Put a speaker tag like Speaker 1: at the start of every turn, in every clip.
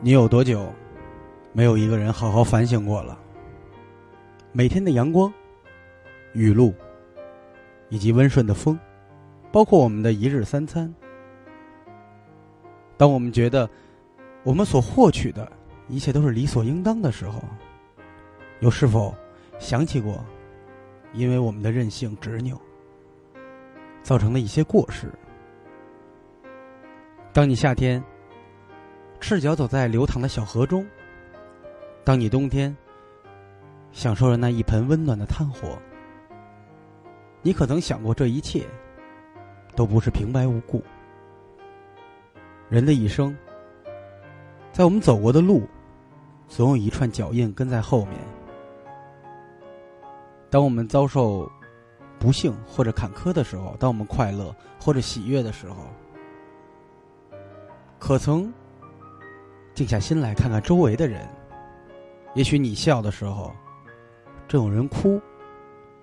Speaker 1: 你有多久没有一个人好好反省过了？每天的阳光、雨露，以及温顺的风，包括我们的一日三餐。当我们觉得我们所获取的一切都是理所应当的时候，又是否想起过，因为我们的任性执拗造成的一些过失？当你夏天。赤脚走在流淌的小河中。当你冬天享受着那一盆温暖的炭火，你可曾想过这一切都不是平白无故？人的一生，在我们走过的路，总有一串脚印跟在后面。当我们遭受不幸或者坎坷的时候，当我们快乐或者喜悦的时候，可曾？静下心来看看周围的人，也许你笑的时候，正有人哭；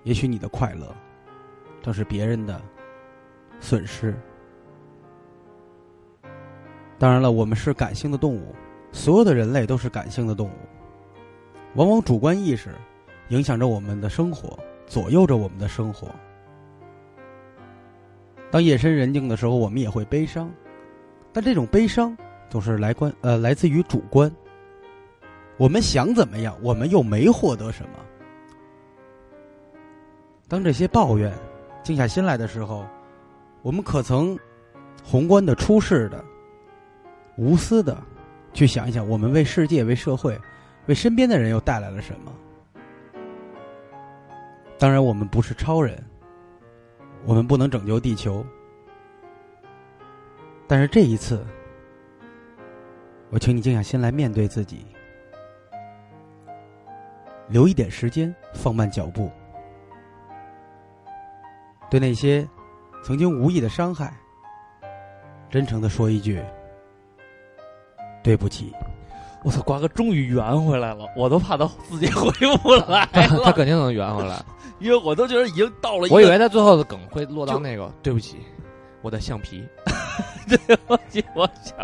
Speaker 1: 也许你的快乐，正是别人的损失。当然了，我们是感性的动物，所有的人类都是感性的动物，往往主观意识影响着我们的生活，左右着我们的生活。当夜深人静的时候，我们也会悲伤，但这种悲伤。总是来观呃，来自于主观。我们想怎么样，我们又没获得什么。当这些抱怨静下心来的时候，我们可曾宏观的、出世的、无私的去想一想，我们为世界、为社会、为身边的人又带来了什么？当然，我们不是超人，我们不能拯救地球，但是这一次。我请你静下心来面对自己，留一点时间放慢脚步。对那些曾经无意的伤害，真诚的说一句：“对不起。
Speaker 2: 我操，瓜哥终于圆回来了，我都怕他自己 回不来
Speaker 3: 他
Speaker 2: 了，
Speaker 3: 肯定能圆回来。
Speaker 2: 因为我都觉得已经到了一个。
Speaker 3: 我以为他最后的梗会落到那个，对不起，我的橡皮。
Speaker 2: 我我想，”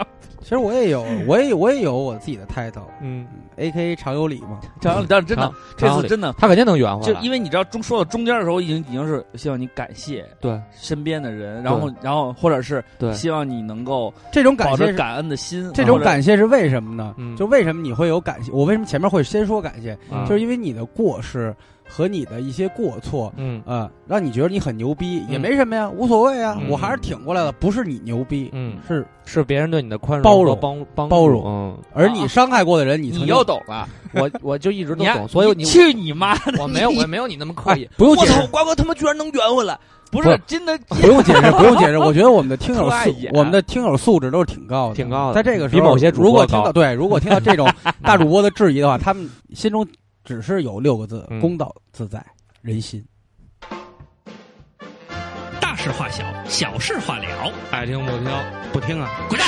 Speaker 1: 其实我也有， 我也我也有我自己的 title，A
Speaker 3: 嗯，
Speaker 1: K 常有理嘛。
Speaker 2: 张小李，但是真的
Speaker 3: 常，
Speaker 2: 这
Speaker 3: 常有
Speaker 2: 次
Speaker 3: 理
Speaker 2: 真的，
Speaker 3: 他肯定能圆回
Speaker 2: 就
Speaker 3: 来。
Speaker 2: 因为你知道中说到中间的时候，我已经已经是希望你感谢
Speaker 3: 对
Speaker 2: 身边的人，然后然后或者是
Speaker 3: 对，
Speaker 2: 希望你能够
Speaker 1: 这种
Speaker 2: 保
Speaker 1: 感谢
Speaker 2: 持
Speaker 1: 是
Speaker 2: 感恩的心，
Speaker 1: 这种
Speaker 2: 或者
Speaker 1: 感谢是为什么呢？
Speaker 3: 嗯
Speaker 1: 就为什么你会有感谢？我为什么前面会先说感谢？
Speaker 3: 嗯
Speaker 1: 就是因为你的过失和你的一些过错。
Speaker 3: 嗯
Speaker 1: 啊、让你觉得你很牛逼也
Speaker 3: 嗯
Speaker 1: 没什么呀，无所谓啊，
Speaker 3: 嗯
Speaker 1: 我还是挺过来了。不是你牛逼，
Speaker 3: 嗯，
Speaker 1: 是
Speaker 3: 是别人对你的宽容、
Speaker 1: 包容
Speaker 3: 帮帮
Speaker 1: 包
Speaker 3: 助
Speaker 1: 容
Speaker 3: 嗯，
Speaker 1: 而你伤害过的人，你曾
Speaker 2: 你
Speaker 1: 经
Speaker 2: 又懂了，
Speaker 3: 我我就一直都
Speaker 2: 你还
Speaker 3: 懂，所以你
Speaker 2: 去你妈的！
Speaker 3: 我没有我没有你那么刻意
Speaker 1: 哎。不用
Speaker 2: 我
Speaker 1: 解
Speaker 2: 操，
Speaker 1: 释，
Speaker 2: 瓜哥他妈居然能圆回来，不
Speaker 3: 不
Speaker 2: 是
Speaker 3: 是
Speaker 2: 真的，
Speaker 1: 不用解释，不用解释。我觉得我们的听友
Speaker 2: 特爱
Speaker 1: 素，
Speaker 2: 演
Speaker 1: 我们的听友素质都是挺高的，
Speaker 3: 挺高的
Speaker 1: 在这个时候，
Speaker 3: 比某些主播
Speaker 1: 如果听到
Speaker 3: 高
Speaker 1: 对，如果听到这种大主播的质疑的话，他们心中只是有六个字：
Speaker 3: 嗯
Speaker 1: 公道自在人心。
Speaker 4: 大事化小，小事化了。
Speaker 3: 爱听不听，
Speaker 1: 不听啊，
Speaker 4: 滚蛋！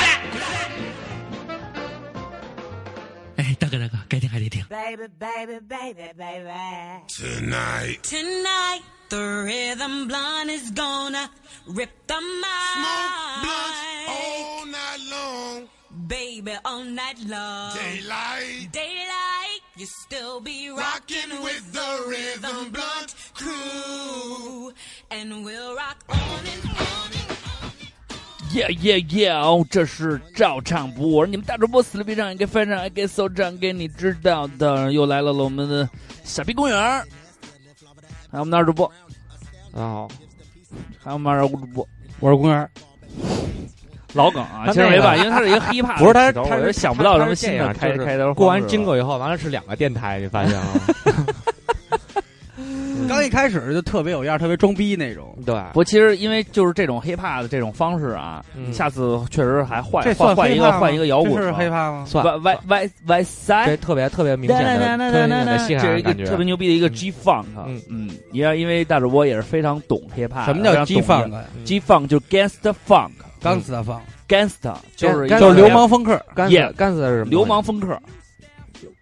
Speaker 4: 哎，大哥大哥，该听还得听。
Speaker 5: Baby, baby, baby, baby.
Speaker 6: Tonight.
Speaker 5: Tonight, the rhythm blunt is gonna rip the mind.
Speaker 6: all night long.
Speaker 5: Baby, all night long.
Speaker 6: Daylight.
Speaker 5: Daylight, you still be rocking,
Speaker 6: Rocking with the rhythm blunt crew.
Speaker 5: crew. And we'll rock on and on and on.
Speaker 2: 耶耶耶！哦，这是照唱不误，我是你们大主播死了必唱，也给翻唱，也给搜唱，给你知道的。又来了了，我们的傻逼公园儿，还有我们的二主播，
Speaker 3: 然后
Speaker 2: 还有我们二主播，
Speaker 1: 我是公园儿。
Speaker 2: 老梗啊，
Speaker 3: 他
Speaker 2: 其实
Speaker 3: 那
Speaker 2: 没
Speaker 3: 个
Speaker 2: 办法，因为他 是一个 hiphop，
Speaker 3: 不是他
Speaker 2: 的指导
Speaker 3: 他
Speaker 2: 我就是想不到什么
Speaker 3: 他是
Speaker 2: 新
Speaker 3: 这
Speaker 2: 的
Speaker 3: 样
Speaker 2: 开
Speaker 3: 就是
Speaker 2: 开头方式了。
Speaker 3: 过完金狗以后，完了是两个电台，你发现了吗？
Speaker 1: 刚一开始就特别有样儿，特别装逼那种。
Speaker 3: 对，
Speaker 2: 不，其实因为就是这种 hiphop 的这种方式啊，
Speaker 3: 嗯
Speaker 2: 你下次确实还换
Speaker 1: 这
Speaker 2: 换
Speaker 1: 算
Speaker 2: 换一
Speaker 1: hiphop
Speaker 2: 个
Speaker 1: 吗
Speaker 2: 换一个摇滚
Speaker 1: 这是
Speaker 2: 吧
Speaker 1: 黑怕吗？
Speaker 3: 算
Speaker 2: Y Y Y Y 三
Speaker 3: 这特别特别明显的，特别明显的西海
Speaker 2: 这是
Speaker 3: 岸
Speaker 2: 一个
Speaker 3: 感觉，
Speaker 2: 特别牛逼的一个
Speaker 3: 嗯
Speaker 2: G Funk，嗯
Speaker 3: 嗯
Speaker 2: 嗯，因为因为大主播也是非常懂 hip hop，
Speaker 1: 什么叫
Speaker 2: 非
Speaker 1: 激
Speaker 2: 常
Speaker 1: 放
Speaker 2: 懂
Speaker 1: 啊？
Speaker 3: 嗯
Speaker 2: G Funk 就是 gangster funk，gangster
Speaker 1: 刚死的放，
Speaker 2: 就是一个
Speaker 3: 干
Speaker 1: 就是
Speaker 3: 死的
Speaker 1: 流氓风客，
Speaker 3: 干
Speaker 2: 也
Speaker 3: 死干死的是什么？
Speaker 2: 流氓风客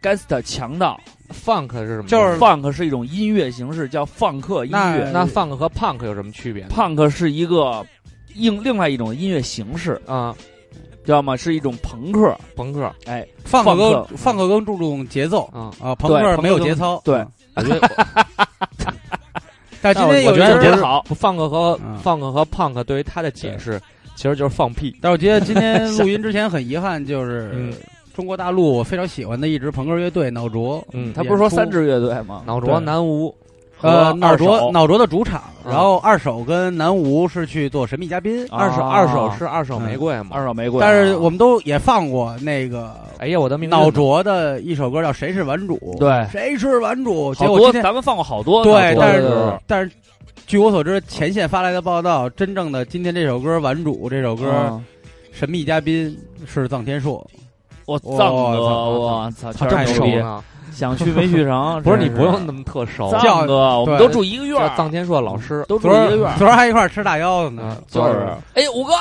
Speaker 2: ，gangster 强盗
Speaker 3: funk 是什么东西？
Speaker 1: 就是
Speaker 2: ，funk 是一种音乐形式，叫放克音
Speaker 1: 那
Speaker 2: 乐
Speaker 3: 那 funk 和 punk 有什么区别呢？
Speaker 2: ，punk 是一个。另另外一种音乐形式，
Speaker 3: 啊，
Speaker 2: 知道吗？是一种朋克，
Speaker 3: 朋克，
Speaker 2: 哎，
Speaker 1: 放
Speaker 2: 放
Speaker 1: 克更
Speaker 2: 克
Speaker 1: 放克更注重节奏
Speaker 3: 嗯，
Speaker 1: 啊，朋克没有
Speaker 3: 朋克
Speaker 1: 节操。
Speaker 2: 对
Speaker 1: 嗯，
Speaker 3: 我觉得
Speaker 1: 但今天有
Speaker 3: 我觉
Speaker 1: 人
Speaker 3: 得不
Speaker 2: 觉得
Speaker 3: 是
Speaker 2: 好
Speaker 3: 放克和
Speaker 1: 嗯
Speaker 3: 放克和胖克对于他的解释其实就是放屁，
Speaker 1: 但我觉得今 天录音之前很遗憾，就是、
Speaker 3: 嗯
Speaker 1: 中国大陆我非常喜欢的一支朋克乐队脑浊，
Speaker 3: 嗯，
Speaker 2: 他不是说
Speaker 1: 演出
Speaker 2: 三支乐队吗？
Speaker 3: 脑
Speaker 1: 对
Speaker 3: 浊南无，
Speaker 1: 呃，
Speaker 2: 和
Speaker 1: 脑
Speaker 2: 二手
Speaker 1: 浊脑浊的主场，
Speaker 3: 嗯
Speaker 1: 然后二手跟南无是去做神秘嘉宾，
Speaker 2: 啊
Speaker 3: 二手二手是二手
Speaker 1: 嗯
Speaker 3: 玫瑰嘛
Speaker 2: 二？手玫瑰，
Speaker 1: 但是我们都也放过那个
Speaker 3: 哎呀，我的命运
Speaker 1: 脑浊的一首歌叫《谁是顽主》，，
Speaker 2: 对
Speaker 1: 谁是顽主？结
Speaker 2: 好
Speaker 1: 果
Speaker 2: 多
Speaker 1: 今天
Speaker 2: 咱们放过好多
Speaker 1: 对
Speaker 2: 脑，浊
Speaker 1: 但
Speaker 2: 的
Speaker 1: 是但是。据我所知，前线发来的报道，真正的今天这首歌《顽主》这首歌，
Speaker 2: 嗯
Speaker 1: 神秘嘉宾是臧天朔。
Speaker 2: 我藏
Speaker 1: 我
Speaker 2: 哥，
Speaker 1: 操
Speaker 2: 我操，
Speaker 1: 操
Speaker 2: 这
Speaker 1: 太
Speaker 2: 么牛
Speaker 1: 熟
Speaker 2: 逼，
Speaker 3: 呢？
Speaker 2: 想去没 去成？
Speaker 3: 不是你
Speaker 2: 真
Speaker 3: 不用那么嗯特熟，
Speaker 1: 叫
Speaker 2: 藏哥，我们
Speaker 1: 对
Speaker 2: 都住一个院
Speaker 3: 叫
Speaker 2: 儿，
Speaker 3: 臧天朔老师，
Speaker 2: 都住
Speaker 1: 昨
Speaker 2: 一
Speaker 1: 儿
Speaker 2: 个 院儿。
Speaker 1: 昨儿还一块儿吃大腰子呢
Speaker 3: 嗯，，
Speaker 2: 就是，哎，五哥，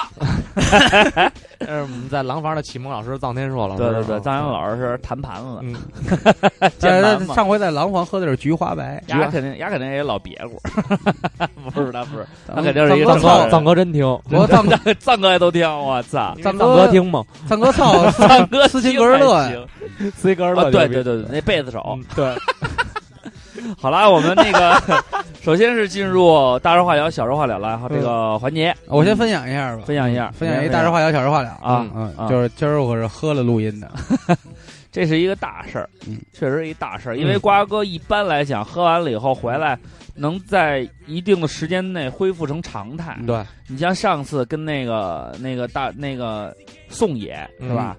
Speaker 3: 呃，我们在廊坊的启蒙老师臧天朔老师，
Speaker 2: 对对对，
Speaker 3: 嗯
Speaker 2: 张阳老师是谈盘子，
Speaker 3: 嗯，
Speaker 2: 键
Speaker 1: 呃
Speaker 2: 盘嘛
Speaker 1: 上回在廊坊喝的是菊花白，
Speaker 2: 丫肯定丫肯定也老别过，不是他不是，他
Speaker 1: 藏
Speaker 2: 肯定是一个
Speaker 1: 藏哥
Speaker 3: 藏
Speaker 2: 操
Speaker 3: 哥藏哥真听，
Speaker 1: 我藏哥
Speaker 2: 藏哥也都听，我操，
Speaker 1: 藏
Speaker 3: 藏哥听吗？
Speaker 1: 藏哥操，
Speaker 2: 藏哥
Speaker 1: 斯琴格日乐呀
Speaker 3: 斯格尔
Speaker 2: 啊，
Speaker 3: 勒
Speaker 2: 对
Speaker 3: 牛逼，
Speaker 2: 对对对，那贝斯手
Speaker 3: 嗯，对，
Speaker 2: 好啦，我们那个 首先是进入大事化了、小事化了了哈，这个环节
Speaker 1: 我先分享一下吧，
Speaker 2: 分享一下，
Speaker 1: 嗯分享一大事化了，小事化了
Speaker 2: 啊
Speaker 1: 嗯
Speaker 2: 啊，
Speaker 1: 就是今儿我是喝了录音的，
Speaker 2: 这是一个大事儿
Speaker 1: 嗯，
Speaker 2: 确实是一大事儿，因为瓜哥一般来讲喝完了以后回来，能在一定的时间内恢复成常态。
Speaker 1: 嗯
Speaker 3: 对，
Speaker 2: 你像上次跟那个那个大那个宋野
Speaker 3: 嗯
Speaker 2: 是吧？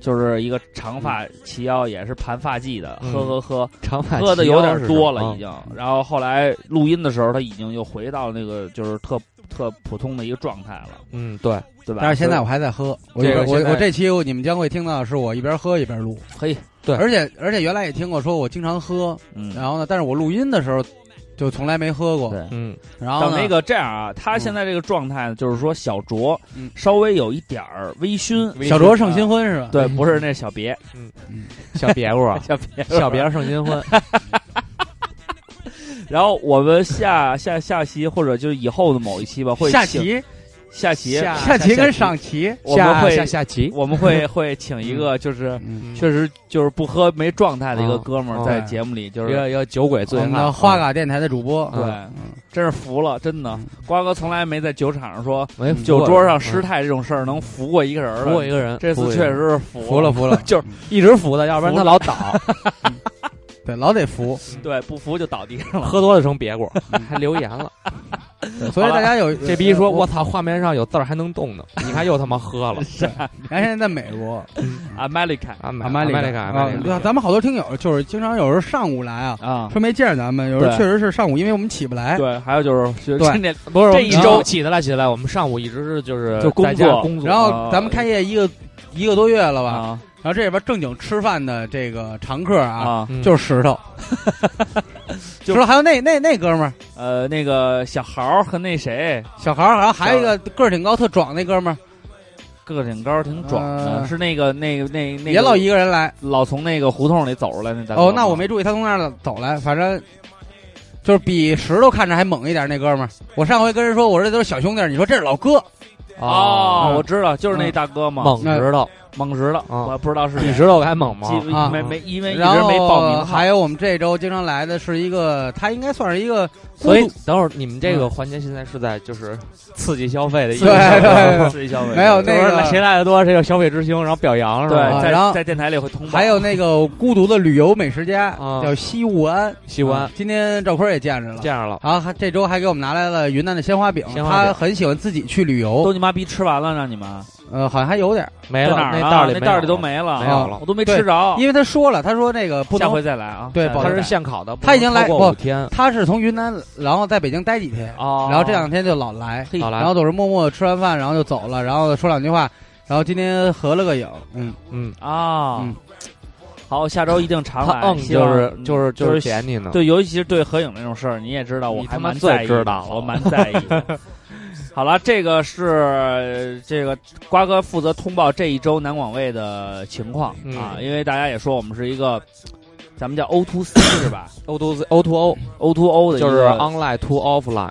Speaker 2: 就是一个长发
Speaker 1: 嗯
Speaker 2: 齐腰，也是盘发髻的，
Speaker 3: 嗯
Speaker 2: 喝喝喝，
Speaker 3: 长发
Speaker 2: 喝的有点多
Speaker 1: 嗯
Speaker 2: 了
Speaker 3: 经。
Speaker 2: 已经。然后后来录音的时候，他已经又回到那个就是特特普通的一个状态了，
Speaker 3: 嗯，对，
Speaker 2: 对吧？
Speaker 1: 但是现在我还在喝，我
Speaker 3: 这个
Speaker 1: 我
Speaker 3: 现在
Speaker 1: 我这期你们将会听到是我一边喝一边录，
Speaker 2: 所以嘿，
Speaker 3: 对
Speaker 1: 而且而且原来也听过说我经常喝，
Speaker 2: 嗯，
Speaker 1: 然后呢，但是我录音的时候就从来没喝过，
Speaker 2: 对。
Speaker 3: 嗯，
Speaker 1: 然后
Speaker 2: 等
Speaker 1: 呢
Speaker 2: 那个这样啊，他
Speaker 1: 嗯
Speaker 2: 现在这个状态呢，就是说小卓
Speaker 1: 嗯
Speaker 2: 稍微有一点儿微醺，
Speaker 1: 小卓胜新婚是吧？
Speaker 2: 对，不是那小 别
Speaker 3: 小 别过啊，
Speaker 2: 小别
Speaker 3: 小 别胜新婚，
Speaker 2: 然后我们下 下下期或者就是以后的某一期吧，会
Speaker 1: 下
Speaker 2: 请
Speaker 1: 棋
Speaker 2: 下棋，
Speaker 3: 下
Speaker 1: 下棋跟上棋，
Speaker 2: 我们会
Speaker 3: 下下下棋，
Speaker 2: 我 们会会请一个就是
Speaker 1: 嗯。
Speaker 3: 嗯
Speaker 2: 确实就是不喝没状态的一个
Speaker 3: 啊
Speaker 2: 哥们儿
Speaker 3: 啊
Speaker 2: 在节目里，就
Speaker 3: 一
Speaker 2: 是
Speaker 3: 个一个酒鬼醉
Speaker 1: 我们
Speaker 3: 汉
Speaker 1: 的花嘎电台的主播，
Speaker 2: 对
Speaker 1: 嗯，
Speaker 2: 真是服了，真的
Speaker 1: 嗯。
Speaker 2: 瓜哥从来没在酒场上说
Speaker 3: 没
Speaker 1: 嗯
Speaker 2: 酒桌上失
Speaker 3: 失
Speaker 2: 态这种事儿能服过一个人儿
Speaker 3: 服过
Speaker 2: 了，
Speaker 3: 一个人，
Speaker 2: 这
Speaker 3: 服
Speaker 2: 次
Speaker 3: 过一
Speaker 2: 确
Speaker 3: 个
Speaker 2: 实
Speaker 3: 人
Speaker 2: 是服
Speaker 1: 服了，服了，
Speaker 2: 就是
Speaker 3: 一直服的，要不然他老倒，
Speaker 1: 对，老得服。
Speaker 2: 对，不服就 倒地上了。
Speaker 3: 喝多了成别过，还留言了。
Speaker 1: 嗯对所以大家有呃
Speaker 3: 这逼说，
Speaker 1: 我
Speaker 3: 我操，画面上有字儿还能动呢，你看又他妈 喝了。
Speaker 1: 咱现在在美国，
Speaker 2: American
Speaker 3: 阿
Speaker 1: 阿
Speaker 3: 玛
Speaker 1: 玛
Speaker 3: 丽
Speaker 1: 里
Speaker 3: 卡，阿玛
Speaker 1: 啊
Speaker 3: 丽
Speaker 1: 对啊
Speaker 3: 卡，
Speaker 1: 咱们好多听友就是经常有时候上午来啊，
Speaker 2: 啊，
Speaker 1: 说没见着咱们，有时候
Speaker 2: 对
Speaker 1: 确实是上午，因为我们起不来，
Speaker 2: 对，还有就是就是
Speaker 1: 对
Speaker 2: 这
Speaker 3: 不是我
Speaker 2: 这
Speaker 3: 们
Speaker 2: 一
Speaker 3: 上
Speaker 2: 周
Speaker 3: 午起得来起得来，我们上午一直是就是
Speaker 2: 就工
Speaker 3: 在家
Speaker 2: 作
Speaker 3: 工作，
Speaker 1: 然
Speaker 2: 啊
Speaker 1: 后咱们开业一个一个多月了吧，
Speaker 2: 啊
Speaker 1: 然后这里边正经吃饭的这个常客啊，
Speaker 2: 啊，
Speaker 3: 嗯
Speaker 1: 就是 石头，石头还有那那那哥们儿
Speaker 2: 呃，那个小豪儿和那谁
Speaker 1: 小孩儿，然后还有一个个儿挺高特壮那哥们儿
Speaker 2: 个挺高挺壮的，
Speaker 1: 呃
Speaker 2: 是那个那个那那个
Speaker 1: 也老一个人来，
Speaker 2: 老从那个胡同里走出来那大哥啊
Speaker 1: 哦，那我
Speaker 2: 吗
Speaker 1: 没注意他从那儿走来，反正就是比石头看着还猛一点。那哥们儿，我上回跟人说，我这都是小兄弟儿，你说这是老哥，
Speaker 2: 哦，
Speaker 1: 嗯
Speaker 2: 我知道，就是那大哥
Speaker 1: 啊
Speaker 2: 嘛，
Speaker 3: 啊猛石头，
Speaker 2: 猛石头，
Speaker 3: 嗯
Speaker 2: 我不知道是
Speaker 3: 比
Speaker 2: 谁，
Speaker 3: 石头还猛吗？
Speaker 2: 记
Speaker 1: 啊
Speaker 2: 没没因为一直
Speaker 1: 然后
Speaker 2: 没报名号
Speaker 1: 还有我们这周经常来的是一个，他应该算是一个孤
Speaker 3: 所以
Speaker 1: 独，
Speaker 3: 等会儿你们这个环节现在是在就是刺激消费的一
Speaker 1: 对对 对对
Speaker 2: 自己消费
Speaker 1: 没有
Speaker 3: 就
Speaker 1: 那
Speaker 3: 是
Speaker 1: 个
Speaker 3: 谁来的多，谁有消费之星，然后表扬是
Speaker 2: 对，
Speaker 3: 吧？
Speaker 1: 啊然
Speaker 2: 在
Speaker 1: 后
Speaker 2: 在电台里会通报，
Speaker 1: 还有那个孤独的旅游美食家、
Speaker 3: 啊
Speaker 1: 叫西务安，啊
Speaker 3: 西关
Speaker 1: 今天赵坤也见着了
Speaker 3: 这。样了，
Speaker 1: 然后还这周还给我们拿来了云南的鲜花饼，
Speaker 3: 鲜花饼
Speaker 1: 他很喜欢自己去旅游
Speaker 2: 都，你妈逼吃完了，让你们啊
Speaker 1: 呃，好像还有点儿，
Speaker 3: 没
Speaker 2: 在
Speaker 3: 了
Speaker 2: 哪儿
Speaker 3: 袋
Speaker 2: 啊？
Speaker 3: 儿里
Speaker 2: 那
Speaker 3: 没
Speaker 2: 袋儿
Speaker 3: 有
Speaker 2: 里都
Speaker 3: 了，
Speaker 2: 没了，
Speaker 3: 没有了
Speaker 2: 我都没吃着，
Speaker 1: 因为他说了，他说那个不
Speaker 2: 哦下
Speaker 1: 能
Speaker 2: 回再来啊。
Speaker 1: 对
Speaker 2: 下回
Speaker 1: 保
Speaker 3: 它
Speaker 1: 留
Speaker 2: 再
Speaker 3: 是
Speaker 2: 来
Speaker 3: 现烤的，不
Speaker 1: 他已经
Speaker 3: 能
Speaker 1: 来
Speaker 3: 超
Speaker 1: 不
Speaker 3: 过五天
Speaker 1: 他是从云南，然后在北京待几天，
Speaker 3: 哦
Speaker 1: 然后这两天就老来，
Speaker 2: 嘿
Speaker 3: 好
Speaker 1: 然后
Speaker 3: 了，
Speaker 1: 总是默默吃完饭，然后就走了，然后说两句话，然后今天合了个影，嗯，
Speaker 3: 嗯，
Speaker 2: 啊
Speaker 1: 嗯，
Speaker 2: 好，下周一定常
Speaker 3: 他
Speaker 2: 来，
Speaker 3: 嗯
Speaker 2: 希
Speaker 3: 就
Speaker 2: 望
Speaker 3: 是就是
Speaker 2: 就是
Speaker 3: 是点你呢，
Speaker 2: 对，尤其是对合影那种事儿，你也知道，我
Speaker 3: 你
Speaker 2: 还
Speaker 3: 他妈
Speaker 2: 蛮在
Speaker 3: 最
Speaker 2: 意的，
Speaker 3: 知道了
Speaker 2: 我蛮在意的。好了，这个是呃这个瓜哥负责通报这一周南广卫的情况、
Speaker 3: 嗯
Speaker 2: 啊，因为大家也说我们是一个，咱们叫 O to C 是吧
Speaker 3: O to O to O
Speaker 2: ？O to O 的
Speaker 3: 嗯
Speaker 2: 一
Speaker 3: 就
Speaker 2: 个
Speaker 3: 是 online to offline，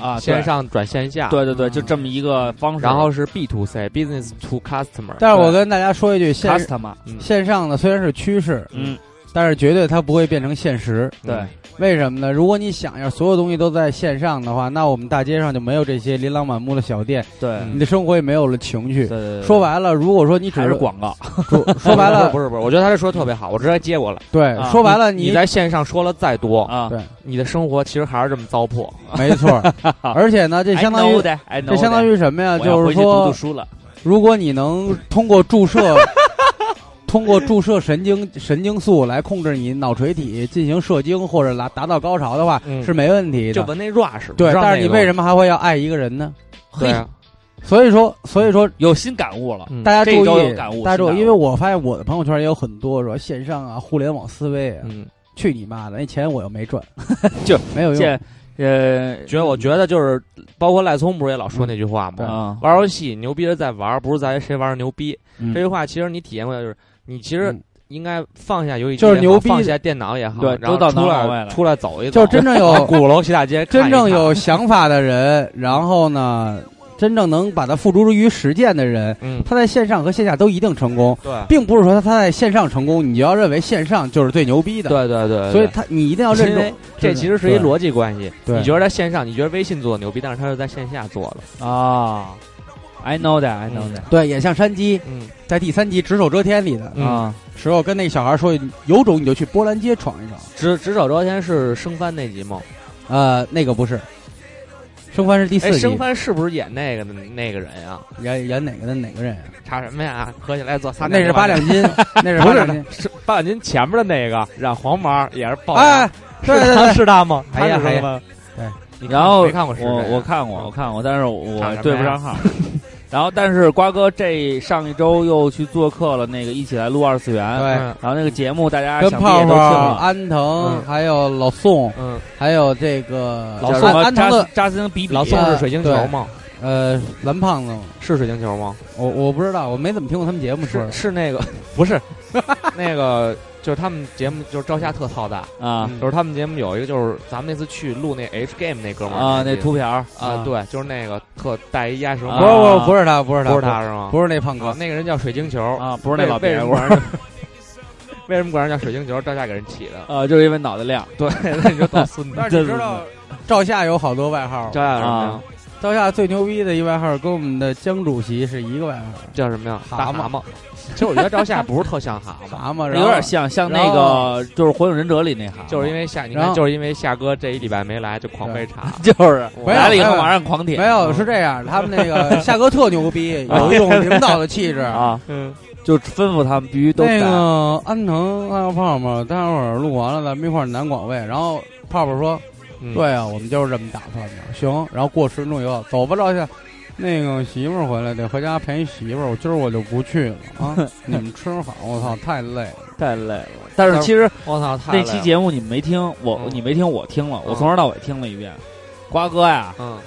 Speaker 2: 啊，
Speaker 3: 线
Speaker 2: 对
Speaker 3: 上转线下，
Speaker 2: 对对对，就这么一个方式。
Speaker 3: 然后是 B to C，business to customer，
Speaker 1: 但是我跟大家说一句，线
Speaker 2: customer，
Speaker 3: 嗯
Speaker 1: 线上的虽然是趋势，
Speaker 2: 嗯，
Speaker 1: 但是绝对它不会变成现实。
Speaker 2: 对，
Speaker 3: 嗯
Speaker 1: 为什么呢？如果你想要所有东西都在线上的话，那我们大街上就没有这些琳琅满目的小店，
Speaker 2: 对
Speaker 3: 嗯
Speaker 1: 你的生活也没有了情趣
Speaker 2: 对。对，
Speaker 1: 说白了，如果说你只
Speaker 2: 还是广告，
Speaker 1: 说白 了
Speaker 3: 不是不是不是，我觉得他这说的特别好，我直接接过来。
Speaker 1: 对
Speaker 2: 啊，
Speaker 1: 说白了
Speaker 3: 你在线上说了再多，
Speaker 2: 啊，
Speaker 1: 对
Speaker 3: 你的生活其实还是这么糟粕。
Speaker 1: 没 错，而且呢，这相当于
Speaker 2: 的，
Speaker 1: 这相当
Speaker 2: 于
Speaker 1: 于什么呀？就是
Speaker 2: 读
Speaker 1: 说
Speaker 2: 读，书了，
Speaker 1: 如果你能通过注射， 通过注射神经神经素来控制你脑垂体进行射精或者达达到高潮的话，
Speaker 3: 嗯
Speaker 1: 是没问题
Speaker 3: 就
Speaker 1: 的。
Speaker 3: 闻那 rush，
Speaker 1: 对，但是你为什么
Speaker 3: 么？
Speaker 1: 还会要爱一个人呢？
Speaker 3: 对啊，
Speaker 1: 所以说，所以说
Speaker 2: 有新感悟了，
Speaker 3: 嗯
Speaker 1: 大家注
Speaker 2: 这招有
Speaker 1: 意，
Speaker 2: 感悟
Speaker 1: 大家注意，
Speaker 2: 是吧
Speaker 1: 因为我发现我的朋友圈也有很多说线上啊、互联网思维啊，
Speaker 3: 嗯，
Speaker 1: 去你妈的，那钱我又没 赚，
Speaker 2: 就
Speaker 1: 没有用
Speaker 2: 这。呃
Speaker 3: 觉得我觉得就是，包括赖聪不是也老说那句话吗？
Speaker 2: 啊，
Speaker 3: 玩游戏牛逼是在玩，不是在于谁玩的牛逼。
Speaker 1: 嗯
Speaker 3: 这句话其实你体验过来，就是你其实
Speaker 1: 嗯
Speaker 3: 应该放下游戏机
Speaker 1: 就是
Speaker 3: 也好
Speaker 1: 牛逼
Speaker 3: 放下电脑也好，
Speaker 2: 对
Speaker 3: 然后
Speaker 2: 都到
Speaker 3: 出
Speaker 2: 脑外
Speaker 3: 来
Speaker 2: 了
Speaker 3: 出来走一
Speaker 1: 就
Speaker 3: 走，
Speaker 1: 真正有
Speaker 3: 鼓楼西大街
Speaker 1: 真
Speaker 3: 看一看，
Speaker 1: 正有想法的人，然后呢，真正能把它付诸于实践的人，
Speaker 3: 嗯，
Speaker 1: 他在线上和线下都一定成功，
Speaker 3: 对
Speaker 1: 并不是说他他在线上成功，你就要认为线上就是最牛逼的。，
Speaker 3: 对对对，
Speaker 1: 所以他你一定要认
Speaker 3: 因为
Speaker 1: 准，
Speaker 3: 这其实是一
Speaker 1: 对
Speaker 3: 逻辑关系。
Speaker 1: 对
Speaker 3: 你觉得在线上，你觉得微信做的牛逼，但是它是在线下做的。
Speaker 2: 啊，I know that，I know
Speaker 3: 嗯
Speaker 2: that，
Speaker 1: 对，也像山鸡
Speaker 3: 嗯
Speaker 1: 在第三集《只手遮天》里的
Speaker 3: 嗯
Speaker 2: 啊，
Speaker 1: 时候，跟那小孩说，有种你就去波兰街闯一闯。
Speaker 3: 只只手遮天是生番那集吗？
Speaker 1: 呃，那个不是，生番是第
Speaker 3: 哎，
Speaker 1: 四
Speaker 3: 生
Speaker 1: 集，
Speaker 3: 番是不是演那个的那个人啊？
Speaker 1: 演演哪个的哪个人啊？
Speaker 3: 查什么呀？合起来做仨，
Speaker 1: 那是八两金， 那是
Speaker 3: 不
Speaker 1: 八
Speaker 3: 是
Speaker 1: 两金。
Speaker 3: 是八两金前面的那个染黄毛也是爆
Speaker 1: 哎，对对对，
Speaker 3: 是他吗？
Speaker 1: 哎呀
Speaker 3: 他是
Speaker 1: 哎呀
Speaker 3: 他吗？
Speaker 1: 对
Speaker 3: 你看，
Speaker 2: 然后
Speaker 3: 没看嗯过是
Speaker 2: 我
Speaker 3: 谁
Speaker 2: 我看过，我看过，但是我
Speaker 3: 看什么
Speaker 2: 我
Speaker 3: 呀
Speaker 2: 对不上号。然后，但是瓜哥这上一周又去做客了，那个一起来录二次元。
Speaker 1: 对
Speaker 3: 嗯
Speaker 2: 然后那个节目大家
Speaker 1: 跟
Speaker 2: 想必也
Speaker 1: 泡
Speaker 2: 都听
Speaker 1: 泡、
Speaker 2: 了。
Speaker 1: 安藤
Speaker 3: 嗯，
Speaker 1: 还有老宋，
Speaker 3: 嗯，
Speaker 1: 还有这个
Speaker 3: 老
Speaker 2: 叫
Speaker 3: 宋
Speaker 1: 安
Speaker 2: 什么
Speaker 1: 安
Speaker 2: 扎
Speaker 1: 藤
Speaker 2: 斯
Speaker 1: 的
Speaker 2: 扎斯汀比
Speaker 3: 嗯
Speaker 2: 比
Speaker 3: 老宋是水晶球
Speaker 1: 对
Speaker 3: 吗？
Speaker 1: 呃蓝胖子嘛，
Speaker 3: 是水晶球吗？
Speaker 1: 我我不知道，我没怎么听过他们节目说
Speaker 3: 是。是那 个不是那个，就是他们节目就是赵夏特操蛋。
Speaker 2: 啊
Speaker 3: 就是他们节目有一个，就是咱们那次去录那 H Game 那哥们儿
Speaker 2: 啊，那
Speaker 3: 记得
Speaker 2: 秃瓢儿
Speaker 3: 嗯啊，对，就是那个特戴一鸭舌
Speaker 1: 不
Speaker 3: 帽，
Speaker 1: 是不是不是他，啊不是他，
Speaker 3: 不是他，是吗？
Speaker 1: 不是那胖
Speaker 3: 啊
Speaker 1: 哥，
Speaker 3: 那个人叫水晶球，
Speaker 2: 啊，不是那老
Speaker 3: 为
Speaker 2: 别
Speaker 3: 为什
Speaker 2: 人
Speaker 3: 么管人叫为什么管人叫水晶球？赵夏给人起的，
Speaker 2: 啊，就是因为脑袋亮。
Speaker 3: 对， 那你就当孙子。
Speaker 1: 但是你知道赵夏有好多外号，
Speaker 3: 赵夏叫什么
Speaker 2: 啊
Speaker 3: 呀？
Speaker 1: 赵夏最牛逼的一外号跟我们的江主席是一个外号，
Speaker 3: 叫什么呀？
Speaker 1: 蛤
Speaker 3: 大
Speaker 1: 蟆
Speaker 3: 蛤蟆。其实我觉得赵夏不是特 像蛤蟆，
Speaker 1: 蛤蟆，然
Speaker 2: 有
Speaker 1: 后
Speaker 2: 点像像那
Speaker 1: 然
Speaker 2: 个
Speaker 1: 后
Speaker 2: 就是《火影忍者》里那行，
Speaker 3: 就是因为夏，你
Speaker 1: 然
Speaker 3: 看，
Speaker 1: 后
Speaker 3: 就是因为夏哥这一礼拜没来，就狂被查。
Speaker 2: 就是
Speaker 3: 没有
Speaker 2: 来了以后
Speaker 1: 没有
Speaker 2: 马上狂舔
Speaker 3: 哎
Speaker 1: 没有是这样，他们那 个夏哥特牛逼，有一种领导的气质。
Speaker 2: 啊，
Speaker 3: 嗯，
Speaker 2: 就吩咐他们必须都
Speaker 1: 那
Speaker 2: 干
Speaker 1: 个安藤还有泡泡，待会儿录完了咱们一块儿南广卫，然后泡泡说。
Speaker 3: 嗯
Speaker 1: 对啊，我们就是这么打算的。行，然后过十分钟以后，走吧，赵夏，那个媳妇儿回来得回家陪媳妇儿，我今儿我就不去了 啊！你们吃好，我操，太累了。
Speaker 2: 太累了。但是其实
Speaker 3: 我操，太
Speaker 2: 那
Speaker 3: 累
Speaker 2: 期
Speaker 3: 了
Speaker 2: 节目你没听，我
Speaker 3: 嗯
Speaker 2: 你没听，我听了，我
Speaker 3: 嗯
Speaker 2: 从头到尾听了一遍。瓜哥呀，
Speaker 3: 嗯，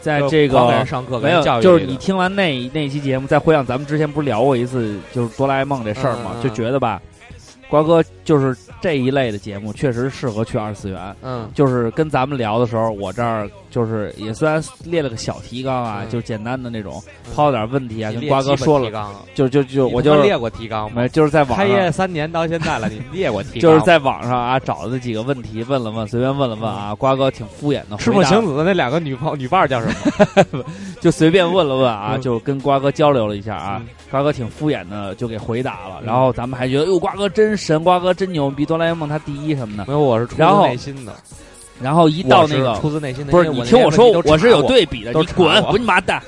Speaker 2: 在
Speaker 3: 就
Speaker 2: 这
Speaker 3: 狂给人
Speaker 2: 个
Speaker 3: 上课，给
Speaker 2: 没
Speaker 3: 人
Speaker 2: 有
Speaker 3: 教，育
Speaker 2: 就是
Speaker 3: 一顿
Speaker 2: 你听完那那期节目，再回想咱们之前不是聊过一次就是哆啦 A 梦这事儿
Speaker 3: 嗯
Speaker 2: 嘛，
Speaker 3: 嗯
Speaker 2: 就觉得吧，瓜哥就是这一类的节目确实适合去二次元。
Speaker 3: 嗯
Speaker 2: 就是跟咱们聊的时候，我这儿就是也虽然列了个小提纲啊，
Speaker 3: 嗯
Speaker 2: 就简单的那种，
Speaker 3: 嗯
Speaker 2: 抛点问题啊，
Speaker 3: 你
Speaker 2: 跟
Speaker 3: 列
Speaker 2: 瓜哥
Speaker 3: 基本
Speaker 2: 说
Speaker 3: 提
Speaker 2: 了，
Speaker 3: 纲了，
Speaker 2: 就就就
Speaker 3: 你
Speaker 2: 我
Speaker 3: 他
Speaker 2: 就
Speaker 3: 妈
Speaker 2: 是
Speaker 3: 列过提纲吗
Speaker 2: 没？就是在网
Speaker 3: 开业
Speaker 2: 上，
Speaker 3: 三年到现在了，你列过提纲吗？
Speaker 2: 就是在网上啊找的那几个问题问了问，随便问了问啊，瓜哥挺敷衍的，
Speaker 3: 赤
Speaker 2: 回
Speaker 3: 木
Speaker 2: 答
Speaker 3: 晴子的那两个女朋女伴儿叫什么？
Speaker 2: 就随便问了问啊，
Speaker 3: 嗯
Speaker 2: 就跟瓜哥交流了一下啊
Speaker 3: 嗯，
Speaker 2: 瓜哥挺敷衍的就给回答了，
Speaker 3: 嗯
Speaker 2: 然后咱们还觉得哎哟瓜哥真神，瓜哥真牛逼，哆啦 A 梦他第一什么的，
Speaker 3: 没有，我是出自
Speaker 2: 然后
Speaker 3: 内心的，
Speaker 2: 然后一到
Speaker 3: 我
Speaker 2: 那
Speaker 3: 是
Speaker 2: 个
Speaker 3: 出自内心的。
Speaker 2: 不是
Speaker 3: 因为
Speaker 2: 你
Speaker 3: 我
Speaker 2: 听
Speaker 3: 那
Speaker 2: 我
Speaker 3: 些
Speaker 2: 说
Speaker 3: 问题，都
Speaker 2: 我是
Speaker 3: 查
Speaker 2: 有
Speaker 3: 过，
Speaker 2: 对比的，
Speaker 3: 都
Speaker 2: 你
Speaker 3: 查
Speaker 2: 滚
Speaker 3: 过
Speaker 2: 滚你妈蛋！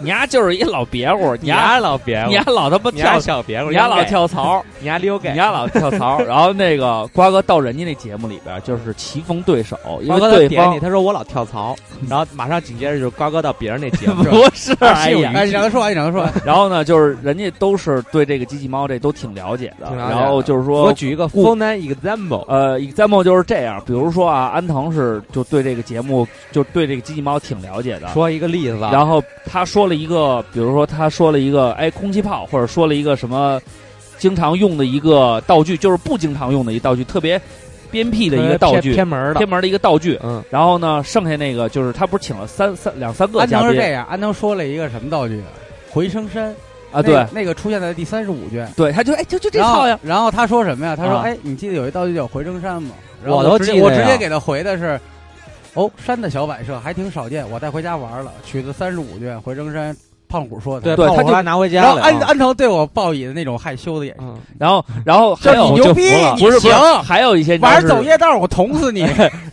Speaker 2: 你丫就是一老别物，你
Speaker 3: 你
Speaker 2: 丫
Speaker 3: 丫老别，
Speaker 2: 你丫老他妈
Speaker 3: 你丫
Speaker 2: 跳，
Speaker 3: 小别，
Speaker 2: 你丫老，跳槽，
Speaker 3: 你丫溜给
Speaker 2: 你，丫老跳槽。然后那个瓜哥到人家那节目里边就是棋逢对手，因
Speaker 3: 瓜
Speaker 2: 为
Speaker 3: 哥
Speaker 2: 对
Speaker 3: 他点
Speaker 2: 方
Speaker 3: 你，他说我老跳 槽，然后马上紧接着就是瓜哥到别人那 节目，
Speaker 2: 不是 哎呀，
Speaker 1: 哎，你让他说完，你让他说完。
Speaker 2: 然后呢，就是人家都是对这个机器猫这都挺了解的，
Speaker 3: 挺了解的
Speaker 2: 然后就是
Speaker 3: 我
Speaker 2: 说。
Speaker 3: 举一个
Speaker 2: 顾
Speaker 3: phone an example，
Speaker 2: 呃，example 就是这样，比如说啊，安藤是就对这个节目，就对这个机器猫挺了解的，
Speaker 3: 说一个例子啊，
Speaker 2: 然后他说了一个，比如说他说了一个，哎，空气炮，或者说了一个什么经常用的一个道具，就是不经常用的一道具，特别鞭辟的一个道具，
Speaker 3: 呃偏门儿的
Speaker 2: 偏，门的一个道具。
Speaker 3: 嗯，
Speaker 2: 然后呢，剩下那个就是他不是请了三三两三个
Speaker 1: 安
Speaker 2: 嘉
Speaker 1: 藤是这
Speaker 2: 宾
Speaker 1: 样，安藤说了一个什么道具？回声山
Speaker 2: 啊？对
Speaker 1: 那那个出现在第三十五卷。
Speaker 2: 对，他就哎就就这
Speaker 1: 然后
Speaker 2: 套呀，
Speaker 1: 然后他说什么呀？他说：“
Speaker 2: 啊
Speaker 1: 哎，你记得有一道具叫回声山吗？”然后
Speaker 3: 我
Speaker 1: 我
Speaker 3: 都
Speaker 1: 直接
Speaker 3: 记得
Speaker 1: 我
Speaker 3: 呀
Speaker 1: 直接给他回的是：“哦，山的小摆设还挺少见，我带回家玩了，取自三十五卷回声山。”胖虎说的，
Speaker 2: 对
Speaker 3: 泡
Speaker 2: 他
Speaker 3: 芙
Speaker 2: 就
Speaker 3: 还拿回
Speaker 1: 然
Speaker 3: 家啊
Speaker 1: 后哎
Speaker 3: 了。
Speaker 1: 安安藤对我报以的那种害羞的 眼神，
Speaker 3: 嗯，
Speaker 2: 然后然后还有
Speaker 1: 你牛逼，
Speaker 2: 不是不
Speaker 1: 行
Speaker 2: 是，，还有一些你知道
Speaker 1: 晚上
Speaker 2: 是
Speaker 1: 走夜道我捅死你。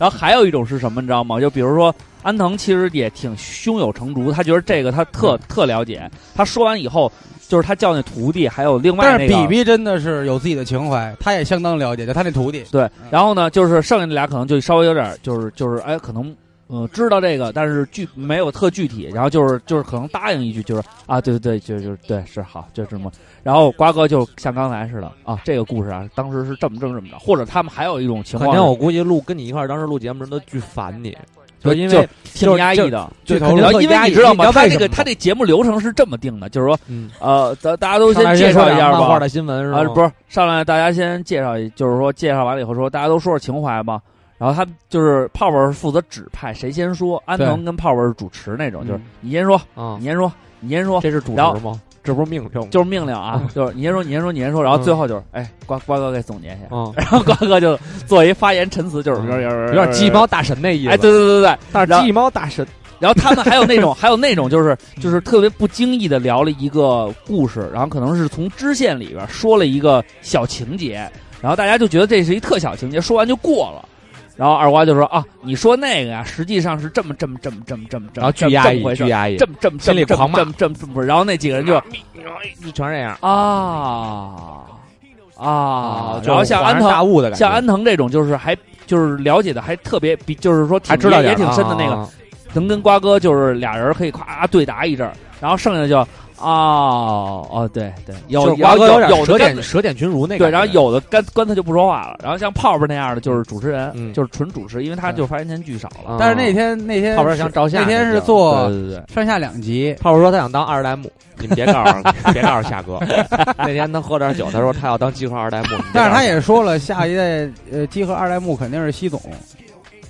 Speaker 2: 然后还有一种是什么，你知道吗？就比如说安藤其实也挺胸有成竹，他觉得这个他
Speaker 1: 嗯
Speaker 2: 特特了解。他说完以后，就是他叫那徒弟，还有另外
Speaker 1: 但是
Speaker 2: 哎那个
Speaker 1: 比比真的是有自己的情怀，他也相当了解，就他那徒弟，
Speaker 2: 对。然后呢，就是剩下那俩可能就稍微有点，就是就是哎，可能呃知道这个，但是具没有特具体。然后就是就是可能答应一句，就是啊，对对对，就就对是好，就这么。然后瓜哥就像刚才似的啊，这个故事啊，当时是这么这么这么着，或者他们还有一种情
Speaker 3: 肯
Speaker 2: 况
Speaker 3: 定
Speaker 2: 是，
Speaker 3: 我估计录跟你一块儿当时录节目人都巨烦你，就因为
Speaker 2: 挺压抑的。
Speaker 1: 就
Speaker 3: 就
Speaker 1: 头了
Speaker 2: 然后因为你知道吗？他
Speaker 3: 他
Speaker 2: 这个他这节目流程是这么定的，就是说，
Speaker 3: 嗯，
Speaker 2: 呃，咱大家都
Speaker 3: 上来
Speaker 2: 先介绍一下
Speaker 3: 漫
Speaker 2: 吧
Speaker 3: 画。的新闻是
Speaker 2: 啊
Speaker 3: 吧？，
Speaker 2: 不是，上来大家先介绍一，就是说介绍完了以后说，大家都说说情怀吧。然后他们就是泡泡是负责指派谁先说，安藤跟泡泡是主持那种，就是
Speaker 3: 嗯
Speaker 2: 你先说，
Speaker 3: 啊
Speaker 2: 你，先说，你先说，
Speaker 3: 这是主持
Speaker 2: 然后
Speaker 3: 吗？这不是命令吗？
Speaker 2: 就是命令啊，就是你先说，你先说，你先说。然后最后就是，哎，瓜瓜哥给总结一 下，
Speaker 3: 嗯，
Speaker 2: 然后瓜哥就作为发言陈词，就是
Speaker 3: 嗯
Speaker 2: 有
Speaker 3: 有点鸡。毛大神那意思。
Speaker 2: 哎，对，对对对对，
Speaker 3: 但
Speaker 2: 然
Speaker 3: 是
Speaker 2: 后
Speaker 3: 鸡毛大神，
Speaker 2: 然后他们还有那种，还有那种就是就是特别不经意的聊了一个故事，然后可能是从支线里边说了一个小情节，然后大家就觉得这是一特小情节，说完就过了。然后二瓜就说啊，你说那个呀、实际上是这么这么这么这么这么这
Speaker 3: 然后
Speaker 2: 么
Speaker 3: 巨
Speaker 2: 这么
Speaker 3: 压
Speaker 2: 这么
Speaker 3: 抑
Speaker 2: 回，
Speaker 3: 巨
Speaker 2: 事，
Speaker 3: 压抑，
Speaker 2: 这么这么这
Speaker 3: 心
Speaker 2: 么
Speaker 3: 里
Speaker 2: 这
Speaker 3: 狂
Speaker 2: 么
Speaker 3: 骂
Speaker 2: 这么这么这么，然后那几个人就
Speaker 3: 就全这样
Speaker 2: 啊啊，
Speaker 3: 就
Speaker 2: 然后像
Speaker 3: 恍
Speaker 2: 安
Speaker 3: 然
Speaker 2: 藤
Speaker 3: 大悟的感觉，
Speaker 2: 像安藤这种就是还就是了解的还特别比就是说挺
Speaker 3: 还知道
Speaker 2: 也也
Speaker 3: 点
Speaker 2: 挺
Speaker 3: 儿
Speaker 2: 深的那个
Speaker 3: 啊，啊
Speaker 2: 能跟瓜哥就是俩人可以夸对答一阵儿，然后剩下就哦哦对对，有
Speaker 3: 就是
Speaker 2: 然
Speaker 3: 瓜
Speaker 2: 后
Speaker 3: 哥有
Speaker 2: 有
Speaker 3: 点
Speaker 2: 有的
Speaker 3: 舌
Speaker 2: 干
Speaker 3: 点舌点群儒那个，
Speaker 2: 对，然后有的干干脆就不说话了，然后像泡泡那样的就是主持人，
Speaker 3: 嗯
Speaker 2: 就是纯主持，因为他就发言权巨少了。
Speaker 3: 啊，
Speaker 1: 但是那天那天
Speaker 3: 泡泡想照相
Speaker 1: 那天
Speaker 3: 那
Speaker 1: 是
Speaker 3: 就
Speaker 1: 做
Speaker 2: 对对对，
Speaker 1: 上下两集，
Speaker 3: 泡泡说他想当二代目，你们别告诉别告诉夏哥， 那天他喝点酒，他说他要当集合二代目，你别
Speaker 1: 但是他
Speaker 3: 告
Speaker 1: 也说了，下一代呃集合二代目肯定是西总，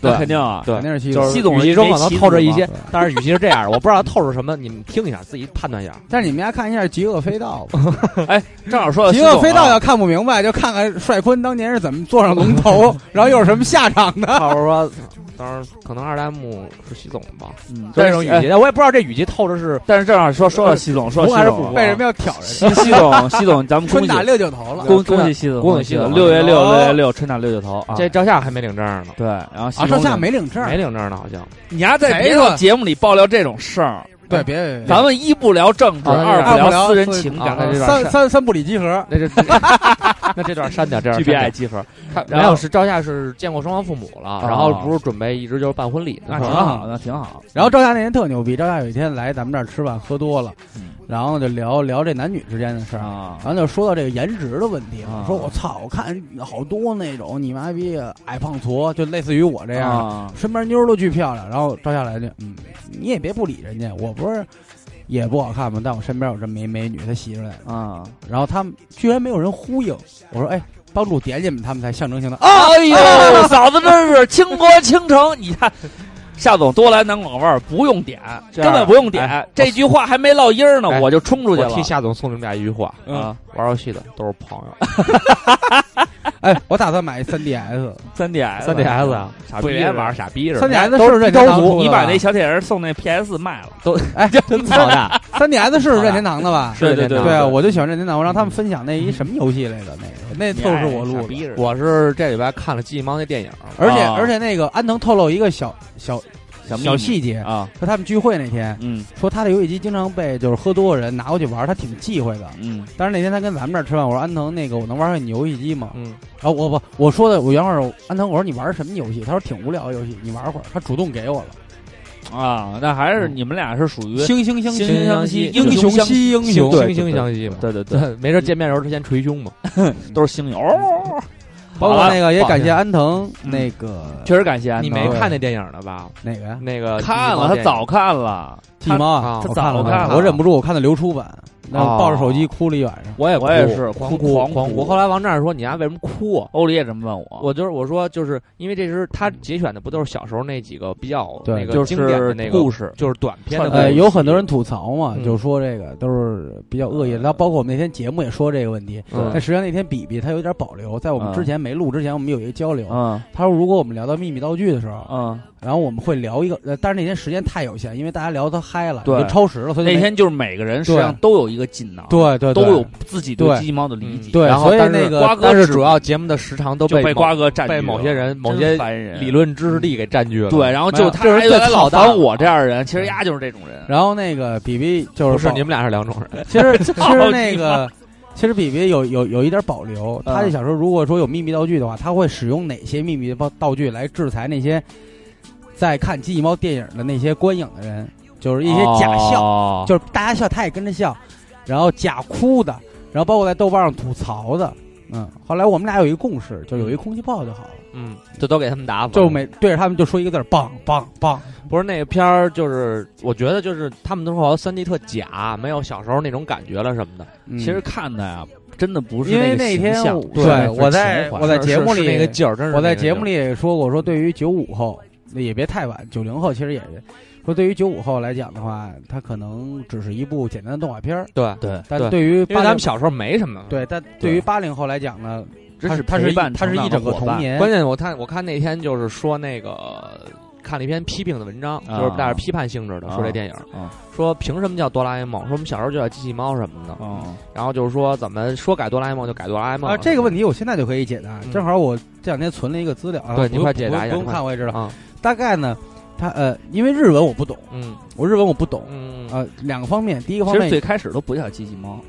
Speaker 2: 那肯定啊，
Speaker 3: 对
Speaker 1: 肯定是西
Speaker 3: 诉
Speaker 1: 总
Speaker 3: 我
Speaker 2: 西总
Speaker 3: 就是语气中可能透着一
Speaker 2: 没
Speaker 3: 些
Speaker 1: 棋子嘛，
Speaker 3: 但是语气是这样的，我不知道他透着什么，你们听一下，自己判断一下。
Speaker 1: 但是你们家看一下《极恶飞 盗》吧，
Speaker 2: 正好说到
Speaker 1: 《极
Speaker 2: 西总
Speaker 1: 恶飞盗》
Speaker 2: 啊
Speaker 1: 要看不明白，就看看帅坤当年是怎么坐上龙 头，然后又是什么下场的。
Speaker 3: 泡泡说，当时可能二代目是西总吧，哎
Speaker 2: 嗯
Speaker 3: 就这
Speaker 2: 但是
Speaker 3: 种语气，但我也不知道这语气透着是
Speaker 2: 但是正好说说 到西总，说到
Speaker 3: 还
Speaker 2: 西
Speaker 3: 是
Speaker 2: 总
Speaker 3: 不
Speaker 2: 啊，
Speaker 1: 为什么要挑着？
Speaker 2: 西 西总西总，咱们恭
Speaker 1: 春打
Speaker 2: 喜
Speaker 1: 六九头了，
Speaker 2: 恭恭喜西总，
Speaker 3: 恭喜
Speaker 2: 喜
Speaker 3: 西总
Speaker 2: 六月六六月六春打六九头啊！
Speaker 3: 这照相还没领证呢，
Speaker 2: 对，然后西
Speaker 1: 啊，
Speaker 2: 总
Speaker 1: 上下
Speaker 2: 就
Speaker 1: 没领证，
Speaker 3: 没领证呢，好像
Speaker 2: 你丫在
Speaker 1: 谁
Speaker 2: 别
Speaker 1: 说
Speaker 2: 的节目里爆料这种事儿，
Speaker 1: 对，别别别，
Speaker 2: 咱们一不聊政治，
Speaker 3: 啊
Speaker 2: 二
Speaker 1: 二不聊
Speaker 2: 私人
Speaker 1: 私
Speaker 2: 情
Speaker 3: 啊那
Speaker 2: 感
Speaker 3: 这，段
Speaker 1: 三
Speaker 3: 是
Speaker 1: 三三不理集合，
Speaker 3: 那这 那这段删掉，这段删
Speaker 2: 巨别
Speaker 3: 掉
Speaker 2: 爱。集合，
Speaker 3: 他
Speaker 2: 然
Speaker 3: 没
Speaker 2: 后
Speaker 3: 有是赵夏是见过双方父母了，然后不是准备一直就是办婚礼，
Speaker 2: 那
Speaker 1: 是
Speaker 2: 挺
Speaker 1: 吧
Speaker 2: 好，那挺好。
Speaker 1: 然后赵夏那天特牛逼，赵夏有一天来咱们这儿吃饭，喝多了，然后就聊聊这男女之间的事儿。
Speaker 2: 啊
Speaker 1: 然后就说到这个颜值的问题
Speaker 2: 啊
Speaker 1: 了，说我操，我看好多那种你妈逼矮胖矬，就类似于我这样的，
Speaker 2: 啊，
Speaker 1: 身边妞儿都巨漂亮。然后赵夏来句，嗯，你也别不理人家，我不是也不好看吗？但我身边有这么一美女，她媳妇儿来了，
Speaker 2: 啊，
Speaker 1: 然后他们居然没有人呼应。我说，哎，帮助点点他们才象征性的啊，
Speaker 2: 哎呦，嫂子真是倾国倾城，你看。夏总多来南广味儿，不用点，
Speaker 3: 这
Speaker 2: 根
Speaker 3: 样
Speaker 2: 本不用点。这句话还没落音儿呢，
Speaker 3: 哎
Speaker 2: 我就冲出去
Speaker 3: 我
Speaker 2: 了
Speaker 3: 替夏总送你们俩一句话：
Speaker 2: 啊！
Speaker 3: 玩游戏的都是朋友。
Speaker 1: 哎，我打算买一 3DS，
Speaker 2: 三 DS，
Speaker 3: 三 DS 啊，
Speaker 2: 傻
Speaker 3: 不
Speaker 2: 逼
Speaker 3: 连玩傻逼是吧
Speaker 1: 三？DS
Speaker 2: 都
Speaker 1: 是任天堂出的吧
Speaker 2: 你把那小铁人送那 PS 卖了，都
Speaker 1: 哎，
Speaker 3: 真操蛋！
Speaker 1: 三 DS 是任天堂的吧？
Speaker 3: 是
Speaker 2: 对
Speaker 3: 任天堂
Speaker 1: 对啊，
Speaker 2: 对，
Speaker 1: 我就喜欢任天堂，我让他们分享那一什么游戏来的那个，那
Speaker 2: 你
Speaker 1: 都是
Speaker 2: 爱
Speaker 1: 我
Speaker 2: 傻
Speaker 1: 录
Speaker 2: 逼
Speaker 1: 的。
Speaker 2: 似的。
Speaker 3: 我是这礼拜看了《机器猫》那电影，
Speaker 1: 而且
Speaker 2: 啊
Speaker 1: 而且那个安藤透露一个小小
Speaker 2: 小秘密
Speaker 1: 小细节，
Speaker 2: 啊，
Speaker 1: 说他们聚会那天，
Speaker 2: 嗯
Speaker 1: 说他的游戏机经常被就是喝多的人拿过去玩，他挺忌讳的。
Speaker 2: 嗯，
Speaker 1: 但是那天他跟咱们这儿吃饭，我说安藤，那个我能玩上你游戏机吗？
Speaker 3: 嗯，
Speaker 1: 然后我不我说的我原话是安藤，我说你玩什么游戏？他说挺无聊的游戏，你玩会儿。他主动给我了，
Speaker 2: 啊，那还是你们俩是属于
Speaker 1: 惺惺相
Speaker 2: 惺
Speaker 1: 惜，
Speaker 2: 惺相惜，
Speaker 1: 英雄惜英雄。
Speaker 2: 对
Speaker 3: 惺惺相惜嘛。
Speaker 2: 对对对，
Speaker 3: 没事见面的时候之前捶胸嘛。
Speaker 2: 都是星友。哦
Speaker 1: 包括那个也
Speaker 3: 好了
Speaker 1: 感谢安藤
Speaker 2: 嗯
Speaker 1: 那个
Speaker 2: 确实感谢安
Speaker 3: 你
Speaker 2: 藤
Speaker 3: 没
Speaker 1: 哦
Speaker 3: 看那电影了吧？
Speaker 1: 哪个呀？
Speaker 3: 那个
Speaker 2: 看了，他早看了，
Speaker 1: 剃猫
Speaker 3: 啊
Speaker 1: 我
Speaker 2: 他
Speaker 1: 看
Speaker 2: 早
Speaker 1: 了，
Speaker 2: 看了
Speaker 1: 我忍不住我看的流出版，那抱着手机哭了一晚上。
Speaker 3: 我也
Speaker 2: 我也是
Speaker 3: 狂
Speaker 2: 哭狂
Speaker 3: 狂
Speaker 2: 哭
Speaker 3: 后来王战说：“你丫为什么哭啊？”
Speaker 2: 欧里也这么问我，
Speaker 3: 我就是我说就是因为这是他节选的不都是小时候那几个比较
Speaker 1: 对
Speaker 3: 那
Speaker 2: 就
Speaker 3: 个
Speaker 2: 是
Speaker 3: 经典的那个
Speaker 2: 故事
Speaker 3: 就是短片的
Speaker 2: 串
Speaker 3: 故
Speaker 1: 呃，
Speaker 3: 事
Speaker 1: 有很多人吐槽嘛，
Speaker 3: 嗯
Speaker 1: 就说这个都是比较恶意的。然后包括我们那天节目也说这个问题，
Speaker 3: 嗯
Speaker 1: 但实际上那天比比他有点保留，在我们之前没录之前，我们有一个交流。
Speaker 2: 嗯
Speaker 1: 他说，如果我们聊到秘密道具的时
Speaker 3: 啊
Speaker 1: 候，
Speaker 2: 嗯，
Speaker 1: 然后我们会聊一个，呃，但是那天时间太有限，因为大家聊得嗨了，
Speaker 2: 对
Speaker 1: 已经超时了，所以就
Speaker 2: 那
Speaker 1: 没
Speaker 2: 天就是每个人实际上
Speaker 1: 对
Speaker 2: 都有一个锦囊，
Speaker 1: 对对
Speaker 2: 都
Speaker 1: 对
Speaker 2: 有自己对
Speaker 1: 对
Speaker 2: 机器猫的理解，
Speaker 3: 嗯
Speaker 1: 对
Speaker 3: 然后
Speaker 1: 所以
Speaker 3: 但是
Speaker 1: 那个
Speaker 2: 瓜哥
Speaker 3: 但是
Speaker 2: 是
Speaker 3: 主要节目的时长都
Speaker 2: 就
Speaker 3: 被
Speaker 2: 被
Speaker 3: 某
Speaker 2: 瓜哥占据
Speaker 3: 被
Speaker 2: 了，
Speaker 3: 某些人嗯某
Speaker 2: 真
Speaker 3: 些
Speaker 2: 烦人
Speaker 3: 理论知识力给占据了。
Speaker 2: 对，，然后
Speaker 1: 没
Speaker 2: 就
Speaker 1: 有
Speaker 2: 他
Speaker 1: 这是
Speaker 2: 哎
Speaker 1: 最
Speaker 2: 原来老
Speaker 1: 操蛋
Speaker 2: 烦
Speaker 1: 的
Speaker 2: 我这样的人，其实丫就是这种人，
Speaker 1: 然后那个比比就是
Speaker 3: 不是
Speaker 1: 抱
Speaker 3: 你们俩是两种人。
Speaker 1: 其 实其
Speaker 2: 操
Speaker 1: 实
Speaker 2: 你
Speaker 1: 那个， 其实比比有有有一点保留，
Speaker 3: 嗯
Speaker 1: 他就想说，如果说有秘密道具的话，他会使用哪些秘密道道具来制裁那些在看《机器猫》电影的那些观影的人，嗯就是一些假笑，
Speaker 2: 啊
Speaker 3: 笑
Speaker 2: 哦
Speaker 1: 就是大家笑他也跟着笑，然后假哭的，然后包括在豆瓣上吐槽的。嗯，后来我们俩有一个共识，就有一空气炮就好了，
Speaker 3: 嗯，就都给他们答复。
Speaker 1: 就每对着他们就说一个字儿棒棒棒。
Speaker 3: 不是那个片儿，就是我觉得就是他们都说好像三 D 特假，没有小时候那种感觉了什么的。
Speaker 1: 嗯
Speaker 2: 其实看的呀，真的不是
Speaker 1: 因为
Speaker 2: 那
Speaker 1: 那
Speaker 2: 个
Speaker 1: 天
Speaker 2: 形象
Speaker 1: 我
Speaker 2: 对
Speaker 1: 对
Speaker 2: 是
Speaker 1: 我在
Speaker 2: 情怀
Speaker 1: 我在
Speaker 3: 是
Speaker 1: 节目
Speaker 3: 是
Speaker 1: 里
Speaker 3: 那个劲儿，真是
Speaker 1: 我
Speaker 3: 那
Speaker 1: 在
Speaker 3: 个
Speaker 1: 节
Speaker 3: 劲儿
Speaker 1: 目里也说过，说对于九五后那也别太晚，九零后其实也是，说对于九五后来讲的话，它可能只是一部简单的动画片儿，
Speaker 3: 对，
Speaker 2: 对，
Speaker 1: 但
Speaker 3: 对
Speaker 1: 对于
Speaker 3: 因为
Speaker 1: 八
Speaker 3: 咱们
Speaker 1: 零
Speaker 3: 小时候没什么。
Speaker 1: 对，但对于八零后来讲呢，
Speaker 2: 这
Speaker 1: 它
Speaker 2: 是
Speaker 1: 它
Speaker 2: 陪
Speaker 1: 是一
Speaker 2: 伴
Speaker 1: 它是
Speaker 2: 成
Speaker 1: 一
Speaker 2: 长的
Speaker 1: 整个
Speaker 2: 伙
Speaker 1: 童
Speaker 2: 伴
Speaker 1: 年，
Speaker 3: 关键我看我看那天就是说那个看了一篇批评的文章，
Speaker 2: 啊
Speaker 3: 就是带着批判性质的说这电影，
Speaker 2: 啊
Speaker 3: 说凭什么叫哆啦 A 梦？说我们小时候就叫机器猫什么的，
Speaker 2: 嗯
Speaker 3: 然后就是说怎么说改哆啦 A 梦就改哆啦 A 梦
Speaker 1: 啊，这个问
Speaker 3: 题
Speaker 1: 题我现在就可以解答
Speaker 3: 嗯。
Speaker 1: 正好我这两天存了一个资料，啊
Speaker 3: 对
Speaker 1: 不
Speaker 3: 你
Speaker 1: 用
Speaker 3: 快解答
Speaker 1: 不
Speaker 3: 一下
Speaker 1: 用不
Speaker 3: 你
Speaker 1: 用
Speaker 3: 快
Speaker 1: 看我也知道。
Speaker 3: 啊，
Speaker 1: 大概呢，它呃，因为日文我不懂，
Speaker 3: 嗯
Speaker 1: 我日文我不懂，
Speaker 3: 嗯，
Speaker 1: 呃，两个方面，第一个
Speaker 2: 其
Speaker 1: 方
Speaker 2: 实最
Speaker 1: 面，
Speaker 2: 开始都不叫机器猫，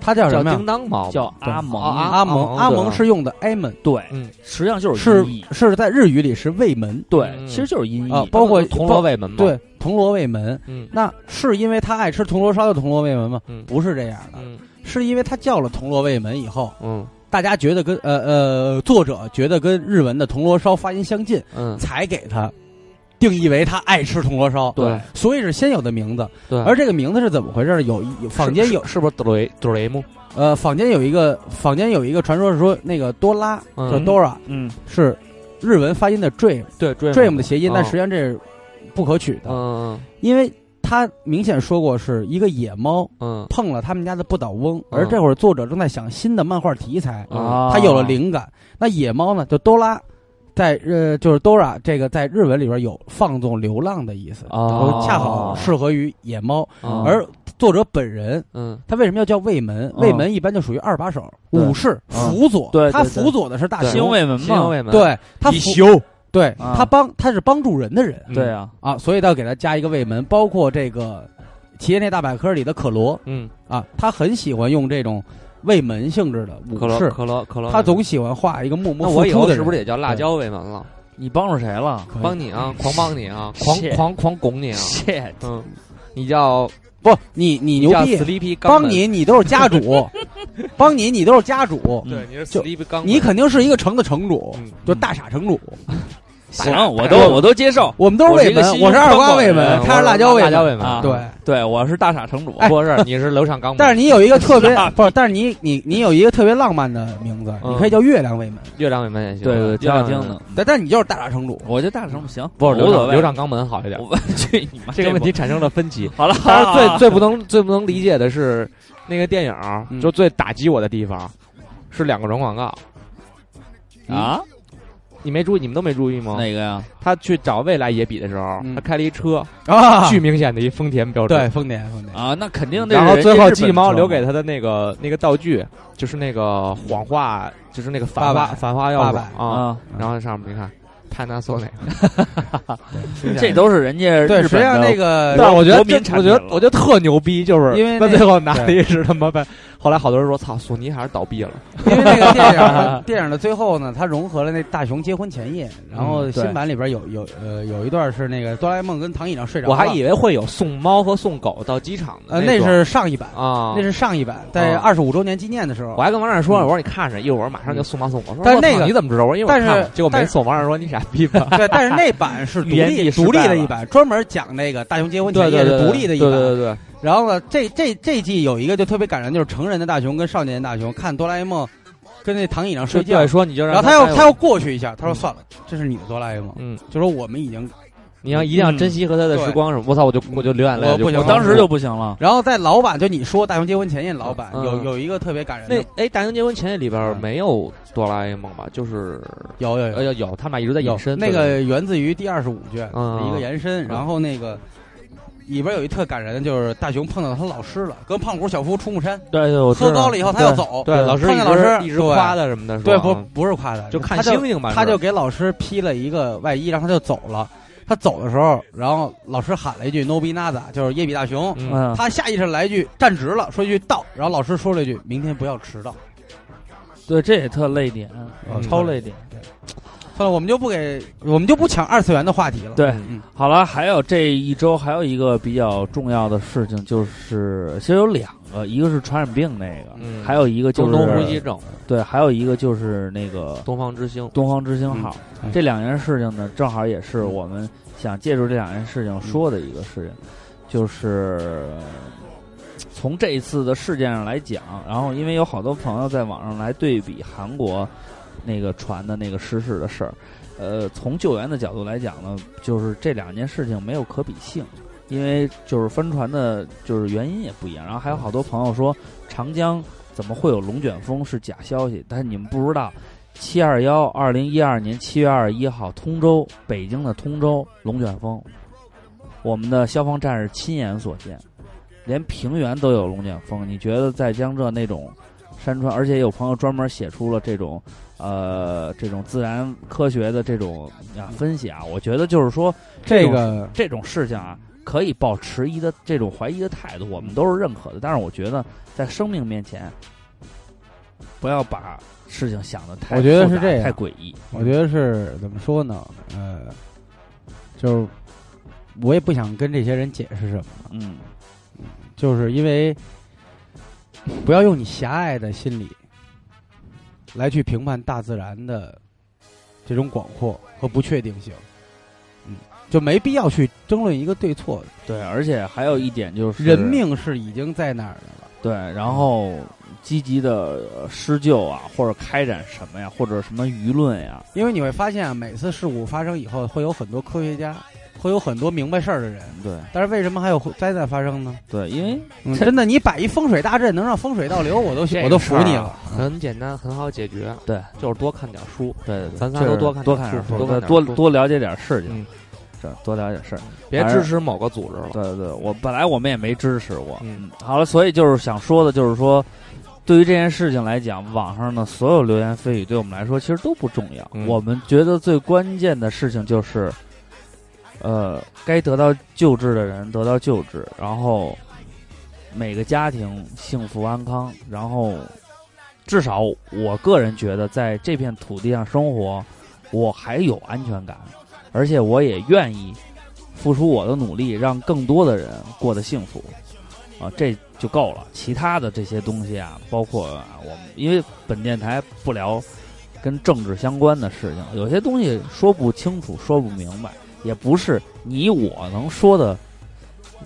Speaker 1: 它叫
Speaker 3: 叫
Speaker 1: 啊什么呀
Speaker 3: 叮？当猫，
Speaker 2: 叫阿蒙，
Speaker 3: 哦
Speaker 1: 阿蒙，
Speaker 3: 阿
Speaker 1: 阿
Speaker 3: 蒙
Speaker 1: 蒙是用的埃门，
Speaker 2: 对
Speaker 3: 嗯，
Speaker 2: 实际上就是
Speaker 1: 是
Speaker 2: 音译，
Speaker 1: 是在日语里是卫门。
Speaker 2: 对，
Speaker 3: 嗯
Speaker 2: 其实就是音译
Speaker 1: 啊包括
Speaker 3: 铜锣卫门嘛，，
Speaker 1: 对，铜锣卫门。
Speaker 3: 嗯
Speaker 1: 那是因为他爱吃铜锣烧的铜锣卫门吗？
Speaker 3: 嗯
Speaker 1: 不是这样的，
Speaker 3: 嗯
Speaker 1: 是因为他叫了铜锣卫门以后，
Speaker 3: 嗯
Speaker 1: 大家觉得跟呃呃作者觉得跟日文的铜锣烧发音相近，
Speaker 3: 嗯，
Speaker 1: 才给他定义为他爱吃铜锣烧。
Speaker 3: 对
Speaker 1: 所以是先有的名字，
Speaker 3: 对，
Speaker 1: 而这个名字是怎么回事呢？有一有坊间有
Speaker 3: 是是不是哆啦哆啦 A 梦？
Speaker 1: 呃，坊间有一个坊间有一个传说是说那个多拉
Speaker 3: 嗯
Speaker 1: 叫 Dora
Speaker 2: 嗯，
Speaker 1: 是日文发音的 dream
Speaker 3: 对
Speaker 1: dream 的谐音，
Speaker 3: 哦
Speaker 1: 但实际上这是不可取的，
Speaker 3: 嗯
Speaker 1: 因为他明显说过是一个野猫，
Speaker 3: 嗯
Speaker 1: 碰了他们家的不倒翁，
Speaker 3: 嗯
Speaker 1: 而这会儿作者正在想新的漫画题材，
Speaker 3: 啊
Speaker 1: 他有了灵感。那野猫呢？就多拉，在呃就是 Dora 这个在日文里边有放纵、流浪的意思，
Speaker 3: 哦
Speaker 1: 恰好适合于野猫。
Speaker 3: 嗯，
Speaker 1: 而作者本人
Speaker 3: 嗯
Speaker 1: 他为什么要叫卫门？
Speaker 2: 嗯
Speaker 1: 卫门一般就属于二把手、
Speaker 2: 对
Speaker 1: 武士、
Speaker 2: 嗯
Speaker 1: 辅佐，
Speaker 2: 对对
Speaker 1: 他
Speaker 2: 对
Speaker 1: 辅佐的是大
Speaker 3: 对
Speaker 2: 新
Speaker 1: 雄，
Speaker 2: 卫门
Speaker 3: 新
Speaker 2: 嘛，
Speaker 3: 卫门，
Speaker 1: 对他辅
Speaker 3: 修，
Speaker 1: 对
Speaker 2: 啊
Speaker 1: 他帮他是帮助人的人
Speaker 2: 对啊，
Speaker 1: 啊，所以他要给他加一个卫门，包括这个《企业内大百科》里的可罗。
Speaker 3: 嗯，
Speaker 1: 啊，他很喜欢用这种卫门性质的
Speaker 3: 可
Speaker 1: 武
Speaker 3: 乐
Speaker 1: 士，
Speaker 3: 可乐可乐，
Speaker 1: 嗯他总喜欢画一个默
Speaker 3: 那
Speaker 1: 默
Speaker 3: 我
Speaker 1: 付
Speaker 3: 以
Speaker 1: 出
Speaker 3: 后
Speaker 1: 的
Speaker 3: 是
Speaker 1: 人
Speaker 3: 不是。也叫辣椒卫门了？
Speaker 2: 你帮助谁了？
Speaker 1: 可以
Speaker 3: 嗯帮你啊，狂帮 你啊，狂
Speaker 2: 谢
Speaker 3: 狂狂拱你啊，
Speaker 2: 切，
Speaker 3: 嗯，你叫
Speaker 1: 不，你你
Speaker 3: 你
Speaker 1: 牛
Speaker 3: 叫
Speaker 1: 逼，
Speaker 3: Sleepy 肛
Speaker 1: 帮
Speaker 3: 门，
Speaker 1: 你你都是家主， 帮你你都是家主，
Speaker 3: 对，你是
Speaker 1: 就
Speaker 3: Sleepy 肛门，
Speaker 1: 你肯定是一个城的城主，
Speaker 3: 嗯
Speaker 1: 就大傻城主。
Speaker 2: 行，我都我都接受。
Speaker 1: 我们都是
Speaker 2: 我是
Speaker 1: 卫
Speaker 2: 一个
Speaker 1: 门
Speaker 2: 新，
Speaker 1: 我是二瓜
Speaker 2: 中国
Speaker 1: 卫
Speaker 2: 人
Speaker 1: 门
Speaker 3: 嗯，
Speaker 1: 他是
Speaker 3: 我是
Speaker 1: 辣椒卫
Speaker 3: 辣椒卫
Speaker 1: 门，
Speaker 3: 门嗯
Speaker 2: 啊，
Speaker 1: 对。
Speaker 2: 对，我是大傻城主，
Speaker 1: 哎
Speaker 3: 不是你是楼上肛门，
Speaker 1: 但是你有一个特别不是，但是你你你有一个特别浪漫的名字，
Speaker 3: 嗯
Speaker 1: 你可以叫月亮卫门，
Speaker 3: 月亮卫门也行，
Speaker 2: 对对，
Speaker 3: 挺
Speaker 2: 挺好
Speaker 3: 好
Speaker 2: 听的。。
Speaker 1: 但但你就是大傻城主。
Speaker 2: 我觉得大傻城主行，
Speaker 3: 不是
Speaker 2: 无
Speaker 3: 流
Speaker 2: 所
Speaker 3: 上
Speaker 2: 谓
Speaker 3: 流。上肛门好一点，
Speaker 2: 我 去你妈！
Speaker 3: 这个
Speaker 2: 不
Speaker 3: 问题产生了分歧。
Speaker 2: 好了，
Speaker 3: 但是最最不能最不能理解的是，那个电影儿
Speaker 1: 嗯
Speaker 3: 就最打击我的地方是两个软广告，
Speaker 2: 啊，
Speaker 3: 你没注意，你们都没注意吗？
Speaker 2: 哪个呀？
Speaker 3: 他去找未来野比的时候，
Speaker 1: 嗯
Speaker 3: 他开了一车，
Speaker 1: 啊
Speaker 3: 巨明显的一丰田标志。
Speaker 1: 对，丰田丰田，
Speaker 2: 啊，那肯定那
Speaker 3: 然后
Speaker 2: 是人家
Speaker 3: 最后
Speaker 2: 日本啊
Speaker 3: 机器猫
Speaker 2: 车
Speaker 3: 留给他的那个那个道具，就是那个谎话，就是那个
Speaker 1: 八
Speaker 3: 反
Speaker 1: 百
Speaker 3: 话反话药
Speaker 1: 八
Speaker 3: 水
Speaker 1: 百
Speaker 3: 啊。
Speaker 2: 啊，
Speaker 3: 然后上面你看，派纳索那个，
Speaker 2: 这都是人家
Speaker 1: 对，
Speaker 2: 日
Speaker 1: 实际
Speaker 2: 本
Speaker 1: 上
Speaker 2: 的
Speaker 1: 那个
Speaker 3: 但是我觉得
Speaker 2: 国民
Speaker 3: 这，
Speaker 2: 产
Speaker 3: 我
Speaker 2: 品
Speaker 3: 觉得
Speaker 2: 了
Speaker 3: 我觉得特牛逼，就是
Speaker 1: 因为
Speaker 3: 他
Speaker 1: 那
Speaker 3: 最后拿了一是他妈的，后来好多人说操，索尼还是倒闭了。
Speaker 1: 因为那个电 影电影的最后呢，它融合了那大雄结婚前夜，然后
Speaker 2: 嗯对
Speaker 1: 新版里边有有呃有一段是那个哆啦 A 梦跟躺椅上睡着了，
Speaker 3: 我还以为会有送猫和送狗到机场的
Speaker 1: 啊呃
Speaker 3: 那
Speaker 1: 那
Speaker 3: 种
Speaker 1: 是上一版，
Speaker 3: 啊，
Speaker 1: 那是上一版，在
Speaker 3: 啊
Speaker 1: 二十五周年纪念的时
Speaker 3: 我
Speaker 1: 候，
Speaker 3: 还跟王战说，
Speaker 1: 嗯
Speaker 3: 我说你看着，一会儿马上就送猫送狗。我说
Speaker 1: 但是
Speaker 3: 我操
Speaker 1: 那个
Speaker 3: 你怎么知道？我说因为我
Speaker 1: 但是
Speaker 3: 看了，结果没
Speaker 1: 但是
Speaker 3: 送。王战说你傻逼吧。
Speaker 1: 对，但是那版是独
Speaker 2: 原地
Speaker 1: 立
Speaker 2: 失败
Speaker 1: 独立的
Speaker 2: 了
Speaker 1: 一版，专门讲那个大雄结婚前
Speaker 3: 对
Speaker 1: 夜
Speaker 3: 对
Speaker 1: 是
Speaker 3: 对，
Speaker 1: 独立的一
Speaker 3: 对
Speaker 1: 版，
Speaker 3: 对对对，
Speaker 1: 然后呢，这这这季有一个就特别感人，就是成人的大雄跟少年的大雄看哆啦 A 梦跟那躺椅上睡觉
Speaker 3: 对，，说你就让
Speaker 1: 然后他要
Speaker 3: 待会儿
Speaker 1: 他要过去一下，他说算了，这是你的哆啦 A 梦，
Speaker 3: 嗯，
Speaker 1: 就说我们已经，
Speaker 3: 你要一定要珍惜和他的时光什么，我操，我就我就流眼泪
Speaker 1: 嗯我
Speaker 3: 了，就
Speaker 1: 不行
Speaker 2: 我当时就不行了，
Speaker 1: 然后在老板就你说大雄结婚前夜老板
Speaker 3: 嗯
Speaker 1: 有有一个特别感人
Speaker 3: 那
Speaker 1: 的，
Speaker 3: 哎，大英结婚前夜里边没有哆啦 A 梦吧？就是
Speaker 1: 有有有
Speaker 3: 呃有有，他们俩一直在
Speaker 1: 有
Speaker 3: 隐身
Speaker 1: 那个源自于第二十五卷的
Speaker 3: 嗯
Speaker 1: 一个延伸，然后那个。里边有一特感人的，就是大雄碰到他老师了，跟胖虎小夫出木山
Speaker 3: 对对，我
Speaker 1: 喝高了以后他要走，
Speaker 3: 对老师
Speaker 1: 碰
Speaker 3: 一
Speaker 1: 见
Speaker 3: 直
Speaker 1: 老师
Speaker 3: 一直
Speaker 1: 对
Speaker 3: 夸他什么的，
Speaker 1: 对，
Speaker 3: 是吧嗯
Speaker 1: 不不是夸他，
Speaker 3: 就看
Speaker 1: 他
Speaker 3: 星星吧，
Speaker 1: 他
Speaker 3: 是
Speaker 1: 就给老师披了一个外衣，然后他就走了。他走的时候，然后老师喊了一句 “No be nada”，就是耶比大熊。
Speaker 3: 嗯
Speaker 2: 嗯，
Speaker 1: 他下意识来一句站直了，说一句到，然后老师说了一句明天不要迟到。
Speaker 2: 对，这也特累点，
Speaker 1: 嗯
Speaker 2: 超累点。
Speaker 1: 算了，我们就不给，我们就不抢二次元的话题了。
Speaker 2: 对
Speaker 1: 嗯
Speaker 2: 好了，还有这一周还有一个比较重要的事情，就是其实有两个，一个是传染病那个，
Speaker 3: 嗯
Speaker 2: 还有一个就
Speaker 3: 中
Speaker 2: 是
Speaker 3: 东呼吸症，
Speaker 2: 对，还有一个就是那个
Speaker 3: 东方之星，
Speaker 2: 东方之星号。
Speaker 1: 嗯
Speaker 2: 这两件事情呢，正好也是我们想借助这两件事情说的一个事情，就是呃从这一次的事件上来讲，然后因为有好多朋友在网上来对比韩国那个船的那个失事的事儿，呃，从救援的角度来讲呢，就是这两件事情没有可比性。因为就是帆船的，就是原因也不一样。然后还有好多朋友说长江怎么会有龙卷风是假消息，但是你们不知道，七二幺二零一二年七月二十一号，通州，北京的通州龙卷风，我们的消防战士亲眼所见，连平原都有龙卷风。你觉得在江浙那种山川，而且有朋友专门写出了这种呃这种自然科学的这种啊分析啊，我觉得就是说
Speaker 1: 这
Speaker 2: 种
Speaker 1: 个
Speaker 2: 这种事情啊，可以抱持一的这种怀疑的态度，我们都是认可的。但是我觉得，在生命面前，不要把事情想的太
Speaker 1: 我觉得是
Speaker 2: 复杂
Speaker 1: 这样
Speaker 2: 太诡异。
Speaker 1: 我觉得是怎么说呢？呃，就是我也不想跟这些人解释什么，
Speaker 2: 嗯
Speaker 1: 就是因为不要用你狭隘的心理来去评判大自然的这种广阔和不确定性，嗯，就没必要去争论一个对错。，
Speaker 2: 对，而且还有一点就是
Speaker 1: 人命是已经在那儿的了，
Speaker 2: 对，然后积极的施救啊，或者开展什么呀，或者什么舆论呀，
Speaker 1: 因为你会发现啊，每次事故发生以后，会有很多科学家，会有很多明白事儿的人，
Speaker 2: 对
Speaker 1: 但是为什么还有灾难发生呢？
Speaker 2: 对，因为
Speaker 1: 嗯、真的，你摆一风水大阵，能让风水倒流，我都
Speaker 3: 这个
Speaker 1: 我都服你
Speaker 3: 事儿
Speaker 1: 了
Speaker 3: 啊。很简单，很好解决，
Speaker 2: 对
Speaker 3: 就是多看点书，
Speaker 2: 对对对，
Speaker 3: 咱仨
Speaker 2: 就是
Speaker 3: 都多看
Speaker 2: 多
Speaker 3: 点
Speaker 2: 看
Speaker 3: 事多
Speaker 2: 点多
Speaker 3: 看点
Speaker 2: 多
Speaker 3: 事
Speaker 2: 多了解点事情
Speaker 3: 嗯，
Speaker 2: 这多了解事儿。
Speaker 3: 别
Speaker 2: 反正
Speaker 3: 支持某个组织了。
Speaker 2: 对对，对我本来我们也没支持过。
Speaker 3: 嗯，
Speaker 2: 好了，所以就是想说的，就是说，对于这件事情来讲，网上的所有流言蜚语对我们来说其实都不重要。
Speaker 3: 嗯
Speaker 2: 我们觉得最关键的事情就是，呃，该得到救治的人得到救治，然后每个家庭幸福安康，然后至少我个人觉得，在这片土地上生活，我还有安全感，而且我也愿意付出我的努力，让更多的人过得幸福，啊，这就够了。其他的这些东西啊，包括啊，我们因为本电台不聊跟政治相关的事情，有些东西说不清楚，说不明白，也不是你我能说的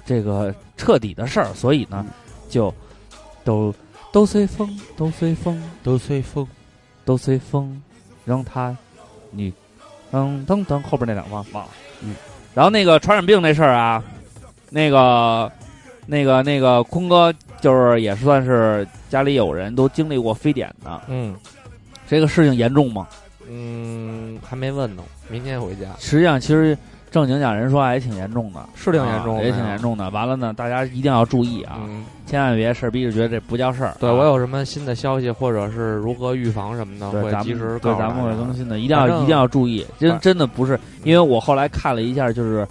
Speaker 2: 这个彻底的事儿，所以
Speaker 1: 嗯
Speaker 2: 呢，就都都随风，都随风，
Speaker 1: 都随风，
Speaker 2: 都随风，让它你噔嗯噔噔后边那两忘忘了。
Speaker 1: 嗯，
Speaker 2: 然后那个传染病那事儿啊，那个那个那个坤哥就是也算是家里有人都经历过非典的，
Speaker 3: 嗯
Speaker 2: 这个事情严重吗？
Speaker 3: 嗯，还没问呢，明天回家。
Speaker 2: 实际上，其实正经讲，人说话也挺严重的，
Speaker 3: 是挺严重的
Speaker 2: 啊
Speaker 3: 呀
Speaker 2: 也挺严重的。完了呢，大家一定要注意啊，
Speaker 3: 嗯，
Speaker 2: 千万别事儿逼着觉得这不叫事儿啊。
Speaker 3: 对我有什么新的消息，或者是如何预防什么的，
Speaker 2: 对，
Speaker 3: 会
Speaker 2: 咱
Speaker 3: 及时
Speaker 2: 们
Speaker 3: 告
Speaker 2: 对
Speaker 3: 诉
Speaker 2: 咱们
Speaker 3: 大
Speaker 2: 会
Speaker 3: 家
Speaker 2: 更新的，一定要
Speaker 3: 反正
Speaker 2: 一定要注意，真
Speaker 3: 反
Speaker 2: 真的不是，因为我后来看了一下，就是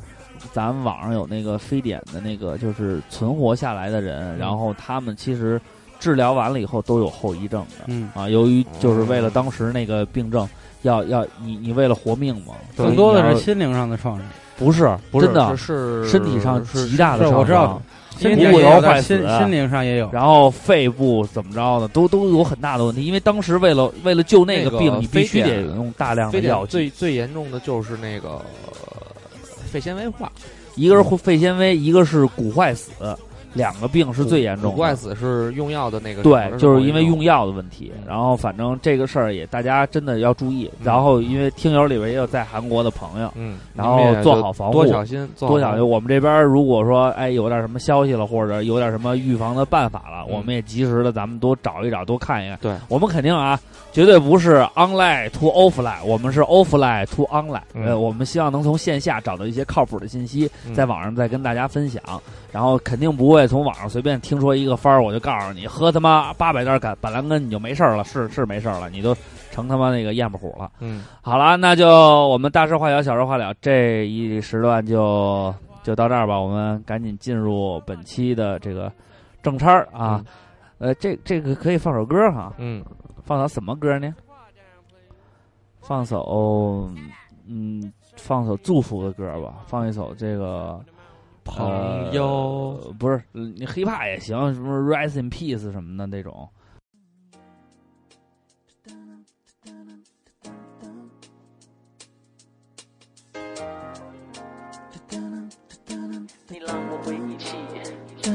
Speaker 2: 咱们网上有那个非典的那个，就是存活下来的人，
Speaker 3: 嗯
Speaker 2: 然后他们其实治疗完了以后都有后遗症的
Speaker 1: 嗯，
Speaker 2: 啊，由于就是为了当时那个病症，要要你你为了活命嘛，
Speaker 3: 对
Speaker 1: 更多的是心灵上的创伤。
Speaker 2: 不是
Speaker 3: 不是
Speaker 2: 真的
Speaker 3: 是
Speaker 2: 身体上
Speaker 3: 是
Speaker 2: 极大的
Speaker 1: 是
Speaker 2: 伤
Speaker 1: 我知道
Speaker 2: 害
Speaker 1: 身
Speaker 2: 因
Speaker 1: 体
Speaker 2: 为
Speaker 1: 上也
Speaker 2: 骨
Speaker 1: 有
Speaker 2: 头
Speaker 1: 但
Speaker 2: 坏
Speaker 1: 心
Speaker 2: 死，
Speaker 1: 心灵上也有。
Speaker 2: 然后肺部怎么着的，都都有很大的问题，因为当时为了为了救那
Speaker 3: 那
Speaker 2: 个
Speaker 3: 个
Speaker 2: 病，你必须
Speaker 3: 非
Speaker 2: 得
Speaker 3: 典
Speaker 2: 用大量的
Speaker 3: 非典
Speaker 2: 药剂。
Speaker 3: 最最严重的就是那个呃肺纤维化，
Speaker 2: 一个是肺纤维，一个是骨坏死，两个病是最严重
Speaker 3: 古
Speaker 2: 的
Speaker 3: 怪。死是用药的那个，
Speaker 2: 对，就是因为用药的问题。然后反正这个事儿也大家真的要注意。
Speaker 3: 嗯
Speaker 2: 然后因为听友里边也有在韩国的朋友，
Speaker 3: 嗯，
Speaker 2: 然后
Speaker 3: 你们也
Speaker 2: 做好防护
Speaker 3: 多小心，做好
Speaker 2: 多想就我们这边如果说哎有点什么消息了，或者有点什么预防的办法了，
Speaker 3: 嗯
Speaker 2: 我们也及时的咱们多找一找，多看一看。
Speaker 3: 对，
Speaker 2: 我们肯定啊，绝对不是 online to offline，我们是 offline to online、
Speaker 3: 嗯
Speaker 2: 呃，我们希望能从线下找到一些靠谱的信息，
Speaker 3: 嗯
Speaker 2: 在网上再跟大家分享。然后肯定不会从网上随便听说一个番儿，我就告诉你喝他妈八百袋板板蓝根你就没事儿了，是是没事儿了，你都成他妈那个燕巴虎了。
Speaker 3: 嗯，
Speaker 2: 好了，那就我们大事化小，小事化了，这一时段就就到这儿吧。我们赶紧进入本期的这个正差儿啊。呃，这这个可以放首歌哈、
Speaker 3: 嗯，
Speaker 2: 放首什么歌呢？放首嗯，放首祝福的歌吧，放一首这个
Speaker 3: 朋友，
Speaker 2: 呃不是你 hiphop 也行，什么 Rise in Peace 什么的那种。
Speaker 7: 你让我回忆起。你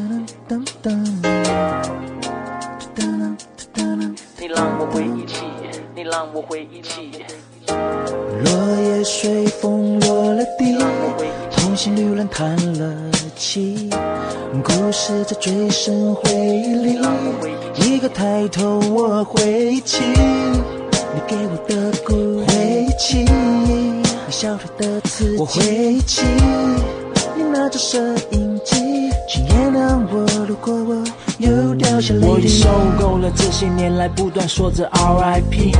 Speaker 7: 让我回忆起，你让我回忆起，
Speaker 8: 落叶随风落了地
Speaker 7: 你，让我回忆起，
Speaker 8: 同行旅人叹了气，故事在最深回忆里，一个抬头我回起，你给我的鼓回起，你笑出的刺激，我回起，你拿着摄影机，请原谅我，如果我又掉下泪
Speaker 9: 我已
Speaker 8: 滴
Speaker 9: 受。够了这些年来不断说着 RIP。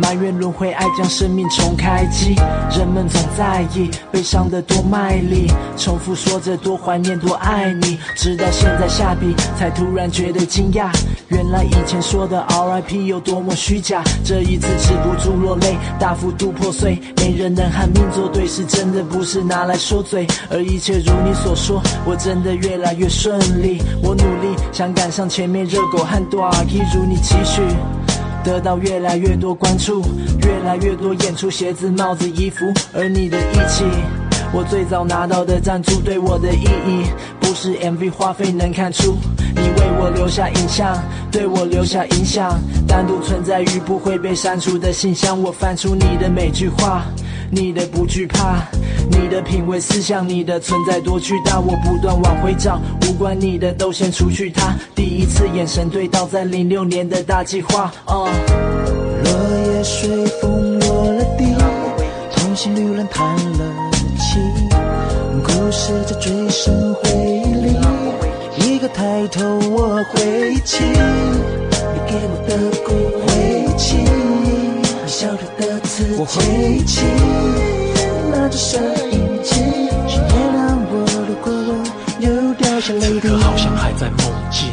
Speaker 9: 埋怨轮回，爱将生命重开机。人们总在意悲伤的多卖力，重复说着多怀念多爱你，直到现在下笔才突然觉得惊讶，原来以前说的 RIP 有多么虚假。这一次止不住落泪，大幅度破碎，没人能和命作对，是真的不是拿来说嘴。而一切如你所说，我真的越来越顺利，我努力想赶上前面热狗和多尔一如你期许。得到越来越多关注，越来越多演出鞋子、帽子、衣服，而你的义气。我最早拿到的赞助对我的意义，不是 MV 花费能看出。你为我留下影像，对我留下影响，单独存在于不会被删除的信箱。我翻出你的每句话，你的不惧怕，你的品味思想，你的存在多巨大，我不断往回找，无关你的都先除去它。第一次眼神对到，在零六年的大计划，嗯。
Speaker 8: 落叶随风落了地，同行旅人叹了气，故事在最深回忆里，一个抬头我回起，你给我的鼓回起，你笑着的刺激，我回起，拿着摄影机，请原谅我，如果我又掉下
Speaker 10: 此
Speaker 8: 泪
Speaker 10: 刻好
Speaker 8: 滴。
Speaker 10: 像还在梦境。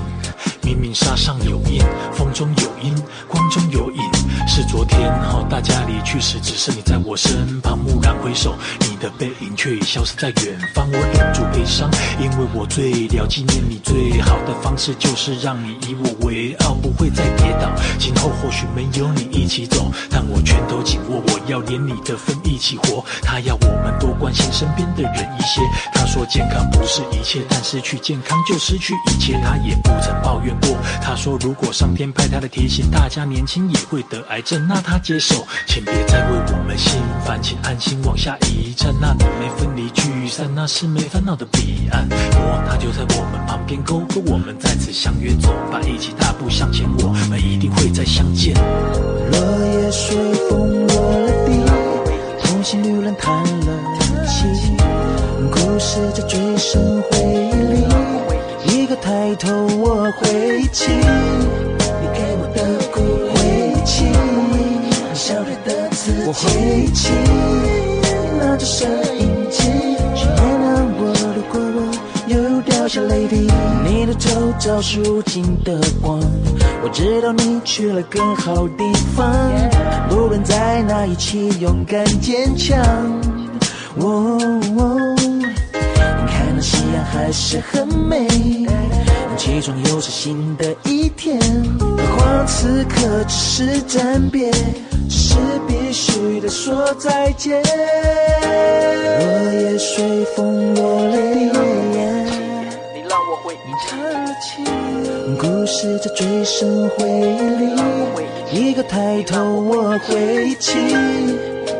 Speaker 10: 明明沙上有烟，风中有音，光中有影，是昨天。好、大家离去时，只剩你在我身旁。蓦然回首，你的背影却已消失在远方。我忍住悲伤，因为我最了纪念你最好的方式，就是让你以我为傲，不会再跌倒。今后或许没有你一起走，但我拳头紧握，我要连你的分一起活。他要我们多关心身边的人一些。他说健康不是一切，但失去健康就失去一切。他也不曾抱怨过。他说如果上天派他的提醒，大家年轻也会得癌症，那他接受。请别再为我们心烦，请安心往下一站。那里没分离聚散，那是没烦恼的彼岸。我他就在我们旁边勾勾，我们再次相约走吧，一起大步向前，我们一定会再相见。
Speaker 8: 落叶随风落了地，同行旅人叹了气，故事在最深回忆里，一个抬头我回起，你给我的鼓回起，你笑着的自己，我回起，你拿着摄影机，请原谅我，如果我又掉下泪滴，
Speaker 9: 你的头罩是无尽的光，我知道你去了更好地方。
Speaker 8: 无论在哪一起，勇敢坚强。哦哦看那夕阳还是很美，起床又是新的一天。何况此刻只是暂别，只是必须得说再见。落叶随风落泪。
Speaker 7: 你让我回回忆起，
Speaker 8: 故事在最深回忆里，一个抬头我回忆，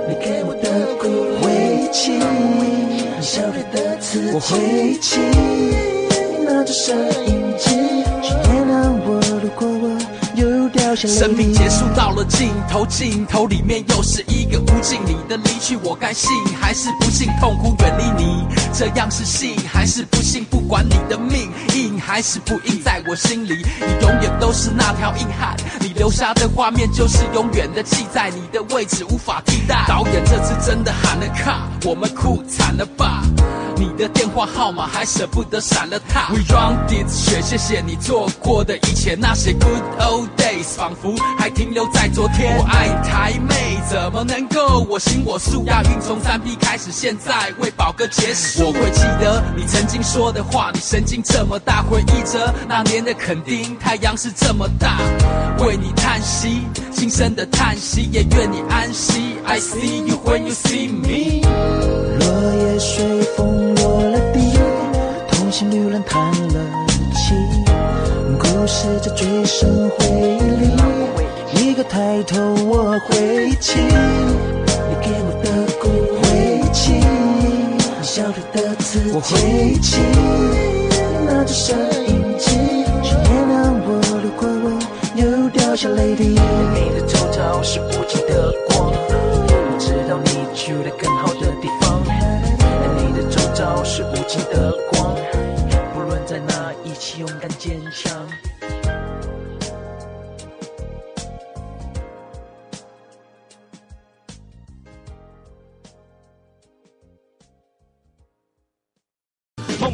Speaker 8: 你给我的鼓回忆，你笑对的刺激，我回忆，你拿着摄影机，去原谅我，如果我又掉下
Speaker 11: 生
Speaker 8: 泪
Speaker 11: 命
Speaker 8: 滴
Speaker 11: 结。束到了尽头，尽头里面又是一个无尽。你的离去，我该信还是不信？痛苦远离你，这样是信还是不信？不管你的命硬还是不硬，在我心里，你永远都是那条硬汉。你留下的画面就是永远的记载，你的位置无法替代。导演这次真的喊了卡，我们哭惨了吧？你的电话号码还舍不得闪了他。We run this 雪，谢谢你做过的一切，那些 good old days 仿佛还停留在昨天。我爱台妹，怎么能够我行我素？亚运从三 P 开始，现在为宝哥结束。我会记得你曾经说的话，你神经这么大，回忆着那年的垦丁，太阳是这么大，为你叹息，轻声的叹息，也愿你安息。I see you when you see me。
Speaker 8: 落叶随风落了地，同行旅人叹了气。故事在最深回忆里，一个抬头我回忆，你给我的鼓回忆，你笑对的刺激，我回忆，你拿着摄影机，去原谅我，如果我又掉下泪滴。
Speaker 12: 你的头套是无尽的光，我知道你去了更好的地方。你的周遭是无尽的光，不论在哪，一起勇敢坚强。
Speaker 13: 蹦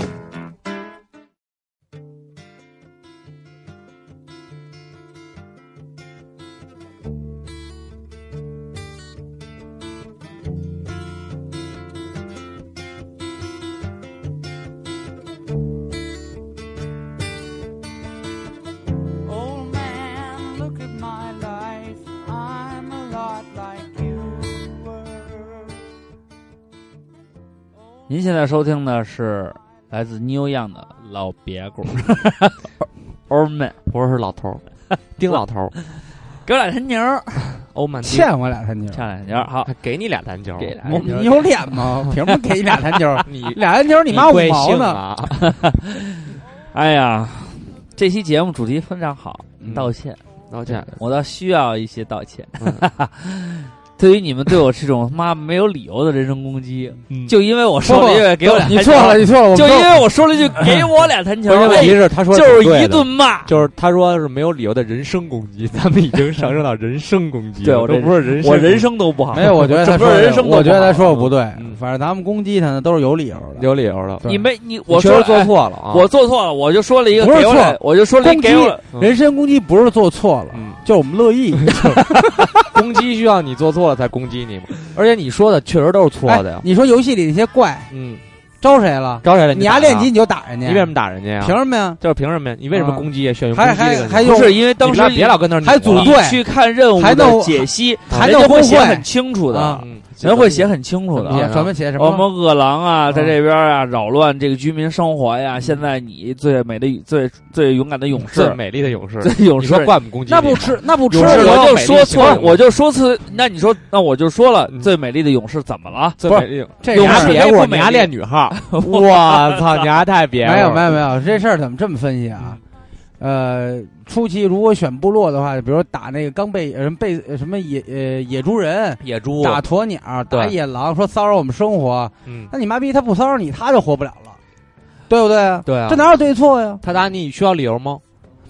Speaker 14: Old man, look at my life. I'm a lot like you were.
Speaker 2: 您现在收听的是来自 New Young 的老别 故，欧曼，
Speaker 3: 我是老头 儿，丁老头儿，
Speaker 2: 给我俩甜牛儿，
Speaker 3: 欧曼丁
Speaker 1: 欠我俩弹球，
Speaker 2: 欠俩牛儿，好，
Speaker 3: 给你俩弹球，
Speaker 2: 给俩
Speaker 1: 我
Speaker 2: 弹球
Speaker 1: 你有脸吗？凭什么给你俩弹球？
Speaker 3: 你
Speaker 1: 俩弹球你妈五
Speaker 3: 贵
Speaker 1: 毛
Speaker 3: 姓
Speaker 1: 呢？
Speaker 3: 啊？
Speaker 2: 哎呀，这期节目主题非常好， 道歉，
Speaker 3: 道歉，
Speaker 2: 我倒需要一些道歉。 对于你们对我这种妈没有理由的人身攻击，就因为我说了一句给我俩
Speaker 1: 你
Speaker 2: 弹球
Speaker 1: 错了，你错了，我
Speaker 2: 就因
Speaker 1: 们
Speaker 2: 为我说了一句给我俩弹球，
Speaker 3: 关键问题
Speaker 2: 哎
Speaker 3: 是他说的
Speaker 2: 就是
Speaker 3: 挺对
Speaker 2: 一
Speaker 3: 的
Speaker 2: 顿骂，
Speaker 3: 就是他说是没有理由的人身攻击，咱们已经上升到人身攻击了，
Speaker 2: 对我
Speaker 3: 都
Speaker 2: 这
Speaker 3: 不是人身攻击，
Speaker 2: 我人生都不好，
Speaker 1: 没有，我觉得他
Speaker 2: 整
Speaker 1: 说
Speaker 2: 个
Speaker 1: 的
Speaker 2: 人生都不好
Speaker 1: 我觉得他说的不对
Speaker 3: 嗯，
Speaker 1: 反正咱们攻击他呢都是有理由的，
Speaker 3: 有理由了，
Speaker 1: 对
Speaker 2: 你没你
Speaker 3: 你
Speaker 2: 我
Speaker 3: 确实
Speaker 2: 说了
Speaker 3: 做
Speaker 2: 哎
Speaker 3: 错了啊，
Speaker 2: 我做错了，我就说了一个
Speaker 1: 不是
Speaker 2: 给我俩
Speaker 1: 错，
Speaker 2: 我就说了一
Speaker 1: 攻
Speaker 2: 个
Speaker 1: 击
Speaker 2: 给我
Speaker 3: 嗯
Speaker 1: 人身攻击不是做错了，
Speaker 3: 嗯，
Speaker 1: 就是我们乐意。
Speaker 3: 攻击需要你做错了才攻击你嘛，而且你说的确实都是错的
Speaker 1: 哎
Speaker 3: 呀，
Speaker 1: 你说游戏里那些怪
Speaker 3: 嗯，
Speaker 1: 招谁了？
Speaker 3: 招谁了？
Speaker 1: 你丫
Speaker 3: 打呀
Speaker 1: 练级你就打人
Speaker 3: 你
Speaker 1: 家，
Speaker 3: 为什么打人家呀？
Speaker 1: 凭什么呀？
Speaker 3: 就是凭什么呀？你为什么
Speaker 1: 啊
Speaker 3: 攻击呀？选用攻
Speaker 1: 还
Speaker 3: 击这
Speaker 1: 还
Speaker 3: 个
Speaker 1: 还
Speaker 3: 你
Speaker 1: 有
Speaker 2: 不是因为当
Speaker 3: 你
Speaker 2: 时
Speaker 3: 们俩别老跟那儿
Speaker 1: 还组
Speaker 3: 扭了
Speaker 1: 队
Speaker 2: 你去看任务
Speaker 1: 还
Speaker 2: 的
Speaker 1: 弄
Speaker 2: 解析，
Speaker 1: 还
Speaker 2: 人
Speaker 1: 弄
Speaker 2: 家会
Speaker 1: 工
Speaker 2: 写
Speaker 1: 会
Speaker 2: 很清楚的
Speaker 1: 啊，
Speaker 3: 嗯，
Speaker 2: 人会写很清楚
Speaker 3: 怎么写
Speaker 2: 的。
Speaker 3: 啊
Speaker 1: 什么写什
Speaker 2: 我
Speaker 1: 么？
Speaker 2: 们饿狼啊，
Speaker 1: 嗯
Speaker 2: 在这边啊，扰乱这个居民生活呀。
Speaker 3: 嗯
Speaker 2: 现在你最美的、最最勇敢的勇
Speaker 3: 最
Speaker 2: 士，
Speaker 3: 美丽的勇士，
Speaker 2: 最勇
Speaker 3: 你
Speaker 2: 士
Speaker 3: 说，怪我们攻击你
Speaker 1: 那
Speaker 3: 吗？
Speaker 1: 不吃那不吃
Speaker 3: 有
Speaker 2: 不
Speaker 3: 时
Speaker 2: 是
Speaker 3: 候
Speaker 2: 我就说
Speaker 3: 美丽
Speaker 2: 错
Speaker 3: 的，勇士
Speaker 2: 我就说错。那你说，那我就说了，
Speaker 3: 嗯
Speaker 2: 最美丽的勇士怎么了？
Speaker 3: 最
Speaker 1: 不是
Speaker 3: 美丽的勇士
Speaker 1: 这事
Speaker 2: 有
Speaker 3: 你
Speaker 1: 儿
Speaker 3: 还
Speaker 2: 时
Speaker 3: 别
Speaker 2: 候
Speaker 3: 过，
Speaker 2: 不
Speaker 3: 你
Speaker 2: 美
Speaker 3: 还
Speaker 2: 丽
Speaker 3: 练女 号，我操，你还太别
Speaker 1: 没有
Speaker 3: 过
Speaker 1: 没
Speaker 3: 了
Speaker 1: 有没有，这事儿怎么这么分析啊？呃，初期如果选部落的话，比如说打那个刚被呃什么被呃什么野呃野猪人、
Speaker 3: 野猪
Speaker 1: 打
Speaker 2: 啊
Speaker 1: 鸵鸟、打
Speaker 3: 对
Speaker 1: 野狼，说骚扰我们生活，
Speaker 3: 嗯，
Speaker 1: 那你妈逼他不骚扰你，他就活不了了，对不对啊？
Speaker 3: 对啊
Speaker 1: 这，哪有对错呀？
Speaker 3: 他打你需要理由吗？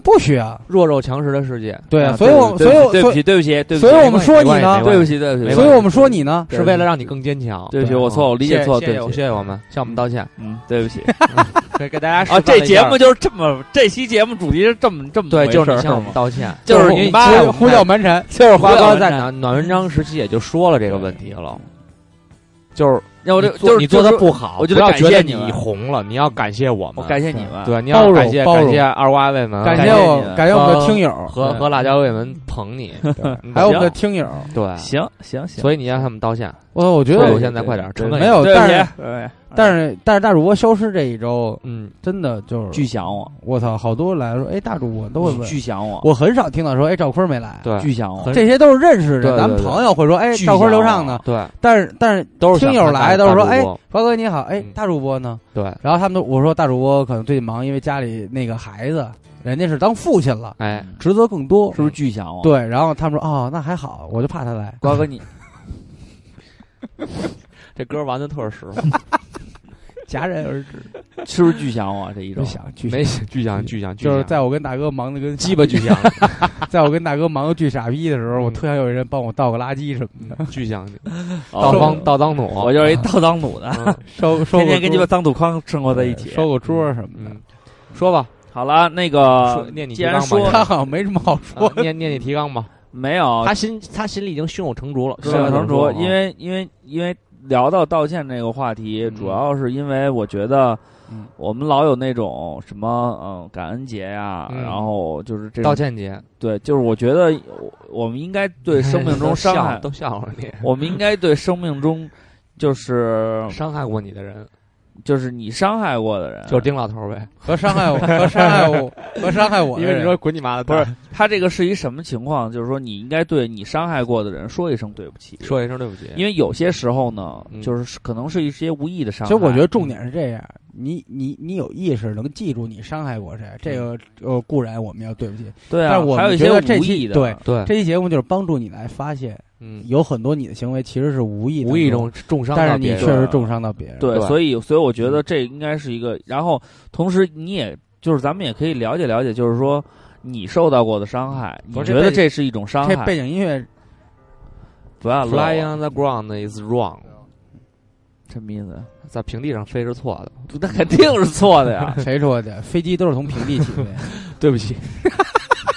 Speaker 1: 不需要。
Speaker 3: 弱肉强食的世界，
Speaker 1: 对啊，
Speaker 2: 啊
Speaker 1: 所以我
Speaker 2: 对
Speaker 1: 所以我
Speaker 2: 对不
Speaker 1: 所
Speaker 2: 起，对不起，对不
Speaker 1: 所
Speaker 2: 起，
Speaker 1: 以我们说你
Speaker 3: 没关系没
Speaker 1: 呢，
Speaker 3: 关
Speaker 2: 对不起，对不
Speaker 3: 没
Speaker 2: 起，
Speaker 1: 所以我们说你呢，
Speaker 2: 对
Speaker 3: 是为了让你更坚强。
Speaker 2: 对不起，
Speaker 3: 嗯
Speaker 2: 我错，我理解错，
Speaker 3: 谢
Speaker 2: 对
Speaker 3: 谢
Speaker 2: 不
Speaker 3: 谢
Speaker 2: 起，
Speaker 3: 谢我们，向我们道歉，
Speaker 2: 嗯，对 不起。
Speaker 3: 给给大 家示
Speaker 2: 啊，
Speaker 3: 范
Speaker 2: 这
Speaker 3: 了一
Speaker 2: 节
Speaker 3: 下
Speaker 2: 目就是这么，这期节目主题是这么这么
Speaker 3: 对，
Speaker 2: 回
Speaker 3: 就是
Speaker 2: 事
Speaker 3: 你
Speaker 2: 儿
Speaker 3: 向我
Speaker 2: 吗
Speaker 3: 们道歉，
Speaker 2: 就是
Speaker 3: 你
Speaker 2: 你
Speaker 3: 妈
Speaker 1: 呼呼叫蛮缠，
Speaker 3: 就是
Speaker 2: 胡
Speaker 3: 花
Speaker 2: 耀
Speaker 3: 哥
Speaker 2: 文
Speaker 3: 在
Speaker 2: 章
Speaker 3: 暖暖文章时期也就说了这个问题了，就是
Speaker 2: 让我这
Speaker 3: 你做
Speaker 2: 就是
Speaker 3: 你做的
Speaker 2: 就是
Speaker 3: 不好，
Speaker 2: 我觉
Speaker 3: 就
Speaker 2: 得
Speaker 3: 要
Speaker 2: 感
Speaker 3: 觉得
Speaker 2: 谢你
Speaker 3: 你
Speaker 2: 们
Speaker 3: 红了，你要感谢我们，
Speaker 2: 我感谢你啊们
Speaker 3: 对，你
Speaker 1: 包
Speaker 3: 要
Speaker 1: 容
Speaker 3: 感谢
Speaker 1: 包
Speaker 3: 感
Speaker 1: 容
Speaker 3: 谢二瓜为们，
Speaker 1: 感谢
Speaker 3: 谢
Speaker 1: 我
Speaker 3: 你
Speaker 1: 感谢我们的
Speaker 3: 和
Speaker 1: 听友
Speaker 3: 和
Speaker 1: 对
Speaker 3: 和辣椒为们捧你，对
Speaker 1: 还有我们的听友
Speaker 3: 对，
Speaker 2: 行行行
Speaker 3: 所以你让他们道歉。
Speaker 1: 我我觉得
Speaker 3: 我现在快点，
Speaker 1: 对
Speaker 3: 成本
Speaker 1: 没有，
Speaker 3: 也
Speaker 1: 但
Speaker 3: 对
Speaker 1: 是但是但是大主播消失这一周，
Speaker 3: 嗯，
Speaker 1: 真的就是
Speaker 2: 巨想我，
Speaker 1: 我操，好多来说，哎，大主播都会问
Speaker 2: 巨想我
Speaker 1: 我很少听到说，哎，赵坤没来，
Speaker 3: 对巨想我
Speaker 1: 这些都是认识
Speaker 3: 对对
Speaker 1: 的，咱们
Speaker 3: 对
Speaker 1: 朋友会说，哎，
Speaker 3: 巨啊
Speaker 1: 赵坤
Speaker 3: 想
Speaker 1: 刘
Speaker 3: 我
Speaker 1: 畅呢？
Speaker 3: 对
Speaker 1: 但是但是
Speaker 3: 都是
Speaker 1: 听
Speaker 3: 想
Speaker 1: 友
Speaker 3: 看
Speaker 1: 来
Speaker 3: 大
Speaker 1: 都是说，
Speaker 3: 大主
Speaker 1: 哎
Speaker 3: 播，
Speaker 1: 华哥你好，哎，
Speaker 3: 嗯
Speaker 1: 大主播呢？
Speaker 3: 对
Speaker 1: 然后他们都我说大主播可能最近忙，因为家里那个孩子，人家是当父亲了，
Speaker 3: 哎，
Speaker 1: 职责更多，
Speaker 2: 是不是巨想我？
Speaker 1: 对，然后他们说，哦，那还好，我就怕他来。
Speaker 2: 瓜 哥你
Speaker 3: 这歌玩的特实惠，
Speaker 1: 戛然而 止，
Speaker 2: 是不是巨想我这一周？
Speaker 1: 不想巨
Speaker 3: 没想巨想巨想巨
Speaker 1: 就是
Speaker 3: 想，
Speaker 1: 在我跟大哥忙的跟
Speaker 3: 鸡巴巨嗯响，
Speaker 1: 在我跟大哥忙的巨傻逼的时候，我特想有人帮我倒个垃圾什么的，
Speaker 3: 巨响，
Speaker 1: 哦
Speaker 3: 倒当倒当弩，
Speaker 2: 我就是一倒脏弩的
Speaker 3: 嗯，
Speaker 1: 收收
Speaker 2: 天天
Speaker 1: 个
Speaker 2: 跟鸡
Speaker 1: 桌
Speaker 2: 巴脏土筐生活在一起，
Speaker 1: 收个桌什么的。
Speaker 3: 嗯说吧，
Speaker 2: 好了，那个
Speaker 3: 说念你
Speaker 2: 既然
Speaker 3: 提纲吧
Speaker 2: 说
Speaker 1: 他好像没什么好说
Speaker 3: 啊，念念你提纲吧。
Speaker 2: 没有
Speaker 3: 他心他心里已经胸有成竹了，
Speaker 2: 沈成
Speaker 3: 竹
Speaker 2: 竹，，
Speaker 1: 啊
Speaker 2: 因为因为因为聊到道歉这个话题，
Speaker 1: 嗯
Speaker 2: 主要是因为我觉得。我们老有那种什么，嗯，感恩节呀，
Speaker 3: 嗯
Speaker 2: 然后就是这种
Speaker 3: 道歉节，
Speaker 2: 对，就是我觉得我我们应该对生命 中
Speaker 3: 都
Speaker 2: 伤
Speaker 3: 笑
Speaker 2: 害
Speaker 3: 都笑话你
Speaker 2: 我们应该对生命中就是
Speaker 3: 伤害过你的人，
Speaker 2: 就是你伤害过的人，
Speaker 3: 就是丁老头呗，
Speaker 1: 和伤害我，和伤害 我，和伤害我的哎
Speaker 3: 因
Speaker 1: 人。
Speaker 3: 为你说滚你妈的
Speaker 2: 不
Speaker 3: 蛋，
Speaker 2: 是他这个是一什么情况？就是说你应该对你伤害过的人说一声对不起，
Speaker 3: 说一声对不起，
Speaker 2: 因为有些时候呢，
Speaker 3: 嗯
Speaker 2: 就是可能是一些无意的伤
Speaker 1: 其
Speaker 2: 害。
Speaker 1: 实我觉得重点是这样，你你你有意识能记住你伤害过谁，这个
Speaker 3: 嗯
Speaker 1: 呃固然我们要对不起，
Speaker 2: 对啊
Speaker 1: 但是我
Speaker 2: 还有
Speaker 1: 们
Speaker 2: 一
Speaker 1: 觉
Speaker 2: 些
Speaker 1: 得这
Speaker 2: 无
Speaker 1: 期
Speaker 2: 意的
Speaker 1: 对
Speaker 3: 对
Speaker 1: 这期节目就是帮助你来发现，
Speaker 3: 嗯
Speaker 1: 有很多你的行为其实是无意
Speaker 3: 无意
Speaker 1: 当
Speaker 3: 中重伤
Speaker 1: 但
Speaker 3: 到
Speaker 1: 是你
Speaker 3: 别人
Speaker 1: 确实重伤到别人，
Speaker 2: 啊对，所以所以我觉
Speaker 1: 嗯
Speaker 2: 得这应该是一个，然后同时你也就是咱们也可以了解了解，就是说你受到过的伤害，你
Speaker 3: 不是
Speaker 2: 觉
Speaker 3: 这
Speaker 2: 得
Speaker 3: 背
Speaker 2: 这是一种伤
Speaker 1: 这
Speaker 2: 害？
Speaker 1: 背景音乐。
Speaker 2: 不要乐我
Speaker 3: Flying on the ground is wrong，
Speaker 2: 什么意思？
Speaker 3: 在平地上飞是错的，
Speaker 2: 那肯定是错的呀
Speaker 1: 谁说 的？飞机都是从平地起飞。
Speaker 3: 对不起，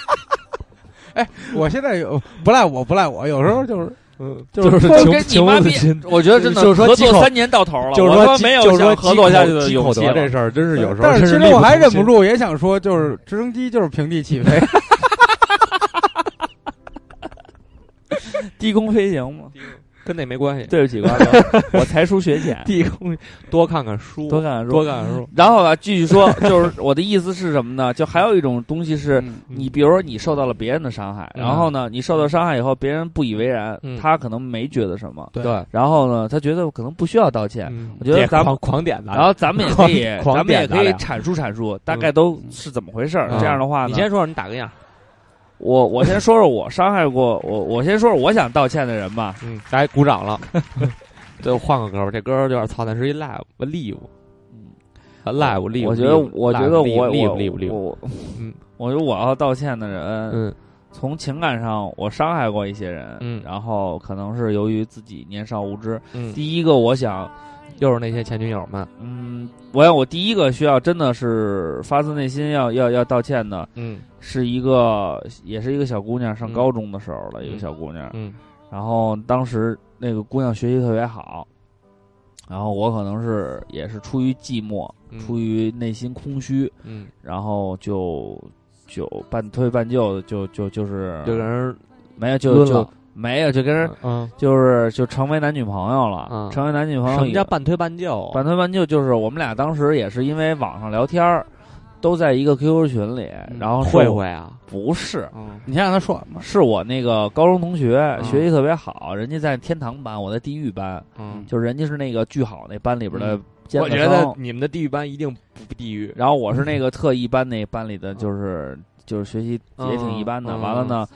Speaker 1: 哎，我现在有不赖我不赖我，有时候就是
Speaker 3: 嗯，
Speaker 2: 就是
Speaker 1: 说
Speaker 2: 穷
Speaker 1: 跟
Speaker 2: 穷
Speaker 1: 妈
Speaker 2: 的
Speaker 1: 逼
Speaker 2: 心我觉得真的
Speaker 1: 就是说
Speaker 2: 合
Speaker 1: 几口
Speaker 2: 作三年到头了
Speaker 1: 就是
Speaker 2: 我
Speaker 1: 说
Speaker 2: 说
Speaker 1: 几
Speaker 2: 没有
Speaker 1: 就是
Speaker 2: 想
Speaker 1: 说
Speaker 2: 合作下去的
Speaker 1: 几
Speaker 2: 勇
Speaker 1: 口
Speaker 2: 气
Speaker 1: 德
Speaker 2: 了
Speaker 1: 这事
Speaker 3: 儿真是有时候
Speaker 1: 但
Speaker 3: 真
Speaker 1: 是
Speaker 3: 是
Speaker 1: 其
Speaker 3: 力
Speaker 1: 实我
Speaker 3: 不
Speaker 1: 还
Speaker 3: 从
Speaker 1: 忍不
Speaker 3: 心
Speaker 1: 住也想说，就是直升机就是平地起 飞。
Speaker 2: 低空飞行嘛。
Speaker 3: 跟那没关系。
Speaker 2: 对不起， 瓜哥，我才疏学浅，
Speaker 3: 地空多看看书，
Speaker 2: 多看看书，
Speaker 3: 多看看书。
Speaker 2: 然后吧，啊继续说， 就是我的意思是什么呢？就还有一种东西是，你比如说你受到了别人的伤害，
Speaker 3: 嗯
Speaker 2: 然后呢，你受到伤害以后，别人不以为然，
Speaker 3: 嗯
Speaker 2: 他可能没觉得什么，
Speaker 1: 对
Speaker 3: 对
Speaker 2: 然后呢，他觉得可能不需要道歉。我觉得
Speaker 3: 点
Speaker 2: 咱们
Speaker 3: 嗯狂狂点的，
Speaker 2: 然后咱们也可以，
Speaker 3: 狂
Speaker 2: 咱们
Speaker 3: 点
Speaker 2: 也可以
Speaker 3: 咱俩
Speaker 2: 阐述阐述，大概都是怎么回事儿。
Speaker 3: 嗯
Speaker 2: 这样的话呢，
Speaker 3: 你先说说，你打个样。
Speaker 2: 我我先说说我伤害过我，我先说说我想道歉的人吧。
Speaker 3: 嗯，来鼓掌了。 对，换个歌吧，这歌有点操蛋，是一 live live。啊 live live，
Speaker 2: 我觉得，我觉得我
Speaker 3: live
Speaker 2: 我
Speaker 3: live live，
Speaker 2: 我，
Speaker 3: 嗯，
Speaker 2: 我觉得我要道歉的人，
Speaker 3: 嗯，
Speaker 2: 从情感上我伤害过一些人，
Speaker 3: 嗯
Speaker 2: 然后可能是由于自己年少无知，
Speaker 3: 嗯
Speaker 2: 第一个我想，
Speaker 3: 又是那些前女友们，
Speaker 2: 嗯，我想我第一个需要真的是发自内心要要要道歉的，
Speaker 3: 嗯，
Speaker 2: 是一个也是一个小姑娘，上
Speaker 3: 嗯
Speaker 2: 高中的时候了，一个
Speaker 3: 嗯
Speaker 2: 小姑娘，
Speaker 3: 嗯，
Speaker 2: 然后当时那个姑娘学习特别好，然后我可能是也是出于寂寞，
Speaker 3: 嗯
Speaker 2: 出于内心空虚，
Speaker 3: 嗯，
Speaker 2: 然后就就半推半就的，就就就是
Speaker 3: 就跟人
Speaker 2: 没有就
Speaker 3: 抡了
Speaker 2: 就没有就跟人
Speaker 3: 嗯，
Speaker 2: 就是就成为男女朋友了，
Speaker 3: 嗯
Speaker 2: 成为男女朋
Speaker 3: 什
Speaker 2: 友
Speaker 3: 么
Speaker 2: 以
Speaker 3: 叫
Speaker 2: 后
Speaker 3: 半推半就？
Speaker 2: 半推半就，就是我们俩当时也是因为网上聊天儿。都在一个 QQ 群里，然后是
Speaker 3: 嗯会
Speaker 2: 我
Speaker 3: 会啊，
Speaker 2: 不是，
Speaker 3: 嗯
Speaker 1: 你先让他说，
Speaker 2: 是我那个高中同学，学习特别好，人家在天堂班，我在地狱班，
Speaker 3: 嗯
Speaker 2: 就是人家是那个巨好那班里边的
Speaker 3: 嗯
Speaker 2: 尖
Speaker 3: 我
Speaker 2: 子生，
Speaker 3: 觉得你们的地狱班一定不地狱。
Speaker 2: 然后我 是那个特一班那班里的，就是就是学习也挺一般的。
Speaker 3: 嗯嗯
Speaker 2: 完了呢，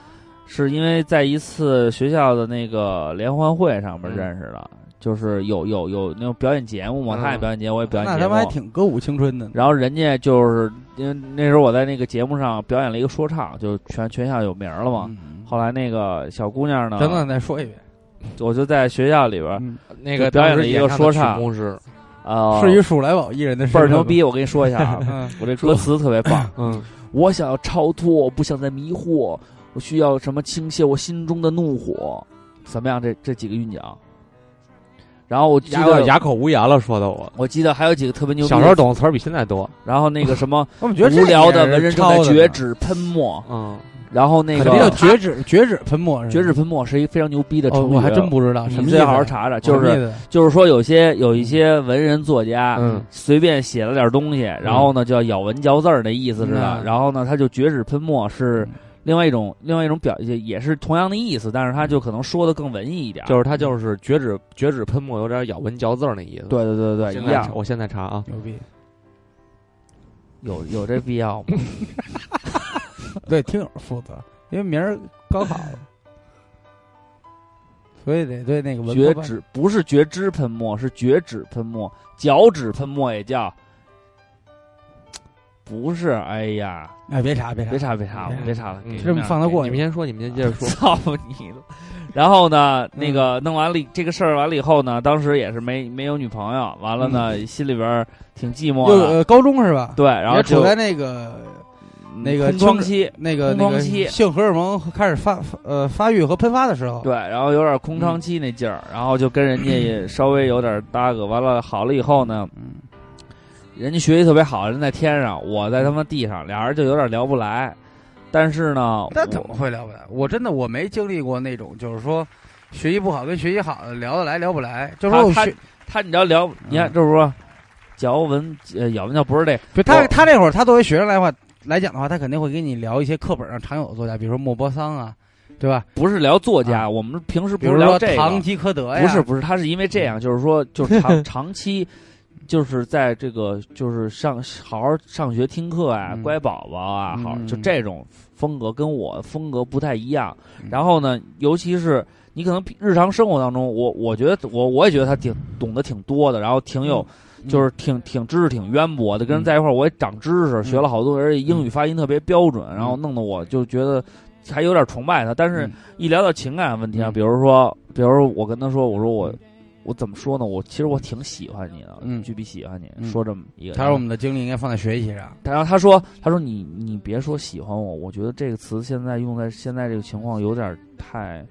Speaker 2: 是因为在一次学校的那个联欢会上面
Speaker 1: 嗯
Speaker 2: 认识的，就是有有有那种表演节目嘛，
Speaker 1: 嗯
Speaker 2: 他也表演节目，我也表演
Speaker 1: 那
Speaker 2: 节
Speaker 1: 他
Speaker 2: 目，
Speaker 1: 妈还挺歌舞青春的呢。
Speaker 2: 然后人家就是因为那时候我在那个节目上表演了一个说唱，就全全校有名儿了嘛。
Speaker 1: 嗯
Speaker 2: 后啊来那个小姑娘呢，
Speaker 1: 等等，再说一遍，
Speaker 2: 我就在学校里边儿
Speaker 3: 那个
Speaker 2: 就表演
Speaker 3: 当
Speaker 2: 了
Speaker 3: 时
Speaker 2: 一
Speaker 3: 演
Speaker 2: 个
Speaker 3: 唱的
Speaker 2: 说
Speaker 3: 曲
Speaker 2: 唱
Speaker 3: 目是，
Speaker 1: 嗯
Speaker 2: 啊，
Speaker 1: 是与鼠来宝一人的身
Speaker 2: 倍
Speaker 1: 份
Speaker 2: 儿
Speaker 1: 吗
Speaker 2: 牛逼！我跟你说一下啊
Speaker 1: 嗯，
Speaker 2: 我这歌词特别棒。
Speaker 3: 嗯，
Speaker 2: 我想要超脱，我不想再迷惑，我需要什么倾泻我心中的怒火？怎么样？这这几个韵脚。然后我记
Speaker 3: 哑口
Speaker 2: 得
Speaker 3: 哑口无言了，说的我。
Speaker 2: 我记得还有几个特别牛逼的
Speaker 3: 小时候懂词儿比现在多。
Speaker 2: 然后那个什么
Speaker 3: 我们觉得这
Speaker 2: 无聊的
Speaker 3: 也是
Speaker 2: 文人正
Speaker 3: 抄
Speaker 2: 在
Speaker 3: 的
Speaker 2: 绝
Speaker 3: 呢
Speaker 2: 止喷墨，
Speaker 3: 嗯，
Speaker 2: 然后那个
Speaker 1: 什么叫绝止绝止喷墨？
Speaker 2: 绝止喷墨是一个非常牛逼的
Speaker 1: 哦
Speaker 2: 成语，
Speaker 1: 我还真不知道什么
Speaker 2: 你
Speaker 1: 意
Speaker 2: 自己
Speaker 1: 思啊
Speaker 2: 好好查查。就
Speaker 1: 什么意
Speaker 2: 是
Speaker 1: 思
Speaker 2: 就是说，有些有一些文人作家，
Speaker 1: 嗯
Speaker 2: 随便写了点东西，然后呢就要咬文嚼字儿那意思似的
Speaker 1: 嗯，
Speaker 2: 然后呢他就绝止喷墨是。另外一种，另外一种表也也是同样的意思，但是他就可能说的更文艺一点。
Speaker 3: 就是他就是绝止绝止喷墨，有点咬文嚼字儿那意思。
Speaker 2: 对对对对
Speaker 3: 现
Speaker 2: 一
Speaker 3: 在
Speaker 2: 样
Speaker 3: 查我现在查啊，
Speaker 1: 牛逼！
Speaker 2: 有有这必要吗？
Speaker 1: 对听友负责，因为明儿高考了，所以得对那个文
Speaker 2: 绝
Speaker 1: 科班
Speaker 2: 止不是觉知喷墨，是觉止喷墨，脚趾喷墨也叫，不是？哎呀，
Speaker 1: 哎别查别查
Speaker 2: 别查，别查了，别查了，
Speaker 1: 嗯
Speaker 2: 给
Speaker 1: 这么放得过
Speaker 3: 你
Speaker 1: 去
Speaker 3: 们先说，你们先接 着说。
Speaker 2: 操你了！然后呢，
Speaker 1: 嗯
Speaker 2: 那个弄完了以这个事儿完了以后呢，当时也是没没有女朋友，完了呢，心里边儿挺寂寞
Speaker 1: 嗯又
Speaker 2: 的
Speaker 1: 呃高中是吧？
Speaker 2: 对，然后
Speaker 1: 也处
Speaker 2: 就嗯
Speaker 1: 在那个那个
Speaker 2: 空窗
Speaker 1: 青
Speaker 2: 期
Speaker 1: 那个
Speaker 2: 空
Speaker 1: 那
Speaker 2: 窗
Speaker 1: 个
Speaker 2: 期
Speaker 1: 性荷尔蒙开始发发呃发育和喷发的时候。
Speaker 2: 对，然后有点空
Speaker 1: 嗯
Speaker 2: 窗期那劲儿，然后就跟人家也稍微有点搭个，完了好了以后呢，
Speaker 1: 嗯
Speaker 2: 人家学习特别好，人在天上，我在他妈地上，俩人就有点聊不来。但是呢，
Speaker 1: 那怎么会聊不来？我真的我没经历过那种，就是说学习不好跟学习好的聊得来聊不来，就
Speaker 2: 我
Speaker 1: 是嗯说我
Speaker 2: 他
Speaker 1: 学
Speaker 2: 他他你知道聊，你看这不是嚼文呃咬文嚼不是这，
Speaker 1: 不他
Speaker 2: 我
Speaker 1: 他那会儿他作为学生来话来讲的话，他肯定会跟你聊一些课本上常有的作家，比如说莫泊桑啊，对吧？
Speaker 2: 不是聊作家，我们平时
Speaker 1: 啊比
Speaker 2: 不是
Speaker 1: 如
Speaker 2: 聊
Speaker 1: 说
Speaker 2: 这个，
Speaker 1: 堂吉诃德呀，嗯
Speaker 2: 不是不是，他是因为这样，就是说，就是长 长期，就是在这个就是上好好上学听课啊，
Speaker 1: 嗯
Speaker 2: 乖宝宝啊，好就这种风格跟我风格不太一样。
Speaker 1: 嗯
Speaker 2: 然后呢，尤其是你可能比日常生活当中，我我觉得我我也觉得他挺懂得挺多的，然后挺
Speaker 1: 嗯
Speaker 2: 有。就是挺挺知识挺渊博的，跟人在一块儿我也长知
Speaker 1: 嗯
Speaker 2: 识，学了好多，而且英语发音特别标准，然后弄得我就觉得还有点崇拜他。但
Speaker 1: 嗯
Speaker 2: 是，一聊到情感问题啊，比如说，比如说我跟他说，我说我我怎么说呢？我其实我挺喜欢你的，巨比喜欢你。
Speaker 1: 嗯
Speaker 2: 说这么一个，
Speaker 1: 他说我们的精力应该放在学习上。
Speaker 2: 然后他说：“他说你你别说喜欢我，我觉得这个词现在用在现在这个情况有点太，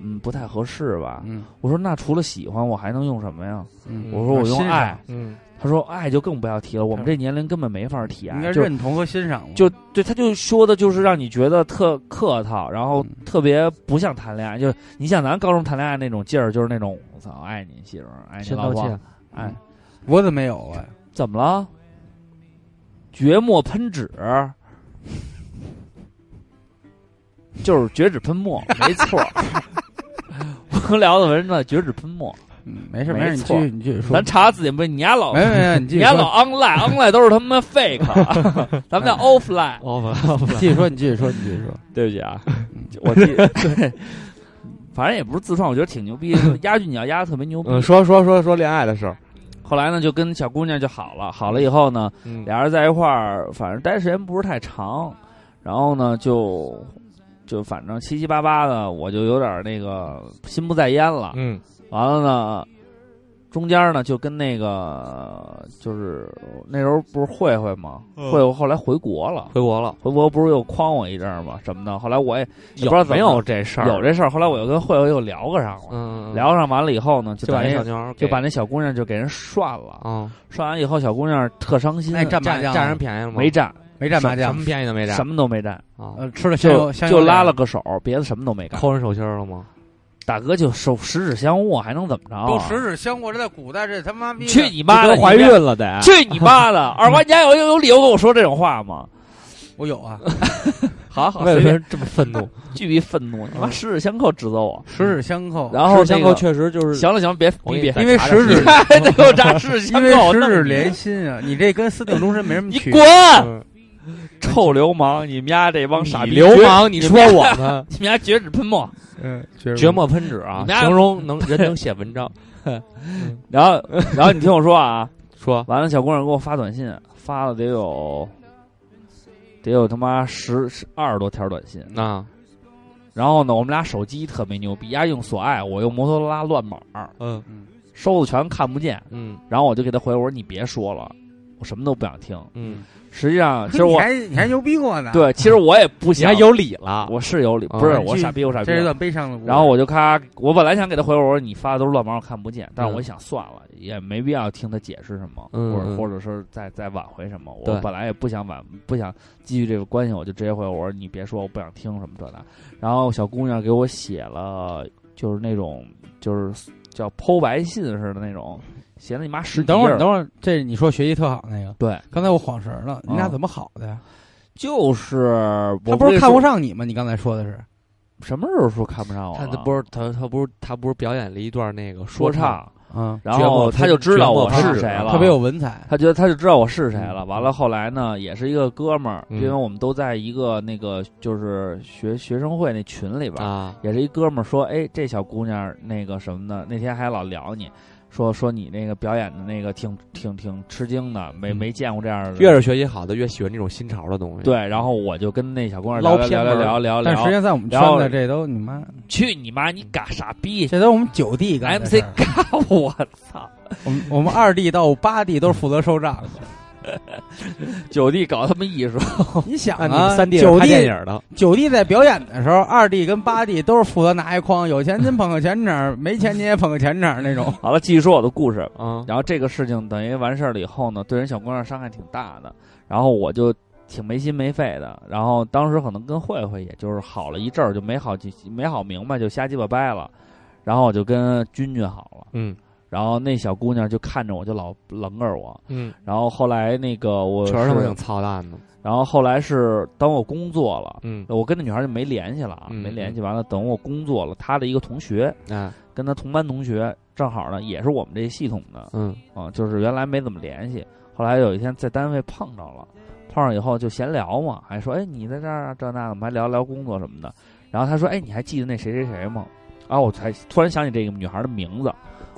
Speaker 2: 嗯，不太合适吧。”
Speaker 1: 嗯，
Speaker 2: 我说那除了喜欢，我还能用什么呀？
Speaker 1: 嗯
Speaker 2: 我说我
Speaker 1: 欣
Speaker 2: 用
Speaker 1: 赏
Speaker 2: 爱。
Speaker 1: 嗯，
Speaker 2: 他说爱就更不要提了，我们这年龄根本没法提爱。啊
Speaker 1: 应该
Speaker 2: 就
Speaker 1: 认同和欣赏。嗯
Speaker 2: 就对，他就说的就是让你觉得特客套，然后特别不像谈恋爱，就是你像咱高中谈恋爱那种劲儿，就是那种我操，爱你媳妇儿，爱你
Speaker 1: 先
Speaker 2: 老
Speaker 1: 道
Speaker 2: 婆
Speaker 1: 歉，
Speaker 2: 哎，
Speaker 1: 我怎么没有啊？
Speaker 2: 怎么了？绝墨喷纸，就是绝止 喷墨，没错儿。我聊的文呢，绝止喷墨。
Speaker 1: 嗯没事
Speaker 2: 没
Speaker 1: 没事
Speaker 2: 错儿
Speaker 1: 你继续你继续说
Speaker 2: 咱查字典不是？你丫老
Speaker 1: 没没没你继续
Speaker 2: 你丫
Speaker 1: 说哎
Speaker 2: 老 online，online 都是他妈 fake，咱们叫 offline。
Speaker 1: 哦你继续说，你继续说，你继续说。
Speaker 2: 对不起啊，我记得， 反正也不是自创，我觉得挺牛逼 的。押韵你要押的特别牛逼。
Speaker 3: 嗯，说说说说恋爱的事儿。
Speaker 2: 后来呢，就跟小姑娘就好了，好了以后呢，
Speaker 3: 嗯
Speaker 2: 俩人在一块儿，反正待时间不是太长，然后呢，就就反正七七八八的，我就有点那个心不在焉了。
Speaker 3: 嗯，
Speaker 2: 完了呢，中间呢就跟那个就是那时候不是慧慧吗？
Speaker 3: 嗯
Speaker 2: 慧慧后来回国了，
Speaker 3: 回国了，
Speaker 2: 回国不是又诓我一阵儿吗？什么的，后来我也也
Speaker 3: 有
Speaker 2: 不知道怎么
Speaker 3: 没有这事儿
Speaker 2: 有这事儿。后来我又跟慧慧又聊个上了，
Speaker 3: 嗯，
Speaker 2: 聊上完了以后呢，
Speaker 3: 就把
Speaker 2: 等于
Speaker 3: 那小妞儿给
Speaker 2: 就把那小姑娘就给人涮了。
Speaker 3: 嗯，
Speaker 2: 涮完以后，小姑娘特伤心。
Speaker 1: 那你占麻
Speaker 2: 占
Speaker 1: 将
Speaker 2: 占
Speaker 1: 了
Speaker 2: 人
Speaker 1: 吗
Speaker 2: 便宜了吗？没占，
Speaker 1: 没占麻将
Speaker 2: 什么便宜都哎没哎
Speaker 3: 占
Speaker 2: 什么都没占。
Speaker 1: 呃吃了香
Speaker 2: 就
Speaker 1: 油香油
Speaker 2: 就
Speaker 1: 蛋
Speaker 2: 拉了个手，别的什么都没干。
Speaker 3: 抠人手心了吗？
Speaker 2: 大哥就手十指相握，还能怎么着
Speaker 1: 都
Speaker 2: 啊？
Speaker 1: 十指相握，这在古代这他妈逼的
Speaker 2: 去你妈的！你别去你妈 的！二瓜，你还有有理由跟我说这种话吗？
Speaker 1: 我有啊，
Speaker 2: 好好，
Speaker 1: 为
Speaker 2: 随
Speaker 1: 什么
Speaker 2: 便
Speaker 1: 这么愤怒？
Speaker 2: 巨逼愤怒！你妈十指相扣指责我，
Speaker 1: 十指相扣
Speaker 2: 嗯然后
Speaker 1: 十指相
Speaker 2: 那个
Speaker 1: 扣确实就是
Speaker 2: 行了行了，别
Speaker 1: 我
Speaker 2: 逼
Speaker 1: 给你
Speaker 2: 别，
Speaker 1: 再因为查查十指
Speaker 2: 你看 这又炸十指相
Speaker 1: 因
Speaker 2: 扣，
Speaker 1: 为
Speaker 2: 我
Speaker 1: 十
Speaker 2: 弄
Speaker 1: 指
Speaker 2: 你
Speaker 1: 连心啊！你这跟私定终身没什么区别。
Speaker 2: 你滚！
Speaker 3: 嗯
Speaker 2: 臭流氓！你们家这帮傻逼
Speaker 3: 你流氓
Speaker 2: 绝
Speaker 3: 你说 我呢
Speaker 2: 你们家绝指喷墨，
Speaker 1: 嗯，
Speaker 3: 绝墨喷纸啊
Speaker 2: 你，们家
Speaker 3: 形容能人能写文 章。
Speaker 2: 然后，然后你听我说啊，说完了，小姑娘给我发短信，发了得有，得有他妈十十二十多条短
Speaker 3: 嗯
Speaker 2: 信啊。然后呢，我们俩手机特别牛逼，丫用索爱，我用摩托罗拉乱码，嗯，收的全看不见，嗯。然后我就给他回我说你别说了，我什么都不想听。
Speaker 3: 嗯，
Speaker 2: 实际上其实我
Speaker 15: 你还你还牛逼过
Speaker 1: 啊
Speaker 15: 呢。
Speaker 2: 对，其实我也不想，
Speaker 15: 你还有理了
Speaker 2: 我是有理，
Speaker 15: 嗯
Speaker 2: 不是
Speaker 15: 这
Speaker 2: 我傻逼，我傻逼，
Speaker 15: 这是段悲伤的故事
Speaker 1: 嗯
Speaker 2: 然后我就咔，我本来想给他回我说你发的都是乱毛，我看不见，但
Speaker 3: 嗯
Speaker 2: 是我想算了，也没必要听他解释什么，
Speaker 3: 嗯
Speaker 2: 或者
Speaker 3: 嗯
Speaker 2: 或者说再再挽回什么。我
Speaker 3: 对
Speaker 2: 本来也不想挽，不想基于这个关系，我就直接回我说你别说，我不想听什么这那。然后小姑娘给我写了，就是那种就是叫剖白信似的那种，写了你妈十
Speaker 1: 你
Speaker 2: 几
Speaker 1: 等会
Speaker 2: 页
Speaker 1: 儿，你等会儿，这你说学习特好那个，
Speaker 2: 对，
Speaker 1: 刚才我晃神
Speaker 3: 啊
Speaker 1: 了，你俩
Speaker 2: 嗯
Speaker 1: 怎么好的呀？
Speaker 2: 就是
Speaker 1: 他
Speaker 2: 我
Speaker 1: 不
Speaker 2: 跟
Speaker 1: 是
Speaker 2: 你
Speaker 1: 看不
Speaker 2: 说
Speaker 1: 上你吗？你刚才说的
Speaker 3: 啊
Speaker 1: 是
Speaker 2: 什么时候说看不上我
Speaker 3: 他
Speaker 2: 了？
Speaker 3: 这不是他他不是他不是表演了一段那个
Speaker 2: 说
Speaker 3: 唱
Speaker 2: 唱，
Speaker 1: 嗯
Speaker 2: 然后他就知道我是谁了，
Speaker 1: 啊特别有嗯文采。
Speaker 2: 他觉得他就知道我是谁了。完了，后来呢，也是一个哥们儿，
Speaker 1: 嗯
Speaker 2: 因为我们都在一个那个就是学学生会那群里边
Speaker 3: 啊，
Speaker 2: 也是一哥们儿说，哎，这小姑娘那个什么的，那天还老聊你。说说你那个表演的那个挺挺挺吃惊的，
Speaker 1: 嗯
Speaker 2: 没没见过这样的。
Speaker 3: 越是学习好的，越喜欢这种新潮的东西。
Speaker 2: 对，然后我就跟那小姑娘
Speaker 1: 捞
Speaker 2: 聊聊
Speaker 1: 偏门
Speaker 2: 聊
Speaker 1: 儿
Speaker 2: 聊聊聊。
Speaker 1: 但实际上在我们圈
Speaker 2: 然后
Speaker 1: 子，这都你妈，
Speaker 2: 去你妈！你嘎傻 逼！
Speaker 1: 这都我们九弟干的事
Speaker 2: MC
Speaker 1: 儿
Speaker 2: 嘎， 我操！
Speaker 1: 我们我们二弟到八弟都是负责收账的。
Speaker 2: 九弟搞他妈艺术，
Speaker 1: 你想
Speaker 3: 哦那你
Speaker 1: 啊，
Speaker 3: 们三弟是
Speaker 1: 九
Speaker 3: 拍
Speaker 1: 弟
Speaker 3: 电影的，
Speaker 1: 九弟在表演的时候，二弟跟八弟都是负责拿一筐，有钱您捧个钱场，没钱您也捧个钱场那种。
Speaker 2: 好了，继续说我的故事。
Speaker 3: 嗯，
Speaker 2: 然后这个事情等于完事儿了以后呢，对人小姑娘伤害挺大的，然后我就挺没心没肺的。然后当时可能跟慧慧也就是好了一阵儿，就没好几没好明白，就瞎鸡巴掰了。然后我就跟君君好了，
Speaker 3: 嗯，
Speaker 2: 然后那小姑娘就看着我就老棱着我，
Speaker 3: 嗯，
Speaker 2: 然后后来那个我
Speaker 3: 全是他妈
Speaker 2: 是
Speaker 3: 挺操蛋的。
Speaker 2: 然后后来是当我工作了，
Speaker 3: 嗯
Speaker 2: 我跟那女孩就没联系了啊，
Speaker 3: 嗯
Speaker 2: 没联系。完了，等我工作了，她的一个同学，
Speaker 3: 啊，
Speaker 2: 跟她同班同学，正好呢也是我们这系统的，
Speaker 3: 嗯
Speaker 2: 啊，就是原来没怎么联系，后来有一天在单位碰着了，碰上以后就闲聊嘛，还说哎你在这儿啊这那的，我们还聊聊工作什么的。然后她说哎你还记得那谁谁谁吗？啊，我才突然想起这个女孩的名字，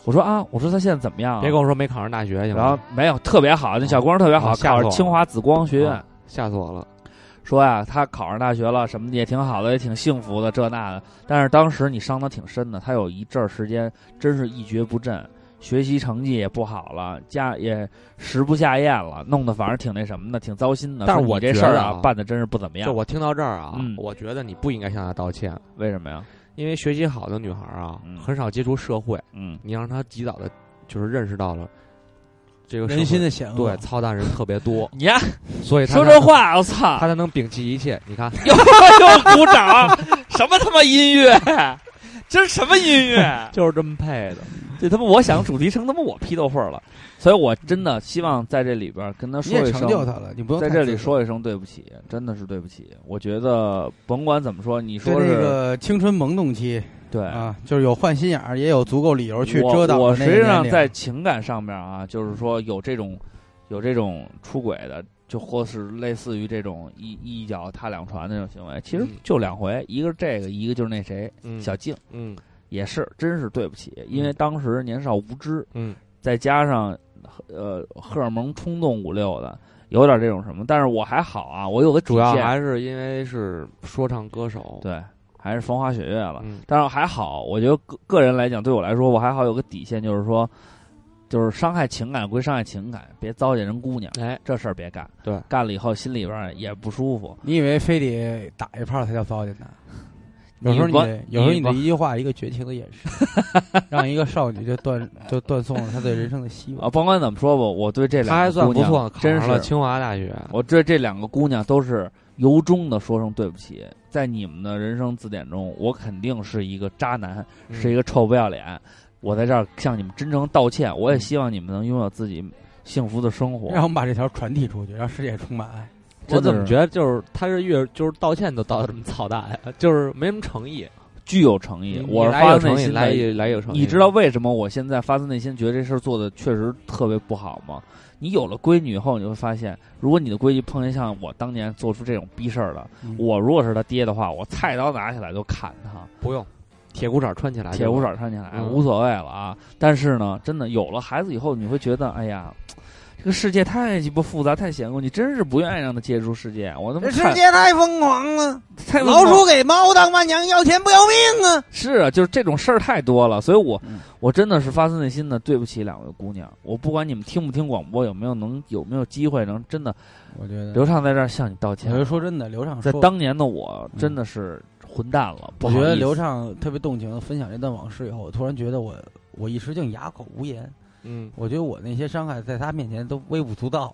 Speaker 2: 我说啊，我说她现在怎么样、啊？
Speaker 3: 别跟我说没考上大学去了。
Speaker 2: 然后没有特别好，那小姑娘特别好，
Speaker 3: 啊吓死我
Speaker 2: 考
Speaker 3: 了
Speaker 2: 上清华紫光学院
Speaker 3: 啊，吓死我了。
Speaker 2: 说呀，她考上大学了，什么的也挺好的，也挺幸福的，这那的。但是当时你伤的挺深的，她有一阵儿时间真是一蹶不振，学习成绩也不好了，家也食不下咽了，弄得反正挺那什么的，挺糟心的。
Speaker 3: 但是
Speaker 2: 说你
Speaker 3: 我
Speaker 2: 这
Speaker 3: 觉
Speaker 2: 事儿
Speaker 3: 得
Speaker 2: 啊
Speaker 3: 啊，
Speaker 2: 办的真是不怎么样。
Speaker 3: 就我听到这儿啊
Speaker 2: 嗯，
Speaker 3: 我觉得你不应该向她道歉，
Speaker 2: 为什么呀？
Speaker 3: 因为学习好的女孩啊，
Speaker 2: 嗯
Speaker 3: 很少接触社会。
Speaker 2: 嗯，
Speaker 3: 你让她及早的，就是认识到了这个社会
Speaker 1: 人心的险恶
Speaker 3: 对，
Speaker 2: 啊
Speaker 3: 操蛋人特别多
Speaker 2: 。你呀，
Speaker 3: 所以她
Speaker 2: 说
Speaker 3: 才
Speaker 2: 这
Speaker 3: 能
Speaker 2: 话，我操！
Speaker 3: 她才能摒弃一切。你 看，
Speaker 2: 又又哎鼓掌，啊什么他妈音乐？这是什么音 乐？
Speaker 3: 就是这么配的。
Speaker 2: 这他妈我想主题成他妈我批斗会儿了，所以我真的希望在这里边儿跟他说一声，
Speaker 1: 你也成就他了你不用
Speaker 2: 在
Speaker 1: 太
Speaker 2: 这
Speaker 1: 自
Speaker 2: 里
Speaker 1: 责
Speaker 2: 说一声对不起，真的是对不起。我觉得甭管怎么说，你
Speaker 1: 在
Speaker 2: 说
Speaker 1: 这
Speaker 2: 是
Speaker 1: 个青春萌动期，
Speaker 2: 对
Speaker 1: 啊，就是有换心眼儿，也有足够理由去
Speaker 2: 哎我
Speaker 1: 遮挡
Speaker 2: 我
Speaker 1: 的那
Speaker 2: 实
Speaker 1: 个
Speaker 2: 际上
Speaker 1: 年龄
Speaker 2: 在情感上面啊，就是说有这种有这种出轨的，就或是类似于这种一一脚踏两船的那种行为，其
Speaker 1: 嗯
Speaker 2: 实就两回，一个是这个，一个就是那谁、
Speaker 3: 嗯
Speaker 2: 小静，
Speaker 3: 嗯，
Speaker 2: 也是真是对不起，
Speaker 1: 嗯
Speaker 2: 因为当时年少无知，
Speaker 3: 嗯，
Speaker 2: 再加上呃荷尔蒙冲动五六的。有点这种什么，但是我还好啊，我有个
Speaker 3: 主要
Speaker 2: 底线
Speaker 3: 还是因为是说唱歌手。
Speaker 2: 对，还是风花雪月了。
Speaker 3: 嗯
Speaker 2: 但是还好，我觉得个个人来讲，对我来说，我还好有个底线，就是说，就是伤害情感归伤害情感，别糟践人姑娘。
Speaker 3: 哎，
Speaker 2: 这事儿别干。
Speaker 3: 对，
Speaker 2: 干了以后心里边儿也不舒服。
Speaker 1: 你以为非得打一炮才叫糟践呢？有
Speaker 2: 你
Speaker 1: 时候你
Speaker 2: 光
Speaker 1: 得，有时候你
Speaker 2: 你
Speaker 1: 的
Speaker 2: 光
Speaker 1: 一句话，一个绝情的眼神，让一个少女就断就断送了她对人生的希 望。
Speaker 2: 啊，甭管怎么说吧，我对这两个
Speaker 3: 嗯他还算
Speaker 2: 姑娘
Speaker 3: 不错考
Speaker 2: 真
Speaker 3: 上
Speaker 2: 是
Speaker 3: 了清华大学
Speaker 2: 我对这两个姑娘都是由衷的说声对不起，在你们的人生字典中，我肯定是一个渣男，
Speaker 3: 嗯
Speaker 2: 是一个臭不要脸。我在这儿向你们真诚道歉，我也
Speaker 3: 嗯
Speaker 2: 希望你们能拥有自己幸福的生活。
Speaker 1: 让我们把这条传递出去，让世界充满爱。
Speaker 3: 我怎么觉
Speaker 2: 得
Speaker 3: 得就是他是越就是道歉都道的这么操蛋呀？就是没什么诚意。
Speaker 2: 具有诚意？
Speaker 3: 你
Speaker 2: 我是
Speaker 3: 来
Speaker 2: 发
Speaker 3: 有
Speaker 2: 自内
Speaker 3: 诚意
Speaker 2: 心的
Speaker 3: 来有来有诚意
Speaker 2: 你知道为什么我现在发自内心觉得这事儿做的确实特别不好吗？你有了闺女以后，你会发现，如果你的闺女碰见像我当年做出这种逼事儿了，
Speaker 3: 嗯
Speaker 2: 我如果是她爹的话，我菜刀拿起来就砍她。
Speaker 3: 不用，铁裤衩穿起来就
Speaker 2: 铁
Speaker 3: 好，
Speaker 2: 裤衩穿起来、
Speaker 3: 哎嗯
Speaker 2: 无所谓了啊。但是呢，真的有了孩子以后，你会觉得，哎呀，这个世界太鸡巴复杂，太险恶，你真是不愿意让它接触世界。我他妈
Speaker 16: 这世
Speaker 2: 看
Speaker 16: 界太疯狂了，
Speaker 2: 太
Speaker 16: 老鼠给猫当伴娘，要钱不要命啊！
Speaker 2: 是啊，就是这种事儿太多了，所以我、
Speaker 1: 嗯
Speaker 2: 我真的是发自内心的对不起两位姑娘。我不管你们听不听广播，有没有能有没有机会能真的，
Speaker 1: 我觉得
Speaker 2: 刘畅在这儿向你道歉。
Speaker 1: 我就说真的刘畅
Speaker 2: 在
Speaker 1: 说嗯
Speaker 2: 当年的我真的是混蛋了，不
Speaker 1: 我
Speaker 2: 好
Speaker 1: 觉得
Speaker 2: 意思
Speaker 1: 刘畅特别动情地分享这段往事以后，我突然觉得我我一时竟哑口无言。
Speaker 3: 嗯，
Speaker 1: 我觉得我那些伤害在他面前都微不足道。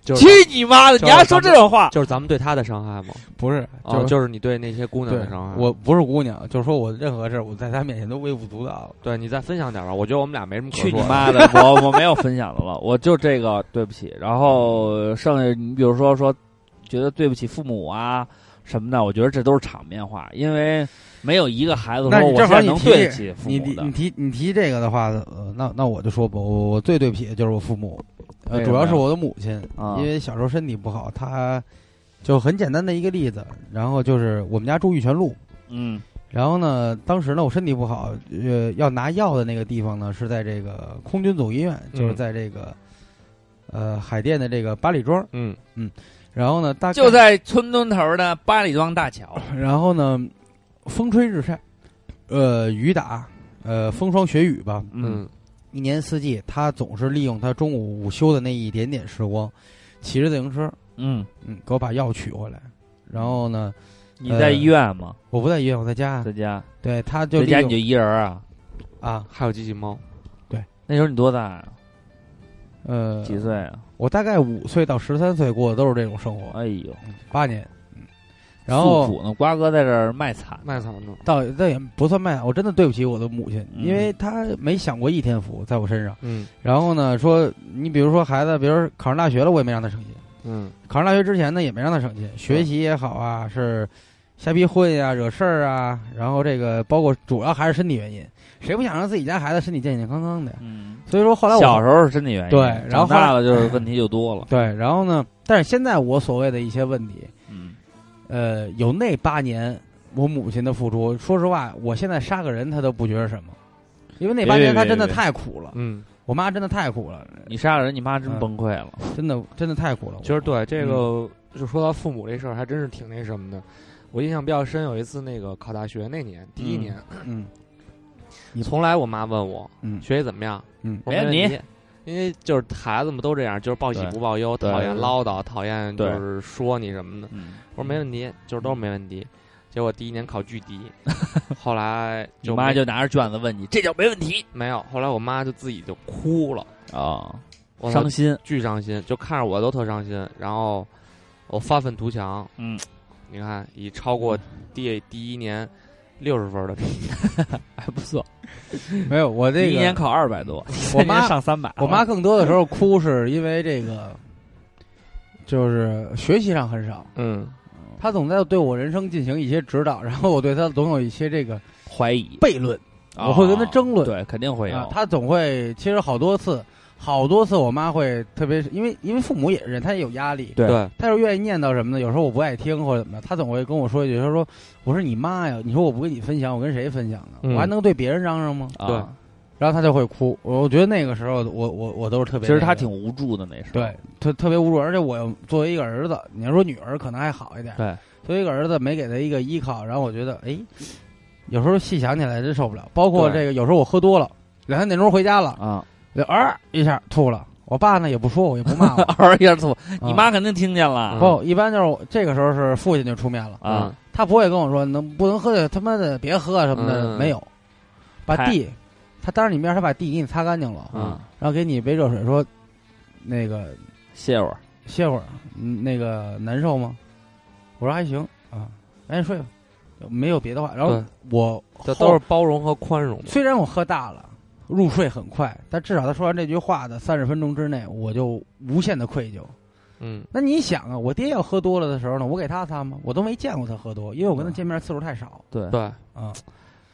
Speaker 3: 就是
Speaker 2: 去你妈的！
Speaker 3: 就是
Speaker 2: 你还说这种话？
Speaker 3: 就是咱们对他的伤害吗？
Speaker 1: 不是
Speaker 3: 哦，就是你对那些姑娘的
Speaker 1: 对
Speaker 3: 伤害。
Speaker 1: 我不是姑娘，就是说我任何事儿，我在他面前都微不足道。
Speaker 3: 对你再分享点吧，我觉得我们俩没什么可
Speaker 2: 去
Speaker 3: 说
Speaker 2: 你妈的！我我没有分享的了，我就这个对不起。然后剩下你比如说说，觉得对不起父母啊什么的，我觉得这都是场面话，因为没有一个孩子
Speaker 1: 那
Speaker 2: 说
Speaker 1: 你
Speaker 2: 我
Speaker 1: 正
Speaker 2: 现
Speaker 1: 好
Speaker 2: 在
Speaker 1: 你
Speaker 2: 能
Speaker 1: 提
Speaker 2: 对得起父
Speaker 1: 你
Speaker 2: 母
Speaker 1: 提
Speaker 2: 的。
Speaker 1: 你提你提这个的话，呃那那我就说吧，我我最对不起的就是我父母，呃，
Speaker 2: 为什
Speaker 1: 主
Speaker 2: 么
Speaker 1: 要是
Speaker 2: 呀
Speaker 1: 我的母亲，
Speaker 2: 啊
Speaker 1: 因为小时候身体不好，她就很简单的一个例子，然后就是我们家住玉泉路，
Speaker 2: 嗯，
Speaker 1: 然后呢，当时呢我身体不好，呃，要拿药的那个地方呢是在这个空军总医院，就是
Speaker 3: 嗯
Speaker 1: 在这个、呃海淀的这个八里庄，
Speaker 3: 嗯
Speaker 1: 嗯，然后呢 大概
Speaker 2: 就在村东头的八里庄大桥，
Speaker 1: 然后呢，风吹日晒，呃，雨打，呃，风霜雪雨吧，
Speaker 3: 嗯，
Speaker 1: 一年四季，他总是利用他中午午休的那一点点时光，骑着自行车，
Speaker 2: 嗯
Speaker 1: 嗯，给我把药取回来，然后呢，
Speaker 2: 你在医院吗？
Speaker 1: 我不在医院，我在家，
Speaker 2: 在家，
Speaker 1: 对，他就
Speaker 2: 在家
Speaker 1: 利用
Speaker 2: 你就一人儿啊？
Speaker 1: 啊，
Speaker 3: 还有机器猫，
Speaker 2: 那时候你多大呀？
Speaker 1: 呃，
Speaker 2: 几岁啊？
Speaker 1: 我大概五岁到十三岁过的都是这种生活，
Speaker 2: 哎呦，
Speaker 1: 八年，呃
Speaker 2: 嗯
Speaker 1: 嗯然后
Speaker 2: 诉苦呢？瓜哥在这儿卖惨，
Speaker 3: 卖惨呢。
Speaker 1: 倒倒也不算卖，我真的对不起我的母亲，
Speaker 2: 嗯
Speaker 1: 因为她没享过一天福在我身上。
Speaker 3: 嗯，
Speaker 1: 然后呢，说你比如说孩子，比如说考上大学了，我也没让他省心。
Speaker 3: 嗯，
Speaker 1: 考上大学之前呢，也没让他省心，学
Speaker 2: 嗯
Speaker 1: 习也好啊，是瞎逼混呀、惹事儿啊，然后这个包括主要还是身体原因，谁不想让自己家孩子身体健健康康的呀？
Speaker 2: 嗯，
Speaker 1: 所以说后来我
Speaker 2: 小时候是身体原因，
Speaker 1: 对，然后
Speaker 2: 长
Speaker 1: 后来
Speaker 2: 大了就是问题就多了。
Speaker 1: 对，然后呢，但是现在我所谓的一些问题，
Speaker 2: 嗯，
Speaker 1: 呃，有那八年我母亲的付出，说实话，我现在杀个人她都不觉得什么，因为那八
Speaker 2: 别别
Speaker 1: 年她
Speaker 2: 别
Speaker 1: 真的
Speaker 2: 别
Speaker 1: 太苦了，
Speaker 3: 嗯，
Speaker 1: 我妈真的太苦了，
Speaker 2: 你杀了人，你妈真
Speaker 1: 嗯
Speaker 2: 崩溃了。
Speaker 1: 真的真的太苦了。
Speaker 3: 其实对这
Speaker 1: 嗯
Speaker 3: 个，就说到父母这事儿，还真是挺那什么的。我印象比较深，有一次那个考大学那年，第一年，
Speaker 1: 嗯，
Speaker 3: 从来我妈问我，
Speaker 1: 嗯
Speaker 3: 学习怎么样？
Speaker 1: 嗯
Speaker 3: 我没问
Speaker 2: 没问
Speaker 3: 题，因为就是孩子们都这样，就是报喜
Speaker 2: 哎对
Speaker 3: 不报忧，
Speaker 2: 对
Speaker 3: 讨厌唠叨，讨厌就
Speaker 2: 对
Speaker 3: 是说你什么的。
Speaker 2: 嗯，
Speaker 3: 我说没问题，就是都是没问题。结果第一年考巨 低，后来
Speaker 2: 你
Speaker 3: 就
Speaker 2: 妈
Speaker 3: 没
Speaker 2: 就拿着卷子问你，这叫没问题
Speaker 3: 没有，后来我妈就自己就哭了，
Speaker 1: 哦
Speaker 2: 啊？
Speaker 3: 我操
Speaker 2: 伤，心，
Speaker 3: 巨伤心，就看着我都特伤心。然后我翻翻图强，
Speaker 2: 嗯，
Speaker 3: 你看以超过第第一年六十分的成绩，
Speaker 2: 还不错。
Speaker 1: 没有我这个
Speaker 2: 第一年考二百多，
Speaker 1: 我
Speaker 2: 第二
Speaker 1: 妈
Speaker 2: 年上三百，哦
Speaker 1: 我妈更多的时候哭是因为这个，就是学习上很少，
Speaker 3: 嗯，
Speaker 1: 她总在对我人生进行一些指导，然后我对她总有一些这个
Speaker 2: 怀疑，
Speaker 1: 悖论，
Speaker 2: 啊
Speaker 1: 我会跟她争论。
Speaker 2: 对，肯定会
Speaker 1: 啊
Speaker 2: 有。
Speaker 1: 她总会，其实好多次，好多次我妈会特别是，因为因为父母也是人，她也有压力，
Speaker 2: 对
Speaker 3: 对，
Speaker 1: 她就愿意念叨什么呢？有时候我不爱听或者怎么的，她总会跟我说一句，她说：“我说你妈呀，你说我不跟你分享，我跟谁分享呢？
Speaker 3: 嗯
Speaker 1: 我还能对别人嚷嚷吗？”
Speaker 3: 对
Speaker 2: 啊，
Speaker 1: 然后她就会哭。我我觉得那个时候我，我我都是特
Speaker 2: 其
Speaker 1: 别那
Speaker 2: 实
Speaker 1: 个，
Speaker 2: 她挺无助的那时候。
Speaker 1: 对，特特别无助。而且我作为一个儿子，你要说女儿可能还好一点，
Speaker 2: 对，
Speaker 1: 作为一个儿子没给他一个依靠，然后我觉得，哎，有时候细想起来真受不了。包括
Speaker 2: 对
Speaker 1: 这个，有时候我喝多了，两三点钟回家了，
Speaker 2: 啊，
Speaker 1: 就啊一下吐了。我爸呢也不说我，也不骂我。
Speaker 2: 嗷一下吐， 你
Speaker 1: 啊
Speaker 2: 妈肯定听见了。
Speaker 1: 不，一般就是我这个时候是父亲就出面了
Speaker 2: 啊，
Speaker 3: 嗯
Speaker 1: 他不会跟我说能不能喝就他妈的别喝什么的，
Speaker 3: 嗯
Speaker 1: 没有，把
Speaker 2: 嗨
Speaker 1: 地，他当着你面他把地给你擦干净了，
Speaker 3: 嗯，
Speaker 2: 啊
Speaker 1: 然后给你一杯热水，说那个
Speaker 2: 歇会儿，
Speaker 1: 歇会儿，嗯那个难受吗？我说还行啊，赶紧睡吧，没有别的话。然后
Speaker 3: 对
Speaker 1: 我
Speaker 3: 这
Speaker 1: 后
Speaker 3: 都是包容和宽容。
Speaker 1: 虽然我喝大了，入睡很快，但至少他说完这句话的三十分钟之内，我就无限的愧疚。
Speaker 3: 嗯，
Speaker 1: 那你想啊，我爹要喝多
Speaker 3: 嗯
Speaker 1: 了的时候呢，我给他擦吗？我都没见过他喝多，因为我跟他见面次数太少
Speaker 2: 对，
Speaker 3: 对，
Speaker 1: 啊。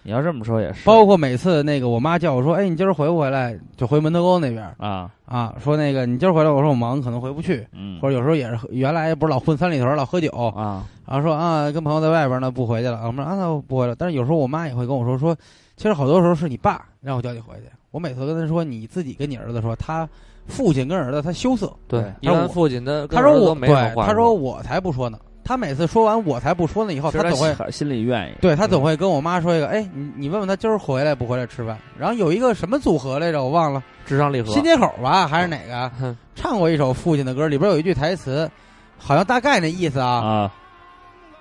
Speaker 2: 你要这么说也是，
Speaker 1: 包括每次那个我妈叫我说：“哎，你今儿回不回来？”就回门头沟那边儿
Speaker 2: 啊
Speaker 1: 啊，说那个你今儿回来，我说我忙，可能回不去，
Speaker 2: 嗯
Speaker 1: 或者有时候也是原来不是老混三里屯儿，老喝酒
Speaker 2: 啊，
Speaker 1: 然后说啊跟朋友在外边呢不回去了，啊我们说啊那我不回来，但是有时候我妈也会跟我说说，其实好多时候是你爸让我叫你回去，我每次跟他说你自己跟你儿子说，他父亲跟儿子他羞涩，
Speaker 3: 对一
Speaker 1: 他说
Speaker 3: 般
Speaker 1: 我
Speaker 3: 父亲的跟
Speaker 1: 他说
Speaker 3: 儿子
Speaker 1: 我
Speaker 3: 都没什么
Speaker 1: 对
Speaker 3: 话
Speaker 1: 他
Speaker 3: 说
Speaker 1: 说我才不说呢，他每次说完我才不说呢以后，
Speaker 2: 其实
Speaker 1: 总会
Speaker 2: 他心里愿意，
Speaker 1: 对他总会跟我妈说一个，哎，你你问问他今儿回来不回来吃饭。然后有一个什么组合来着，我忘了，
Speaker 3: 智商礼盒
Speaker 1: 新街口吧还是哪个啊、唱过一首父亲的歌，里边有一句台词，好像大概那意思啊，
Speaker 2: 啊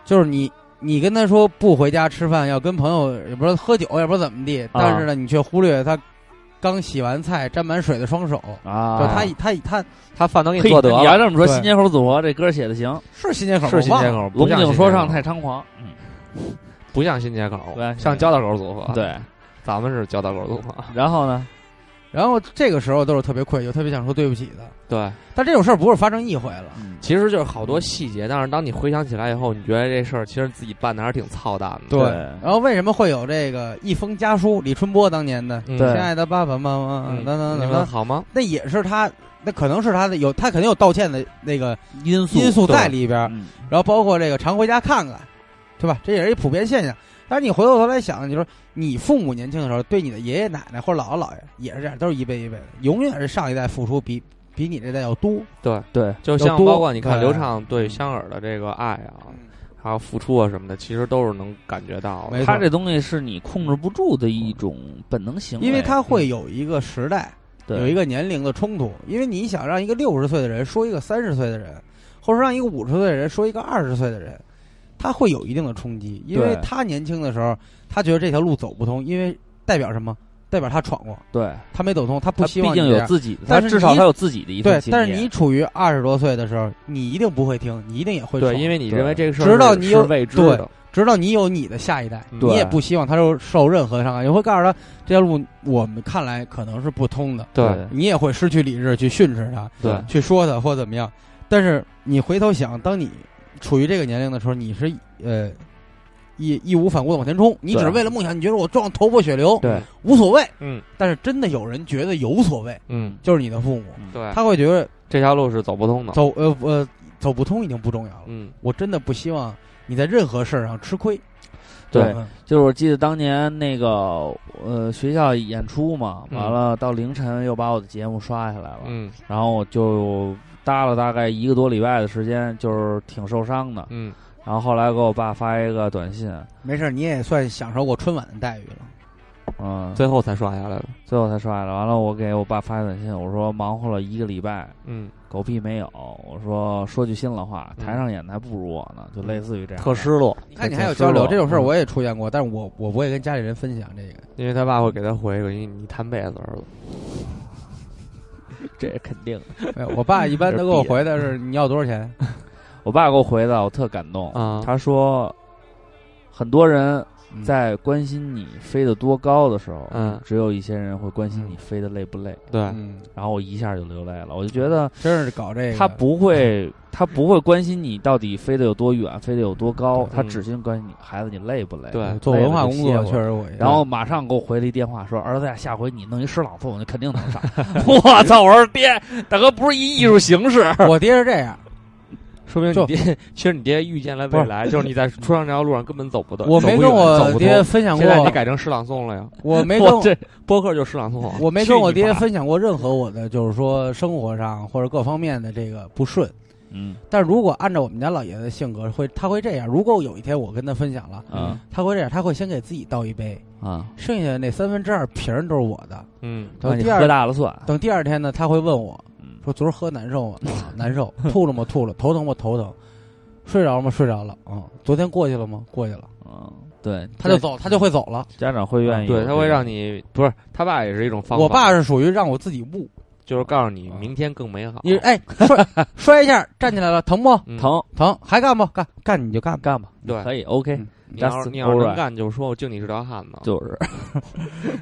Speaker 1: 就是你你跟他说不回家吃饭，要跟朋友也不知道喝酒，也不知道怎么
Speaker 3: 啊
Speaker 1: 地，但是呢，你却忽略他刚洗完菜沾满水的双手，
Speaker 2: 啊，
Speaker 1: 就他他他
Speaker 3: 他饭都给
Speaker 2: 嘿
Speaker 3: 你做得
Speaker 2: 你要
Speaker 3: 了。
Speaker 2: 这么说，
Speaker 1: 对
Speaker 2: 新街口组合这歌写的行，
Speaker 1: 是新街口吗
Speaker 3: 是新街口，
Speaker 2: 龙
Speaker 3: 不像新
Speaker 2: 井
Speaker 3: 街
Speaker 2: 说
Speaker 3: 口
Speaker 2: 唱太猖狂，
Speaker 3: 不像新街口，
Speaker 2: 对
Speaker 3: 像交道口组
Speaker 1: 啊
Speaker 3: 合。
Speaker 2: 对，
Speaker 3: 咱们是交道口组合。
Speaker 2: 然后呢，
Speaker 1: 然后这个时候都是特别愧疚，特别想说对不起的。
Speaker 3: 对，
Speaker 1: 但这种事儿不是发生一回了，
Speaker 2: 嗯
Speaker 3: 其实就是好多细节，但是当你回想起来以后，你觉得这事儿其实自己办的还是挺操蛋的。
Speaker 1: 然后为什么会有这个一封家书？李春波当年的
Speaker 3: 嗯
Speaker 1: 亲爱的爸爸妈妈，
Speaker 3: 嗯
Speaker 1: 等等
Speaker 3: 你
Speaker 1: 等
Speaker 3: 们
Speaker 1: 等，
Speaker 3: 好吗？
Speaker 1: 那也是他，那可能是他的有，他肯定有道歉的那个
Speaker 2: 因嗯
Speaker 1: 素因在里边儿。然后包括这个常回家看看，对吧？这也是一普遍现象。但是你回过头来想，你说你父母年轻的时候对你的爷爷奶奶或者姥姥姥爷也是这样，都是一辈一辈的，永远是上一代付出比比你这代要
Speaker 2: 嗯
Speaker 1: 多。
Speaker 3: 对
Speaker 2: 对，
Speaker 3: 就
Speaker 1: 要
Speaker 3: 像
Speaker 1: 多哎嗯
Speaker 3: 包括你看
Speaker 1: 对
Speaker 3: 刘畅对香儿的这个爱啊，
Speaker 1: 嗯
Speaker 3: 还有付出啊什么的，其实都是能感觉到的。
Speaker 2: 他这东西是你控制不住的一种本能行为，
Speaker 1: 因为他会有一个时代，
Speaker 2: 对
Speaker 1: 有一个年龄的冲突。因为你想让一个六十岁的人说一个三十岁的人，或者让一个五十岁的人说一个二十岁的人，他会有一定的冲击。因为
Speaker 2: 对
Speaker 1: 他年轻的时候，他觉得这条路走不通，因为代表什么？代表他闯过，
Speaker 2: 对，
Speaker 1: 他没走通，他不
Speaker 2: 他
Speaker 1: 希
Speaker 2: 毕
Speaker 1: 望
Speaker 2: 竟
Speaker 1: 你这
Speaker 2: 有
Speaker 1: 样
Speaker 2: 自己的，
Speaker 1: 但
Speaker 2: 他
Speaker 1: 是
Speaker 2: 至少
Speaker 1: 你
Speaker 2: 他有自己的一份
Speaker 1: 对，
Speaker 2: 经
Speaker 1: 但
Speaker 2: 验。
Speaker 1: 是你处于二十多岁的时候，你一定不会听，你一定也会
Speaker 3: 对
Speaker 1: 爽
Speaker 3: 因为你认为这个事儿
Speaker 1: 直到
Speaker 3: 是
Speaker 1: 你有
Speaker 3: 是未知
Speaker 1: 对嗯
Speaker 3: 的，
Speaker 1: 直到你有你的下一代，
Speaker 3: 嗯
Speaker 1: 你
Speaker 3: 对
Speaker 1: 也不希望他受受任何伤害，你会告诉他这条路我们看来可能是不通的，
Speaker 3: 对
Speaker 1: 你也会失去理智去训斥他，
Speaker 3: 对
Speaker 1: 去说他或怎么样。但是你回头想，当你处于这个年龄的时候，你是呃义义无反顾的往前冲，你只
Speaker 3: 对
Speaker 1: 是为了梦想，你觉得我撞头破血流，
Speaker 3: 对，
Speaker 1: 无所谓，
Speaker 3: 嗯
Speaker 1: 但是真的有人觉得有所谓，
Speaker 3: 嗯，
Speaker 1: 就是你的父母，
Speaker 3: 对，
Speaker 1: 他会觉得
Speaker 3: 这条路是走不通的。
Speaker 1: 走呃呃走不通已经不重要了。
Speaker 3: 嗯，
Speaker 1: 我真的不希望你在任何事儿上吃亏。
Speaker 2: 对
Speaker 1: 嗯，
Speaker 2: 就是我记得当年那个呃学校演出嘛，
Speaker 1: 嗯
Speaker 2: 完了到凌晨又把我的节目刷下来了，
Speaker 3: 嗯，
Speaker 2: 然后我就搭了大概一个多礼拜的时间，就是挺受伤的，
Speaker 3: 嗯，
Speaker 2: 然后后来给我爸发一个短信，
Speaker 1: 没事儿，你也算享受过春晚的待遇了。
Speaker 2: 嗯，
Speaker 3: 最后才刷下来的。
Speaker 2: 最后才刷下来，完了我给我爸发一短信，我说忙活了一个礼拜，
Speaker 3: 嗯，
Speaker 2: 狗屁没有，我说说句心里话，台上演的还不如我呢，就类似于这样，哎
Speaker 3: 特失落嗯
Speaker 1: 你看你还有交流这种事儿，我也出现过，但是我我不会跟家里人分享这 个。
Speaker 3: 因为他爸会给他回一个：“你你摊被子儿子。”
Speaker 2: 这肯定。
Speaker 1: 没有，哎我爸一般都给我回的是你要多少 钱？
Speaker 2: 我爸给我回的，我特感动。
Speaker 3: 啊
Speaker 1: 啊
Speaker 2: 他说，很多人在关心你飞得多高的时候，
Speaker 3: 嗯
Speaker 2: 只有一些人会关心你飞得累不累。
Speaker 3: 对
Speaker 1: 嗯
Speaker 2: 然后我一下就流泪了，我就觉得
Speaker 1: 真是搞这个
Speaker 2: 他不会，他不会关心你到底飞得有多远，飞得有多高，他只心关心你孩子你累不累。
Speaker 3: 对
Speaker 1: 嗯做文化工作
Speaker 2: 累了就歇会
Speaker 1: 确
Speaker 2: 儿
Speaker 1: 实我也
Speaker 2: 然后马上给我回了一电话说：“儿子呀，下回你弄一诗朗诵，我就肯定能上。”我操！我说爹，大哥不是一艺术形式，
Speaker 1: 我爹是这样，
Speaker 3: 说明
Speaker 1: 就
Speaker 3: 你爹，其实你爹预见了未来，就是 你在出上这条路上根本走不到。
Speaker 1: 我没
Speaker 3: 走不
Speaker 1: 跟
Speaker 3: 远
Speaker 1: 我
Speaker 3: 走不
Speaker 1: 爹
Speaker 3: 通
Speaker 1: 分享
Speaker 3: 现在
Speaker 1: 过
Speaker 3: 你改成诗朗诵了呀？
Speaker 1: 我没跟我
Speaker 3: 这播客就诗朗诵。啊
Speaker 1: 我没跟我
Speaker 3: 去
Speaker 1: 爹
Speaker 3: 你爸
Speaker 1: 分享过任何我的，就是说生活上或者各方面的这个不顺。
Speaker 2: 嗯，
Speaker 1: 但是如果按照我们家老爷子的性格，会他会这样。如果有一天我跟他分享了，
Speaker 2: 嗯，
Speaker 1: 他会这样，他会先给自己倒一杯，
Speaker 2: 啊，
Speaker 1: 剩下那三分之二瓶儿都是我的。
Speaker 3: 嗯
Speaker 1: 等
Speaker 2: 让你
Speaker 1: 第二
Speaker 2: 喝大了嗯算。
Speaker 1: 等第二天呢，他会问我，说昨儿喝难受吗？啊难受。吐了吗？吐了。头疼吗？头疼。睡着了吗？睡着了。嗯，昨天过去了吗？过去了。
Speaker 2: 嗯，对，
Speaker 1: 他就走，他就会走了。
Speaker 2: 家长会愿意有这
Speaker 3: 对，
Speaker 2: 个，
Speaker 3: 他会让你不是他爸也是一种方法。
Speaker 1: 我爸是属于让我自己悟。
Speaker 3: 就是告诉你明天更美好。
Speaker 1: 你哎，摔摔一下，站起来了，疼不？
Speaker 3: 嗯
Speaker 2: 疼
Speaker 1: 疼，还干不干？干你就干，
Speaker 2: 干吧。
Speaker 3: 对
Speaker 1: 嗯
Speaker 2: 可以 OK。
Speaker 3: 你要
Speaker 2: That's
Speaker 3: 你要是
Speaker 2: alright
Speaker 3: 能干，就说我敬你是条汉子。
Speaker 2: 就是。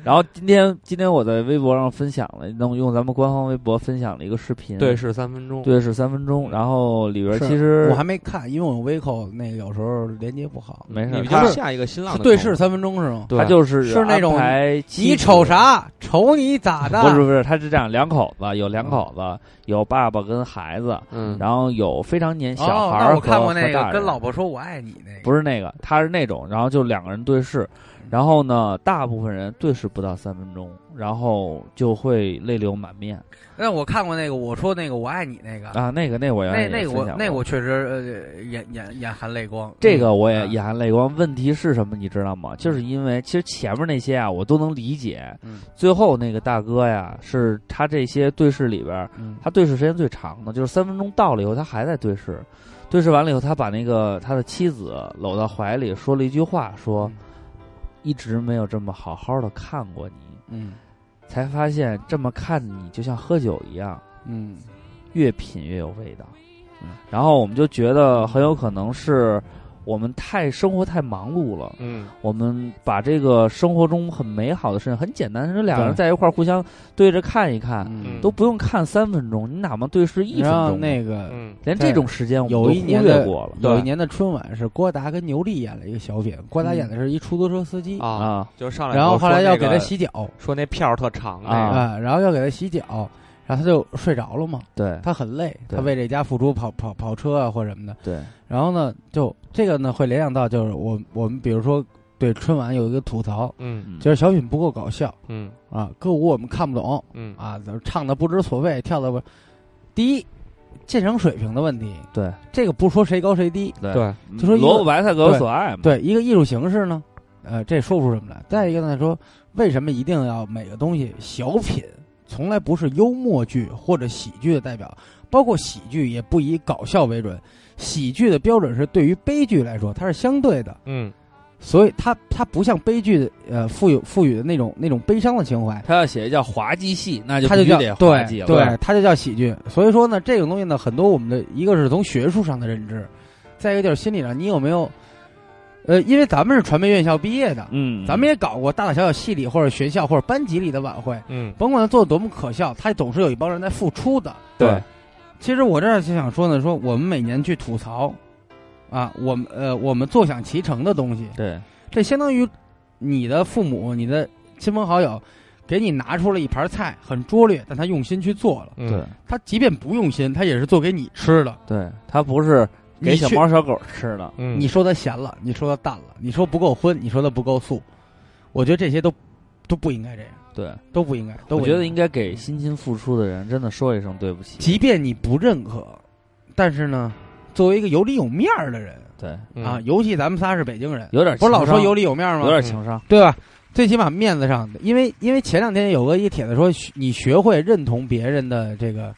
Speaker 2: 然后今天今天我在微博上分享了，用用咱们官方微博分享了一个视频，
Speaker 3: 对是三分钟
Speaker 2: 对是三分钟。然后里边
Speaker 1: 是
Speaker 2: 其实
Speaker 1: 我还没看，因为我 Vico 那个有时候连接不好。
Speaker 2: 没事
Speaker 1: 他
Speaker 2: 你就是下一个新浪的
Speaker 1: 对
Speaker 2: 口
Speaker 1: 视三分钟是吗？
Speaker 2: 他就是
Speaker 1: 是那种
Speaker 2: 安排妻子
Speaker 1: 你瞅啥？瞅你咋的？
Speaker 2: 不是不是，他是这样，两口子有两口子，有爸爸跟孩子，嗯，然后有非常年小
Speaker 1: 哦
Speaker 2: 孩
Speaker 1: 那我
Speaker 2: 儿和
Speaker 1: 看过那
Speaker 2: 和大
Speaker 1: 个，
Speaker 2: 人
Speaker 1: 跟老婆说我爱你那个。
Speaker 2: 不是那个，他是那种，然后就两个人对视，
Speaker 1: 嗯
Speaker 2: 然后呢，大部分人对视不到三分钟，然后就会泪流满面
Speaker 1: 那我看过那个，我说那个我爱你那个
Speaker 2: 啊。那个那我要
Speaker 1: 那
Speaker 2: 也
Speaker 1: 那个
Speaker 2: 分
Speaker 1: 我
Speaker 2: 享
Speaker 1: 那
Speaker 2: 过
Speaker 1: 我确实呃眼眼眼含泪光。嗯
Speaker 2: 这个我也眼含泪光。问题是什么？你知道吗？就是因为其实前面那些啊，我都能理解。
Speaker 1: 嗯
Speaker 2: 最后那个大哥呀，是他这些对视里边儿，他对视时间最长的，就是三分钟到了以后，他还在对视。对视完了以后，他把那个他的妻子搂到怀里，说了一句话，说：“一直没有这么好好的看过你。”
Speaker 1: 嗯，
Speaker 2: 才发现这么看你就像喝酒一样。
Speaker 1: 嗯，
Speaker 2: 越品越有味道。嗯然后我们就觉得很有可能是我们太生活太忙碌了，
Speaker 3: 嗯，
Speaker 2: 我们把这个生活中很美好的事情，很简单，就两个人
Speaker 1: 对
Speaker 2: 在一块儿互相对着看一看，
Speaker 1: 嗯
Speaker 2: 啊都不用看三分钟，你哪怕对视一分
Speaker 1: 然后
Speaker 2: 钟，
Speaker 1: 那个
Speaker 3: 嗯
Speaker 2: 连
Speaker 1: 在
Speaker 2: 这种时间我们
Speaker 1: 有
Speaker 2: 都
Speaker 1: 一年
Speaker 2: 忽略
Speaker 1: 的
Speaker 2: 过了
Speaker 1: 有一
Speaker 2: 对
Speaker 1: 年的春晚是郭达跟牛莉演了一个小品，郭达演的是一出租车司机
Speaker 3: 啊，就是上来
Speaker 1: 然后
Speaker 3: 说
Speaker 1: 后来
Speaker 3: 那
Speaker 1: 要给他
Speaker 3: 个
Speaker 1: 洗脚，
Speaker 3: 说那票儿特长那个
Speaker 1: 啊，然后要给他洗脚，然后他就睡着了嘛。
Speaker 2: 对
Speaker 1: 他很累，
Speaker 2: 对
Speaker 1: 他为这家付出跑跑跑车啊或什么的。
Speaker 2: 对，
Speaker 1: 然后呢，就这个呢会联想到就是我我们比如说对春晚有一个吐槽，
Speaker 3: 嗯
Speaker 1: 就是小品不够搞笑，
Speaker 3: 嗯
Speaker 1: 啊，歌舞我们看不懂，
Speaker 3: 嗯
Speaker 1: 啊，唱的不知所谓，跳的不，第一。鉴赏水平的问题，
Speaker 2: 对
Speaker 1: 这个不说谁高谁低，
Speaker 2: 对
Speaker 3: 对
Speaker 1: 就说一个
Speaker 2: 萝卜白菜各有所爱嘛
Speaker 1: 对，对一个艺术形式呢，呃，这说不出什么来。再一个呢，说为什么一定要每个东西小品从来不是幽默剧或者喜剧的代表，包括喜剧也不以搞笑为准。喜剧的标准是对于悲剧来说，它是相对的，
Speaker 3: 嗯，
Speaker 1: 所以它它不像悲剧的呃赋予赋予的那种那种悲伤的情怀，
Speaker 2: 他要写叫滑稽戏，那就
Speaker 1: 它
Speaker 2: 必
Speaker 1: 就
Speaker 2: 须
Speaker 1: 叫
Speaker 2: 得滑稽
Speaker 1: 对
Speaker 2: 了，
Speaker 1: 对，它就叫喜剧。所以说呢，这种东西呢，很多我们的一个是从学术上的认知，再一个就是心理上，你有没有？呃，因为咱们是传媒院校毕业的，
Speaker 2: 嗯
Speaker 1: 咱们也搞过大大小小系里或者学校或者班级里的晚会，
Speaker 3: 嗯，
Speaker 1: 甭管它做得多么可笑，它总是有一帮人在付出的。
Speaker 3: 对，
Speaker 1: 其实我这儿就想说呢，说我们每年去吐槽，啊，我们呃，我们坐享其成的东西，
Speaker 2: 对，
Speaker 1: 这相当于你的父母、你的亲朋好友给你拿出了一盘菜，很拙劣，但他用心去做
Speaker 3: 嗯
Speaker 1: 了。
Speaker 2: 对
Speaker 1: 他即便不用心，他也是做给你吃的。
Speaker 2: 对，他不是给
Speaker 1: 你
Speaker 2: 小
Speaker 1: 去
Speaker 2: 猫嗯小狗吃的，
Speaker 3: 嗯
Speaker 1: 你说它咸了，你说它淡了，你说不够荤，你说它不够素，我觉得这些都都不应该这样，
Speaker 2: 对，
Speaker 1: 都不应该。都
Speaker 2: 我
Speaker 1: 不
Speaker 2: 觉得应该给辛勤付出的人真的说一声对不起。
Speaker 1: 即便你不认可，但是呢，作为一个有里有面儿的人
Speaker 2: 对
Speaker 3: 嗯
Speaker 1: 啊，尤其咱们仨是北京人，
Speaker 2: 嗯有点
Speaker 1: 不是老
Speaker 2: 情商
Speaker 1: 说有里有面儿吗？
Speaker 2: 有点情商，
Speaker 1: 对吧？最起码面子上的，因为因为前两天有个一帖子说，学你学会认同别人的这个，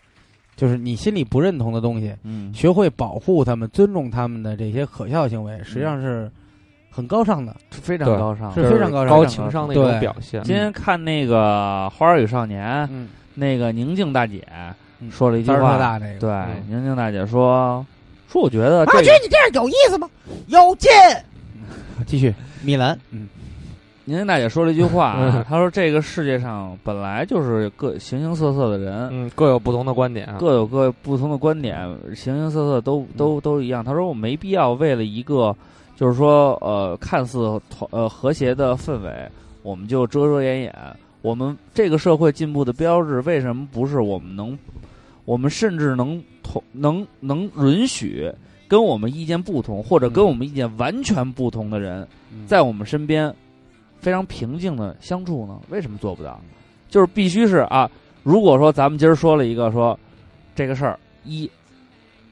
Speaker 1: 就是你心里不认同的东西，
Speaker 2: 嗯
Speaker 1: 学会保护他们、尊重他们的这些可笑行为，实际上是很高尚的，
Speaker 2: 非常高啊尚，
Speaker 1: 是非常高尚、嗯对
Speaker 2: 今天看那个《花儿与少年》，
Speaker 1: 嗯，
Speaker 2: 那个宁静大姐
Speaker 1: 嗯
Speaker 2: 说了一句
Speaker 1: 胆儿
Speaker 2: 话，
Speaker 1: 特大嗯那个
Speaker 2: 对，宁静大姐说说我觉得
Speaker 16: 妈，
Speaker 2: 这
Speaker 16: 觉
Speaker 2: 个
Speaker 16: 得你这样有意思吗？有劲！
Speaker 1: 继续米兰，嗯，
Speaker 2: 宁静大姐说了一句话啊，
Speaker 3: 嗯
Speaker 2: 她说这个世界上本来就是各形形色色的人，
Speaker 3: 嗯，各有不同的观点，啊
Speaker 2: 各有各不同的观点，形形色色都都都一样。他说我没必要为了一个就是说呃看似团呃和谐的氛围，我们就遮遮掩掩。我们这个社会进步的标志，为什么不是我们能，我们甚至能同能能允许跟我们意见不同或者跟我们意见完全不同的人，在我们身边非常平静的相处呢？为什么做不
Speaker 1: 嗯
Speaker 2: 到？就是必须是啊。如果说咱们今儿说了一个说这个事儿，一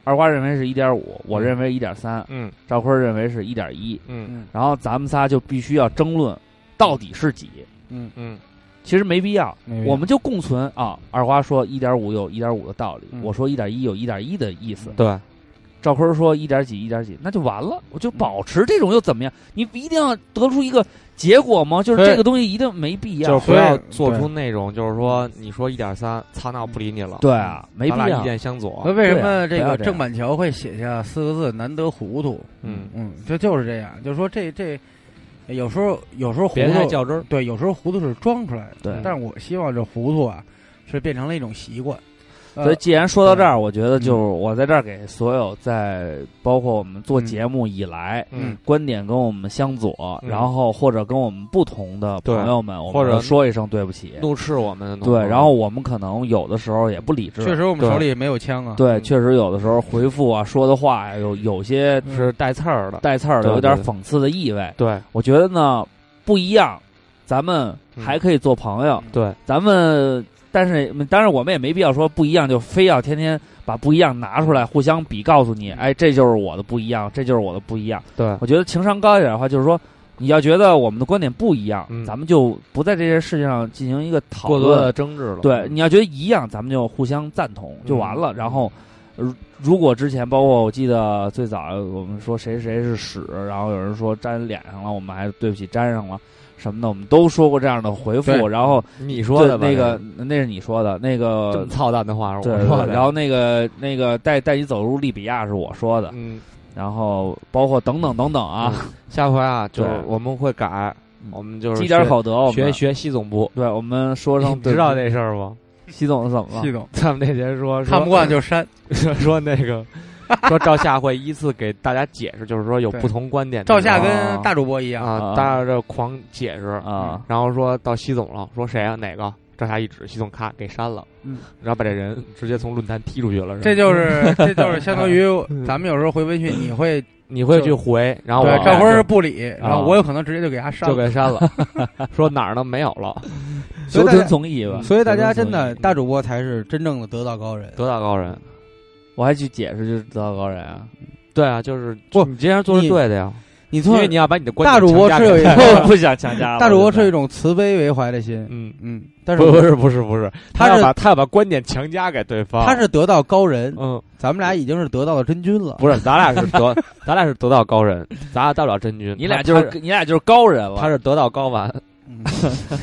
Speaker 2: 二瓜认为是一点五，我认为一点三，
Speaker 3: 嗯，
Speaker 2: 赵坤认为是一点一，
Speaker 3: 嗯，
Speaker 2: 然后咱们仨就必须要争论到底是几，
Speaker 1: 嗯
Speaker 3: 嗯，
Speaker 2: 其实没必要，
Speaker 1: 没必要
Speaker 2: 我们就共存啊。二瓜说一点五有一点五的道理，
Speaker 3: 嗯
Speaker 1: 嗯
Speaker 2: 我说一点一有一点一的意思，
Speaker 3: 对，
Speaker 2: 赵坤说一点几一点几，那就完
Speaker 3: 嗯
Speaker 2: 了，我就保持这种又怎么样？你一定要得出一个结果吗？就是这个东西一定没必要，
Speaker 3: 就是不要做出那种，就是说你说一点三，操，那我不理你了。
Speaker 2: 对啊没必
Speaker 3: 咱俩
Speaker 2: 要
Speaker 3: 意
Speaker 2: 呃
Speaker 3: 见相左。
Speaker 1: 那为什么
Speaker 3: 对
Speaker 1: 这
Speaker 3: 啊
Speaker 1: 个
Speaker 3: 不要
Speaker 1: 郑板桥会写下四个字“难得糊涂”？
Speaker 3: 嗯
Speaker 1: 嗯，这就是这样，就是说这这有时候有时候糊
Speaker 3: 别太
Speaker 1: 涂
Speaker 3: 较真儿
Speaker 1: 对，有时候糊涂是装出来的。
Speaker 2: 对
Speaker 1: 但是我希望这糊涂啊，是变成了一种习惯。呃
Speaker 2: 所以，既然说到这儿，我觉得就是
Speaker 3: 嗯
Speaker 2: 我在这儿给所有在包括我们做节目以来，
Speaker 1: 嗯，
Speaker 2: 观点跟我们相左，
Speaker 3: 嗯啊
Speaker 2: 然后或者跟我们不同的朋友们，我
Speaker 3: 或
Speaker 2: 们
Speaker 3: 者
Speaker 2: 说一声对不起，
Speaker 3: 怒斥我们的同
Speaker 2: 对，
Speaker 3: 胞
Speaker 2: 然后我们可能有的时候也不理智，
Speaker 1: 确实我们手里
Speaker 2: 对
Speaker 1: 也没有枪啊
Speaker 2: 对，确实有的时候回复啊说的话呀有有些
Speaker 3: 嗯是带刺儿的，
Speaker 2: 带刺儿的，
Speaker 3: 对
Speaker 2: 有点
Speaker 3: 对
Speaker 2: 讽刺的意味。
Speaker 3: 对，
Speaker 2: 我觉得呢不一样，咱们
Speaker 3: 嗯
Speaker 2: 还可以做朋友。
Speaker 3: 对，
Speaker 2: 咱们但是当然我们也没必要说不一样就非要天天把不一样拿出来互相比，告诉
Speaker 3: 嗯
Speaker 2: 你，哎，这就是我的不一样，这就是我的不一样。
Speaker 3: 对
Speaker 2: 我觉得情商高一点的话，就是说。你要觉得我们的观点不一样，咱们就不在这些事情上进行一个讨论、
Speaker 3: 嗯过多的争执了嗯
Speaker 2: 对，你要觉得一样，咱们就互相赞同就完了。然后，如如果之前包括我记得最早我们说谁谁是屎，然后有人说粘脸上了，我们还对不起粘上了什么的，我们都说过这样的回复。
Speaker 3: 对
Speaker 2: 然后
Speaker 3: 你说的吧
Speaker 2: 对那个那是你说的那个
Speaker 3: 这么操蛋的话是我
Speaker 2: 对
Speaker 3: 说的
Speaker 2: 对然后那个那个带带你走入利比亚是我说的，
Speaker 3: 嗯，
Speaker 2: 然后包括等等等等啊，
Speaker 3: 下回啊，就是
Speaker 2: 对嗯
Speaker 3: 我们会改，我们嗯就是
Speaker 2: 积点
Speaker 3: 学
Speaker 2: 口德，我们啊
Speaker 3: 学学习总 部。
Speaker 2: 对，我 们说声
Speaker 3: 你知道这事儿吗？
Speaker 2: 习总怎么了？
Speaker 3: 习总他们那天 说
Speaker 1: 看不惯就删，
Speaker 3: 说说那个，说赵夏会依次给大家解释，就是说有
Speaker 1: 对
Speaker 3: 不同观点的
Speaker 1: 赵
Speaker 3: 人。
Speaker 1: 夏跟大主播一样
Speaker 3: 啊，大家这狂解释啊，然后说到习总了，说谁啊哪个？赵夏一指，习总咔给删了，
Speaker 1: 嗯，
Speaker 3: 然后把这人直接从论坛踢出去了。
Speaker 1: 这就是这就是相当于
Speaker 3: 嗯
Speaker 1: 咱们有时候回微信，你会
Speaker 3: 你会
Speaker 1: 就
Speaker 3: 去回，然后
Speaker 1: 对
Speaker 3: 我
Speaker 1: 赵坤是不理，然后
Speaker 3: 啊
Speaker 1: 我有可能直接就给他删了，
Speaker 3: 就给删了， 说哪儿呢没有了，
Speaker 1: 求真 从
Speaker 2: 艺吧
Speaker 1: 所以大家真的大主播才是真正的得道高人。
Speaker 3: 得道高人，
Speaker 2: 我还去解释就是得道高 人啊。
Speaker 3: 对啊，就是
Speaker 1: 不，
Speaker 3: 你这样做是对的呀。
Speaker 1: 你做
Speaker 3: 因为你要把你的观 点
Speaker 1: 大主播
Speaker 3: 强
Speaker 1: 是
Speaker 3: 加
Speaker 1: 有
Speaker 3: 给
Speaker 1: 一
Speaker 3: 大
Speaker 1: 个
Speaker 3: 家不想强加了
Speaker 1: 大主播
Speaker 3: 真
Speaker 1: 是
Speaker 3: 的
Speaker 1: 有一种慈悲为怀的心。
Speaker 3: 嗯
Speaker 1: 嗯，但是
Speaker 3: 不
Speaker 1: 我
Speaker 3: 是不是不是，
Speaker 1: 他
Speaker 3: 要
Speaker 1: 是
Speaker 3: 把他要把观点强加给对方，
Speaker 1: 他是得道高人。
Speaker 3: 嗯，
Speaker 1: 咱们俩已经是得道的真君了。
Speaker 3: 不是咱俩是得咱俩是得道高人，咱俩到嗯不了真君，
Speaker 2: 你俩
Speaker 3: 他
Speaker 2: 就是
Speaker 3: 他
Speaker 2: 你俩就是高人了。
Speaker 3: 他是得道高丸，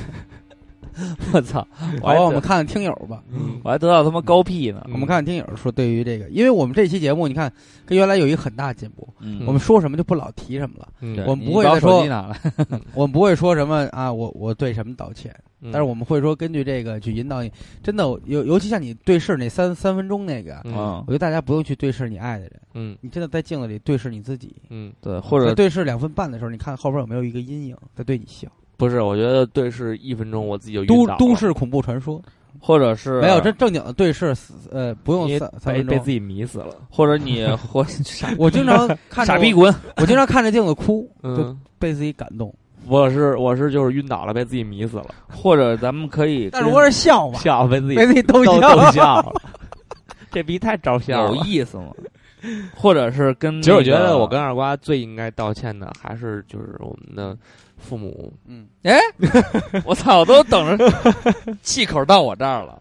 Speaker 2: 我嗯操！
Speaker 1: 嗯好哦吧，我们看看听友吧。
Speaker 2: 我还得到他妈高屁呢。
Speaker 1: 我们看看听友说对于这个，因为我们这期节目，你看跟原来有一个很大进步
Speaker 2: 嗯。
Speaker 1: 我们说什么就不老提什么了
Speaker 2: 嗯对，
Speaker 1: 我们
Speaker 2: 你
Speaker 1: 不会
Speaker 2: 把
Speaker 1: 再
Speaker 2: 手
Speaker 1: 说
Speaker 2: 机拿来，
Speaker 1: 我们不会说什么啊，我我对什么道歉，
Speaker 2: 嗯
Speaker 1: 但是我们会说根据这个去引导你。真的，尤尤其像你对视那三三分钟那个，
Speaker 2: 嗯
Speaker 1: 我觉得大家不用去对视你爱的人，
Speaker 3: 嗯，
Speaker 1: 你真的在镜子里对视你自己，
Speaker 3: 嗯，
Speaker 2: 对，或者
Speaker 1: 在对视两分半的时候，你看后边有没有一个阴影在对你笑。
Speaker 3: 不是，我觉得对视一分钟我自己就晕
Speaker 1: 都
Speaker 3: 倒了
Speaker 1: 都市恐怖传说，
Speaker 2: 或者是啊
Speaker 1: 没有这正经的对视，呃，不用
Speaker 3: 你
Speaker 1: 三三
Speaker 3: 被
Speaker 1: 分钟
Speaker 3: 被自己迷死了，
Speaker 2: 或 者你或傻
Speaker 1: 我经常看着
Speaker 2: 傻
Speaker 1: 我
Speaker 2: 逼滚，
Speaker 1: 我经常看着镜子哭，
Speaker 3: 嗯
Speaker 1: 就被自己感动。
Speaker 3: 我是我是就是晕倒了，被自己迷死了，
Speaker 2: 或者咱们可以
Speaker 1: 但是我是笑吧，
Speaker 3: 笑被自己
Speaker 1: 被自己逗笑
Speaker 3: 逗逗
Speaker 1: 了
Speaker 3: 笑 了，这逼太招笑了，
Speaker 2: 有意思吗？或者是跟
Speaker 3: 其实我
Speaker 2: 那
Speaker 3: 觉得
Speaker 2: 个
Speaker 3: 我跟二瓜最应该道歉的还是就是我们的父母，
Speaker 1: 嗯，
Speaker 2: 哎，我操，我都 等着气口到我这儿了。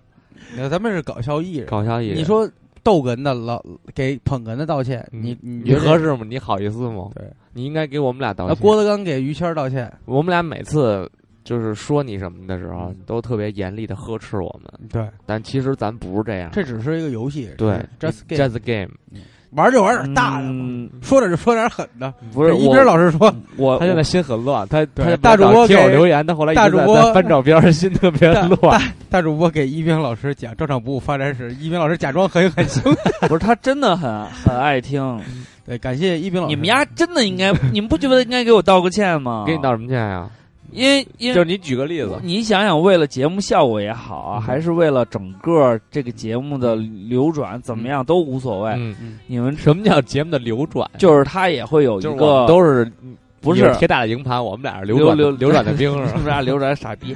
Speaker 1: 你看咱们是搞笑艺人，
Speaker 3: 搞笑艺人
Speaker 1: 你说逗哏的老给捧哏的道歉，你你
Speaker 3: 嗯你
Speaker 1: 觉得
Speaker 3: 合适吗？你好意思吗？
Speaker 1: 对，
Speaker 3: 你应该给我们俩道
Speaker 1: 那
Speaker 3: 歉。
Speaker 1: 郭德纲给于谦道歉，
Speaker 3: 我们俩每次就是说你什么的时候，都特别严厉的呵斥我们。
Speaker 1: 对，
Speaker 3: 但其实咱不是这样。
Speaker 1: 这只是一个游戏，
Speaker 3: 对
Speaker 1: 这是
Speaker 3: just
Speaker 1: ，just game
Speaker 3: game，
Speaker 1: 玩就玩点大的嘛，说点就说点狠的，
Speaker 2: 嗯不是
Speaker 1: 这一
Speaker 2: 我
Speaker 1: 边老是说
Speaker 2: 我
Speaker 3: 他现在心很乱，他
Speaker 1: 对
Speaker 3: 他
Speaker 1: 大主播
Speaker 3: 听
Speaker 1: 给
Speaker 3: 我留言，他后来一直
Speaker 1: 大主
Speaker 3: 在
Speaker 1: 播
Speaker 3: 在翻照片， 心特别
Speaker 1: 大
Speaker 3: 乱。
Speaker 1: 大大主播给一冰老师讲照常不误发展史，一冰老师假装很很兴奋。
Speaker 2: 不是他真的很很 爱听，
Speaker 1: 对，感谢一冰老师。
Speaker 2: 你们家真的应该，你们不觉得应该给我道个歉吗？
Speaker 3: 给你道什么歉呀？嗯
Speaker 2: 因为因为
Speaker 3: 就是你嗯举个例子，
Speaker 2: 你想想，为了节目效果也好啊，还是为了整个这个节目的流转怎么样都无所谓。
Speaker 3: 嗯
Speaker 2: 你们
Speaker 3: 什么叫节目的流转？
Speaker 2: 就是它也会有一
Speaker 3: 就是我
Speaker 2: 个
Speaker 3: 们都是
Speaker 2: 不
Speaker 3: 有
Speaker 2: 是
Speaker 3: 铁打的营盘，我们俩是流
Speaker 2: 流
Speaker 3: 转的流转的兵是
Speaker 2: 我
Speaker 3: 吧
Speaker 2: 们 俩流转傻逼，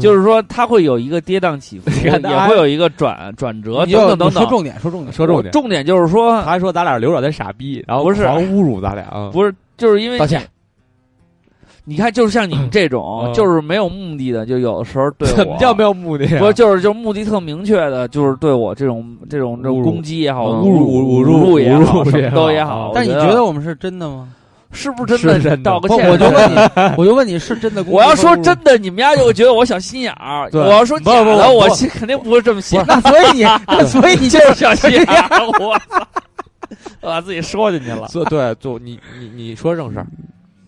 Speaker 2: 就是说它会有一个跌宕起伏，
Speaker 3: 你
Speaker 2: 也
Speaker 3: 看他
Speaker 2: 会有一个转转折
Speaker 3: 你
Speaker 2: 等
Speaker 3: 就
Speaker 2: 等等
Speaker 3: 你说
Speaker 2: 等。
Speaker 3: 重
Speaker 1: 点，说重点
Speaker 3: 说重点
Speaker 2: 我重点就是说，
Speaker 3: 他说咱俩流转的傻逼，然后
Speaker 2: 不是
Speaker 3: 狂侮辱咱俩，嗯
Speaker 2: 不是，就是因为
Speaker 3: 道歉，
Speaker 2: 你看，就是像你们这种，
Speaker 3: 嗯
Speaker 2: 就是没有目的的，就有的时候对我
Speaker 3: 怎么叫没有目的呀啊
Speaker 2: 不是，就是就是目的特明确的，就是对我这种这种这种攻击也好，
Speaker 3: 嗯
Speaker 2: 侮辱
Speaker 3: 侮辱
Speaker 2: 辱也好，
Speaker 3: 侮辱
Speaker 2: 什
Speaker 3: 也
Speaker 2: 么
Speaker 3: 好啊
Speaker 2: 都也好。啊
Speaker 1: 但你
Speaker 2: 我
Speaker 1: 觉得我们是真的吗？
Speaker 2: 是不是真的是真的道个
Speaker 1: 不
Speaker 2: 歉
Speaker 1: 我就问你，我就问你是真的攻击
Speaker 2: 我
Speaker 1: 吗？
Speaker 2: 要说真的，你们家就觉得我小心眼 儿；
Speaker 1: 对
Speaker 2: 我要说假
Speaker 1: 不不
Speaker 2: 的，
Speaker 1: 不
Speaker 2: 我心肯定不是这么想。
Speaker 1: 那所以你那所以你
Speaker 2: 就
Speaker 1: 就是是
Speaker 2: 小心眼
Speaker 1: 这
Speaker 2: 儿，我 操，我把自己说进去了。
Speaker 3: 做对做你你你说正事儿，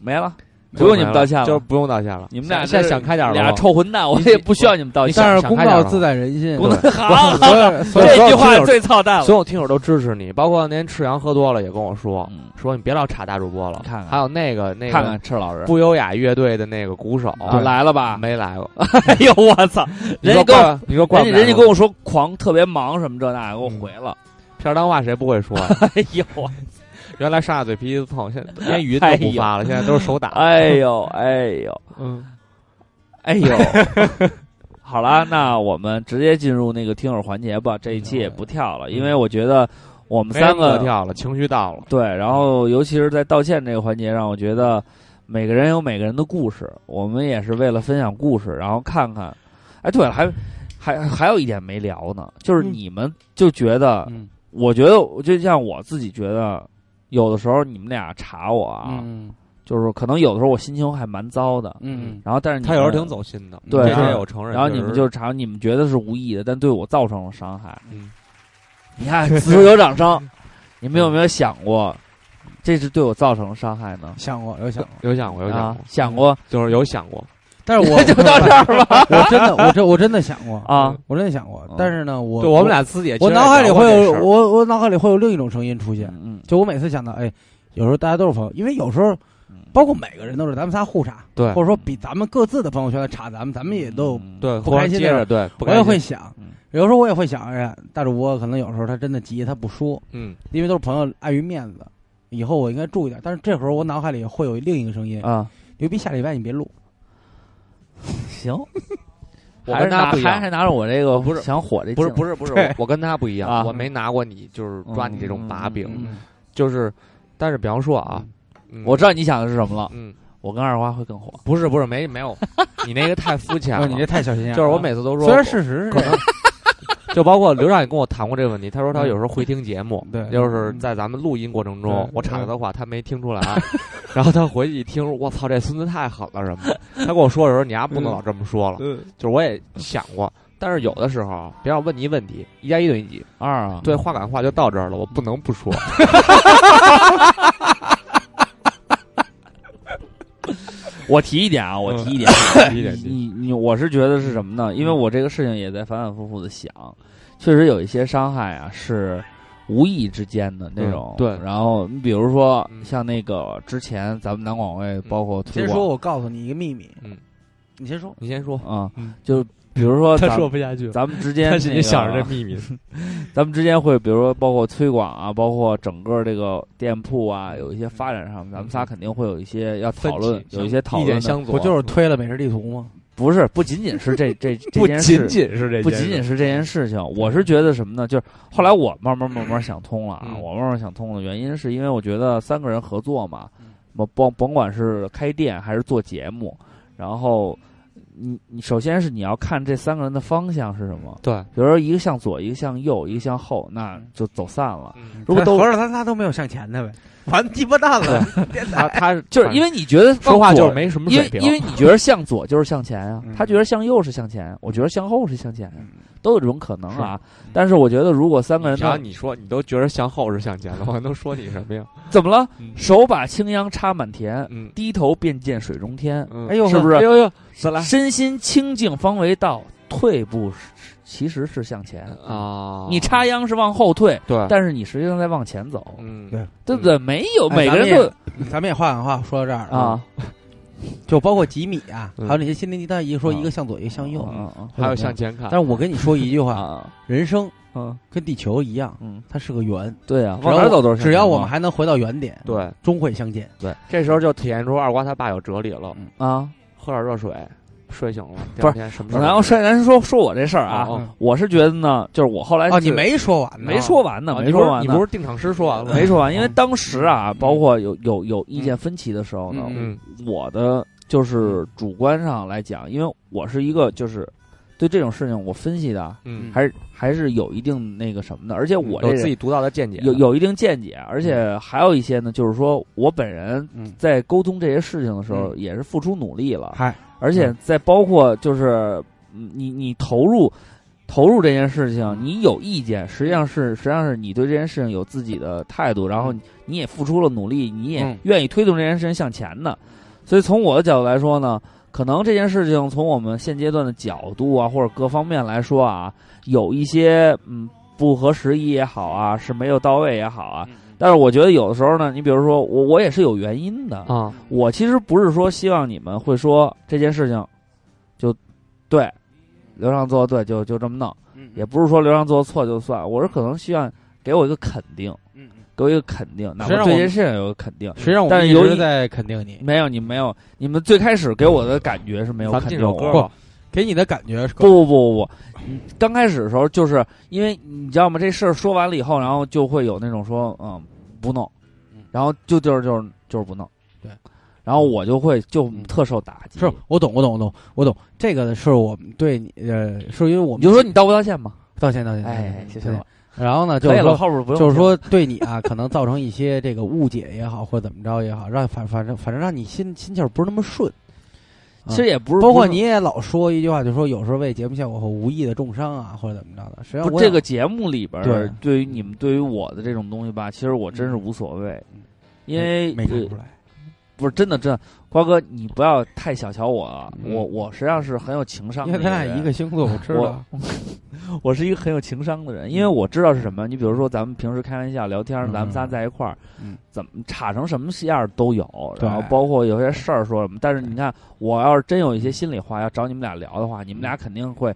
Speaker 2: 没了，
Speaker 3: 嗯就
Speaker 2: 不用你们道歉了，
Speaker 3: 就是不用道歉了。
Speaker 2: 你们俩
Speaker 3: 现
Speaker 2: 这
Speaker 3: 在想开点了吗，
Speaker 2: 俩臭混蛋，我也不需要你们道歉。
Speaker 3: 但是公道自
Speaker 1: 在人心
Speaker 2: 公道
Speaker 3: 对
Speaker 2: 好，
Speaker 3: 所有所有
Speaker 2: 这句话
Speaker 3: 所有听友
Speaker 2: 最操蛋了。
Speaker 3: 所有听友都支持你，包括那天赤阳喝多了也跟我说，说你别老插大主播了。
Speaker 2: 嗯看看
Speaker 3: 还有那个那个
Speaker 2: 看看赤老师
Speaker 3: 不优雅乐队的那个鼓手
Speaker 2: 啊来了 吧？
Speaker 3: 没来过。
Speaker 2: 哎呦我操！
Speaker 3: 你
Speaker 2: 人家
Speaker 3: 说
Speaker 2: 跟
Speaker 3: 怪
Speaker 2: 我
Speaker 3: 不，你说怪不
Speaker 2: 人
Speaker 3: 来
Speaker 2: 家人家
Speaker 3: 吗嗯
Speaker 2: 跟我说狂特别忙什么这那，给我回 了。
Speaker 3: 片儿当话谁不会 说呀？
Speaker 2: 哎呦我，
Speaker 3: 原来上下嘴皮子碰，现在连语音都不发了，现在都是手打。
Speaker 2: 哎呦哎呦，
Speaker 3: 嗯，
Speaker 2: 哎 呦，好了，那我们直接进入那个听友环节吧。这一期也不跳了，因为我觉得我们
Speaker 3: 嗯没什
Speaker 2: 三
Speaker 3: 么可
Speaker 2: 个
Speaker 3: 跳了，情绪到了。
Speaker 2: 对，然后尤其是在道歉这个环节，让我觉得每个人有每个人的故事，我们也是为了分享故事，然后看看。哎，对了，还还还有一点没聊呢，就是你们就觉
Speaker 1: 嗯
Speaker 2: 得，我觉得我就像我自己觉得，有的时候你们俩查我啊，就是可能有的时候我心情还蛮糟的，
Speaker 1: 嗯
Speaker 2: 然后但是你
Speaker 3: 他有时候
Speaker 2: 们
Speaker 3: 挺走心的嗯
Speaker 2: 对，
Speaker 3: 这事儿
Speaker 2: 然后
Speaker 3: 有承认
Speaker 2: 然后
Speaker 3: 确
Speaker 2: 你
Speaker 3: 实
Speaker 2: 们
Speaker 3: 是
Speaker 2: 就查，你们觉得是无意的，但对我造成了伤害，
Speaker 3: 嗯，
Speaker 2: 你看，此处有掌声。你们有
Speaker 3: 嗯
Speaker 2: 没有想过，这是对我造成了伤害呢？
Speaker 1: 想过，有想过，
Speaker 3: 有想过，有想
Speaker 2: 啊
Speaker 3: 过，，
Speaker 2: 想过，
Speaker 3: 就是有想过。
Speaker 1: 但是我
Speaker 2: 就到这儿吧
Speaker 1: 我真的，我真我真的想过
Speaker 2: 啊，
Speaker 1: 我真的想过
Speaker 2: 嗯。
Speaker 1: 但是呢，我
Speaker 3: 对我们俩自己也
Speaker 1: 我
Speaker 3: 其实也
Speaker 1: 脑海里
Speaker 3: 聊过
Speaker 1: 会
Speaker 3: 这
Speaker 1: 有
Speaker 3: 事儿
Speaker 1: 我我脑海里会有另一种声音出现
Speaker 2: 嗯嗯。
Speaker 1: 就我每次想到，哎，有时候大家都是朋友，因为有时候包括每个人都是咱们仨互查，
Speaker 3: 对
Speaker 1: 或者说比咱们各自的朋友圈来查咱们，咱们也都
Speaker 2: 嗯
Speaker 3: 对
Speaker 1: 不开心的事
Speaker 3: 或者接着
Speaker 1: 儿。
Speaker 3: 对不
Speaker 1: 我
Speaker 3: 开
Speaker 1: 也
Speaker 3: 心嗯
Speaker 1: 会想，有时候我也会想，哎呀，大主播可能有时候他真的急，他不说，
Speaker 3: 嗯，
Speaker 1: 因为都是朋友，碍于面子，以后我应该注意点。但是这会儿我脑海里会有另一个声音
Speaker 2: 啊，
Speaker 1: 牛逼，下礼拜你别录。
Speaker 2: 行，
Speaker 3: 我
Speaker 2: 还是
Speaker 3: 跟他
Speaker 2: 拿
Speaker 3: 不一样
Speaker 2: 还是拿着我这个
Speaker 3: 不是
Speaker 2: 想火 这
Speaker 3: 不是
Speaker 2: 劲儿
Speaker 3: 不是不是
Speaker 2: 对，
Speaker 3: 我跟他不一
Speaker 2: 啊
Speaker 3: 样，我没拿过你就是抓你这种把
Speaker 2: 嗯嗯
Speaker 3: 柄
Speaker 2: 嗯，
Speaker 3: 就是，但是比方说啊，嗯
Speaker 2: 我知道你想的是什么了。
Speaker 3: 嗯，
Speaker 2: 我跟二花会更火。
Speaker 3: 不是不是没没有，你那个太肤 浅
Speaker 1: 不
Speaker 3: 了，
Speaker 1: 是你这太小心眼儿
Speaker 3: 就是我
Speaker 1: 了啊
Speaker 3: 每次都说，
Speaker 1: 虽然事实是
Speaker 3: 可
Speaker 1: 这
Speaker 3: 能
Speaker 1: 样。
Speaker 3: 就包括刘畅也跟我谈过这个问题，他说他有时候回听节目，
Speaker 2: 哎
Speaker 1: 对
Speaker 3: 就是
Speaker 2: 嗯
Speaker 3: 在咱们录音过程中
Speaker 1: 对，
Speaker 3: 我插
Speaker 1: 对
Speaker 3: 他的话，他没听出来，啊然后他回去一听，我操，这孙子太狠了什么的。他跟我说的时候，你丫不能老这么说了，
Speaker 1: 嗯
Speaker 3: 就是我也想过，但是有的时候，别让我问你一问题，一加一等于几？
Speaker 2: 二啊？
Speaker 3: 对，话赶话就到这儿了，我不能不 说。
Speaker 2: 我提一点啊，
Speaker 3: 嗯
Speaker 2: 我提一点，
Speaker 3: 提一点提
Speaker 2: 你你，我是觉得是什么呢？因为我这个事情也在反反复复的想，确实有一些伤害啊是无意之间的那种。
Speaker 3: 嗯对嗯
Speaker 2: 然后你比如说像那个之前咱们南广卫包括推
Speaker 1: 先
Speaker 2: 广
Speaker 1: 说，我告诉你一个秘密。
Speaker 3: 嗯，
Speaker 1: 你先说。
Speaker 3: 你先说
Speaker 2: 啊
Speaker 3: 嗯，
Speaker 2: 就比如说
Speaker 3: 他
Speaker 2: 咱
Speaker 3: 说不下去了
Speaker 2: 咱们之间
Speaker 3: 但是
Speaker 2: 那
Speaker 3: 你想着
Speaker 2: 个
Speaker 3: 这秘 密，
Speaker 2: 咱们之间会比如说包括推广啊，包括整个这个店铺啊，有一些发展上，咱们仨肯定会有一些要讨
Speaker 3: 嗯
Speaker 2: 论
Speaker 3: 分，歧
Speaker 2: 有一些讨论的
Speaker 3: 意见相左
Speaker 1: 不就是推了美食地图吗？
Speaker 2: 不是，不仅仅 是这这这
Speaker 3: 不
Speaker 2: 件事，
Speaker 3: 仅仅是这件事
Speaker 2: 不仅仅是这件事情。我是觉得什么呢？就是后来我慢慢慢慢想通了啊，
Speaker 3: 嗯
Speaker 2: 我慢慢想通了，原因是因为我觉得三个人合作嘛，
Speaker 3: 嗯
Speaker 2: 甭甭甭管是开店还是做节目，然后你你首先是你要看这三个人的方向是什么。
Speaker 3: 对，嗯
Speaker 2: 比如说一个向左，一个向右，一个向后，那就走散了。如果
Speaker 1: 他
Speaker 2: 都
Speaker 1: 合着他仨都没有向前的呗， 完鸡巴蛋了。
Speaker 3: 他他
Speaker 2: 就是因为你觉得
Speaker 3: 说
Speaker 2: 往
Speaker 3: 话
Speaker 2: 左
Speaker 3: 就是没什么水平
Speaker 2: 因为因为你觉得向左就是向前啊，他觉得向右是向前，我觉得向后是向前，都有这种可能啊。但是我觉得如果三个人
Speaker 3: 只要
Speaker 2: 呢，
Speaker 3: 你说你都觉得向后是向前的，我能说你什么呀？
Speaker 2: 怎么了？手把青秧插满田，低头便见水中天。
Speaker 3: 嗯
Speaker 1: 哎呦
Speaker 2: 是不是？
Speaker 1: 哎呦呦
Speaker 3: 再来
Speaker 2: 身心清静方为道，退步是其实是向前
Speaker 3: 啊
Speaker 2: 嗯你插秧是往后退，
Speaker 3: 对
Speaker 2: 但是你实际上在往前走，
Speaker 3: 啊嗯，
Speaker 1: 对，
Speaker 2: 对不对？没有
Speaker 1: 哎
Speaker 2: 每个人
Speaker 1: 咱们
Speaker 2: 都
Speaker 1: 也嗯咱们也话赶话说到这儿了
Speaker 2: 啊，
Speaker 1: 就包括吉米啊，
Speaker 2: 嗯
Speaker 1: 还有那些心灵鸡汤，一个说
Speaker 3: 啊
Speaker 1: 一个向左，一个向右
Speaker 2: 嗯嗯，
Speaker 1: 对吧
Speaker 3: 还有向前看
Speaker 1: 但是我跟你说一句
Speaker 3: 啊
Speaker 1: 话，人生
Speaker 2: 嗯
Speaker 1: 跟地球一样，
Speaker 2: 嗯，
Speaker 1: 它是个圆。
Speaker 2: 对啊
Speaker 1: 只要
Speaker 2: 往哪儿
Speaker 1: 我
Speaker 2: 走都是向
Speaker 1: 只要
Speaker 2: 前
Speaker 1: 我
Speaker 2: 嘛
Speaker 1: 们还能回到原点，
Speaker 2: 嗯
Speaker 3: 对，
Speaker 1: 终会相见。
Speaker 3: 对，这时候就体现出二瓜他爸有哲理了
Speaker 2: 啊！
Speaker 3: 喝点热水，睡醒了，第
Speaker 2: 不
Speaker 3: 二
Speaker 2: 是
Speaker 3: 天什么事儿都没有？
Speaker 2: 然后说咱说说我这事儿啊
Speaker 3: 哦哦，
Speaker 2: 我是觉得呢，就是我后来
Speaker 1: 哦
Speaker 2: 是
Speaker 1: 你没说完呢
Speaker 2: 没说完呢，
Speaker 3: 啊
Speaker 2: 没
Speaker 3: 你不
Speaker 2: 说
Speaker 3: 是
Speaker 2: 完呢，
Speaker 3: 你不是定哦场诗说完了吗
Speaker 2: 没说完，因为当时啊，包括有有有意见分歧的时候呢
Speaker 3: 嗯，
Speaker 2: 我的就是主观上来讲，因为我是一个就是对这种事情我分析的，啊
Speaker 3: 嗯
Speaker 2: 还是还是有一定那个什么的，而且我这
Speaker 3: 有
Speaker 2: 人
Speaker 3: 自己独到的嗯见解，
Speaker 2: 有有一定见解，而且还有一些呢，就是说我本人
Speaker 3: 嗯
Speaker 2: 在沟通这些事情的时候，也是付出努力了，
Speaker 1: 嗨，
Speaker 2: 而且
Speaker 3: 嗯
Speaker 2: 在包括就是嗯你你投入投入这件事
Speaker 3: 嗯
Speaker 2: 情，你有意见，实际上是实际上是你对这件事情有自己的态度，然后你也付出了努力，你也
Speaker 1: 嗯
Speaker 2: 愿意推动这件事情向前的，所以从我的角度来说呢。可能这件事情从我们现阶段的角度啊，或者各方面来说啊，有一些嗯不合时宜也好啊，是没有到位也好啊。但是我觉得有的时候呢，你比如说我，我也是有原因的
Speaker 3: 啊。
Speaker 2: 我其实不是说希望你们会说这件事情就对，刘畅做的对就就这么弄，也不是说刘畅做的错就算。我是可能希望给我一个肯定，给我一个肯定，哪
Speaker 1: 实际
Speaker 2: 怕
Speaker 1: 上我
Speaker 2: 对这
Speaker 1: 们
Speaker 2: 件事情有个肯定。
Speaker 1: 实际上我们
Speaker 2: 但是
Speaker 1: 一嗯
Speaker 2: 由
Speaker 1: 直
Speaker 2: 于
Speaker 1: 在肯定你，
Speaker 2: 没有你没有，你们最开始给我的感觉是没有
Speaker 1: 咱
Speaker 2: 肯
Speaker 1: 们
Speaker 2: 定
Speaker 1: 进首
Speaker 2: 我
Speaker 1: 歌
Speaker 2: 的
Speaker 1: 吧给你的感觉是
Speaker 2: 不不不不不，嗯刚开始的时候就是因为你知道吗？这事儿说完了以后，然后就会有那种说嗯不弄，然后就就是就是就是不弄，
Speaker 1: 对，
Speaker 2: 然后我就会就特受打击。
Speaker 1: 是我懂，我懂，我懂，我懂。这个是我们对你，呃，是因为我们
Speaker 2: 你就说你道不道歉吧，
Speaker 1: 道歉，道歉，
Speaker 2: 哎
Speaker 1: 道歉
Speaker 2: 谢谢
Speaker 1: 对
Speaker 2: 了
Speaker 1: 然后呢，
Speaker 2: 可
Speaker 1: 就
Speaker 2: 以
Speaker 1: 是说，
Speaker 2: 了后边不用
Speaker 1: 就是
Speaker 2: 谢
Speaker 1: 说对你啊， 可能造成一些这个误解也好，或者怎么着也好，让反反正反正让你心心气儿不是那么顺。啊
Speaker 2: 其实也不是
Speaker 1: 包括
Speaker 2: 不是
Speaker 1: 你也老说一句话，就说有时候为节目效果和无意的重伤啊，或者怎么着的。实际上
Speaker 2: 不
Speaker 1: 我
Speaker 2: 这
Speaker 1: 想
Speaker 2: 个节目里边儿
Speaker 1: 对
Speaker 2: 对于嗯你们对于我的这种东西吧，其实我真是无所谓，因为
Speaker 1: 没看
Speaker 2: 呃
Speaker 1: 出来
Speaker 2: 不是真的，真的，瓜哥，你不要太小瞧我啊，
Speaker 1: 嗯
Speaker 2: 我我实际上是很有情商的
Speaker 1: 因为
Speaker 2: 人，
Speaker 1: 咱俩一个星座我知道
Speaker 2: 我我是一个很有情商的人，因为我知道是什么。你比如说，咱们平时开玩笑聊天，
Speaker 1: 嗯
Speaker 2: 咱们仨在一块儿，
Speaker 1: 嗯
Speaker 2: 怎么岔成什么样都有，
Speaker 1: 对
Speaker 2: 然后包括有些事儿说什么。但是你看，我要是真有一些心里话要找你们俩聊的话，你们俩肯定会。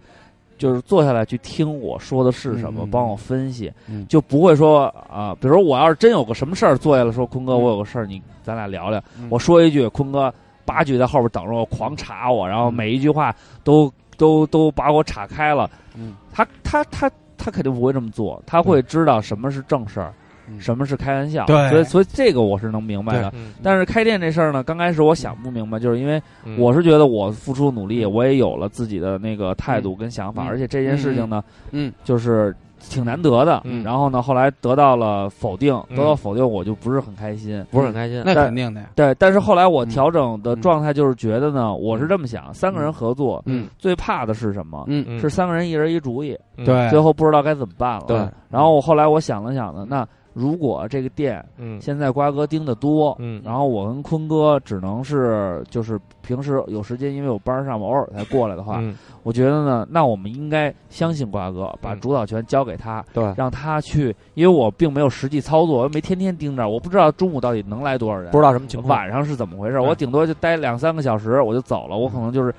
Speaker 2: 就是坐下来去听我说的是什么，帮我分析，
Speaker 1: 嗯
Speaker 2: 就不会说啊、比如说我要是真有个什么事儿坐下来说，坤哥，我有个事儿，你咱俩聊聊。
Speaker 1: 嗯
Speaker 2: 我说一句，坤哥八句在后边等着我，狂查我，
Speaker 1: 嗯
Speaker 2: 然后每一句话都都都把我岔开了。
Speaker 1: 嗯，
Speaker 2: 他他他他肯定不会这么做，他会知道什么是正事儿，
Speaker 1: 嗯
Speaker 2: 什么是开玩笑。
Speaker 1: 对
Speaker 2: 所以所以这个我是能明白的
Speaker 1: 对嗯。
Speaker 2: 但是开店这事儿呢，刚开始我想不明白，就是因为
Speaker 1: 嗯
Speaker 2: 我是觉得我付出努力，我也有了自己的那个态度跟想法，
Speaker 1: 嗯
Speaker 2: 而且这件事情呢，
Speaker 1: 嗯，
Speaker 2: 就是挺难得的。
Speaker 1: 嗯
Speaker 2: 然后呢，后来得到了否定，
Speaker 1: 嗯
Speaker 2: 得到否定，我就不是很开心，
Speaker 3: 不是很开心
Speaker 1: 那
Speaker 2: 但
Speaker 1: 肯定的呀
Speaker 2: 对，但是后来
Speaker 1: 嗯
Speaker 2: 我调整的状态就是觉得呢，我是这么想，三个人合作，
Speaker 1: 嗯，
Speaker 2: 最怕的是什么？
Speaker 1: 嗯
Speaker 2: 是三个人一人一主意，
Speaker 1: 嗯对
Speaker 3: 哎
Speaker 2: 最后不知道该怎么办了。
Speaker 1: 对
Speaker 2: 然后我后来我想了想呢，那如果这个店，
Speaker 3: 嗯
Speaker 2: 现在瓜哥盯的多，
Speaker 3: 嗯
Speaker 2: 然后我跟坤哥只能是就是平时有时间，因为我班上我偶尔才过来的话，
Speaker 3: 嗯
Speaker 2: 我觉得呢，那我们应该相信瓜哥，把主导权交给他，
Speaker 3: 对
Speaker 2: 让他去，因为我并没有实际操作，我又没天天盯着，我不知道中午到底能来多少人，
Speaker 3: 不嗯知道什么情况
Speaker 2: 晚上是怎么回事，我顶多就待两三个小时我就走了，我
Speaker 3: 嗯
Speaker 2: 可能就是，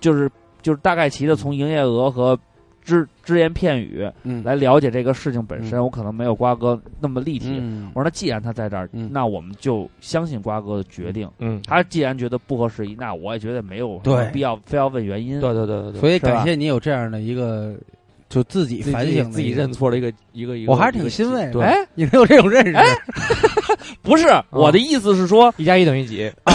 Speaker 2: 就是就是大概齐的从营业额和。只只言片语
Speaker 1: 嗯
Speaker 2: 来了解这个事情本身，
Speaker 3: 嗯
Speaker 2: 我可能没有瓜哥那么立体。
Speaker 1: 嗯
Speaker 2: 我说，那既然他在这儿，那我们就相信瓜哥的决定。
Speaker 3: 嗯
Speaker 2: 他既然觉得不合时宜，那我也觉得没有什么
Speaker 1: 对
Speaker 2: 必要非要问原因。
Speaker 3: 对对对对对
Speaker 1: 所以
Speaker 2: 是吧
Speaker 1: 感谢你有这样的一个，就自己
Speaker 3: 自己
Speaker 1: 反省的一个、
Speaker 3: 自己认错的一个一个一个
Speaker 1: 我还是挺
Speaker 3: 一个
Speaker 1: 欣慰的。
Speaker 3: 对嗯
Speaker 1: 哎，你能有这种认识？
Speaker 2: 不是我的意思是说，
Speaker 3: 一加一等于几啊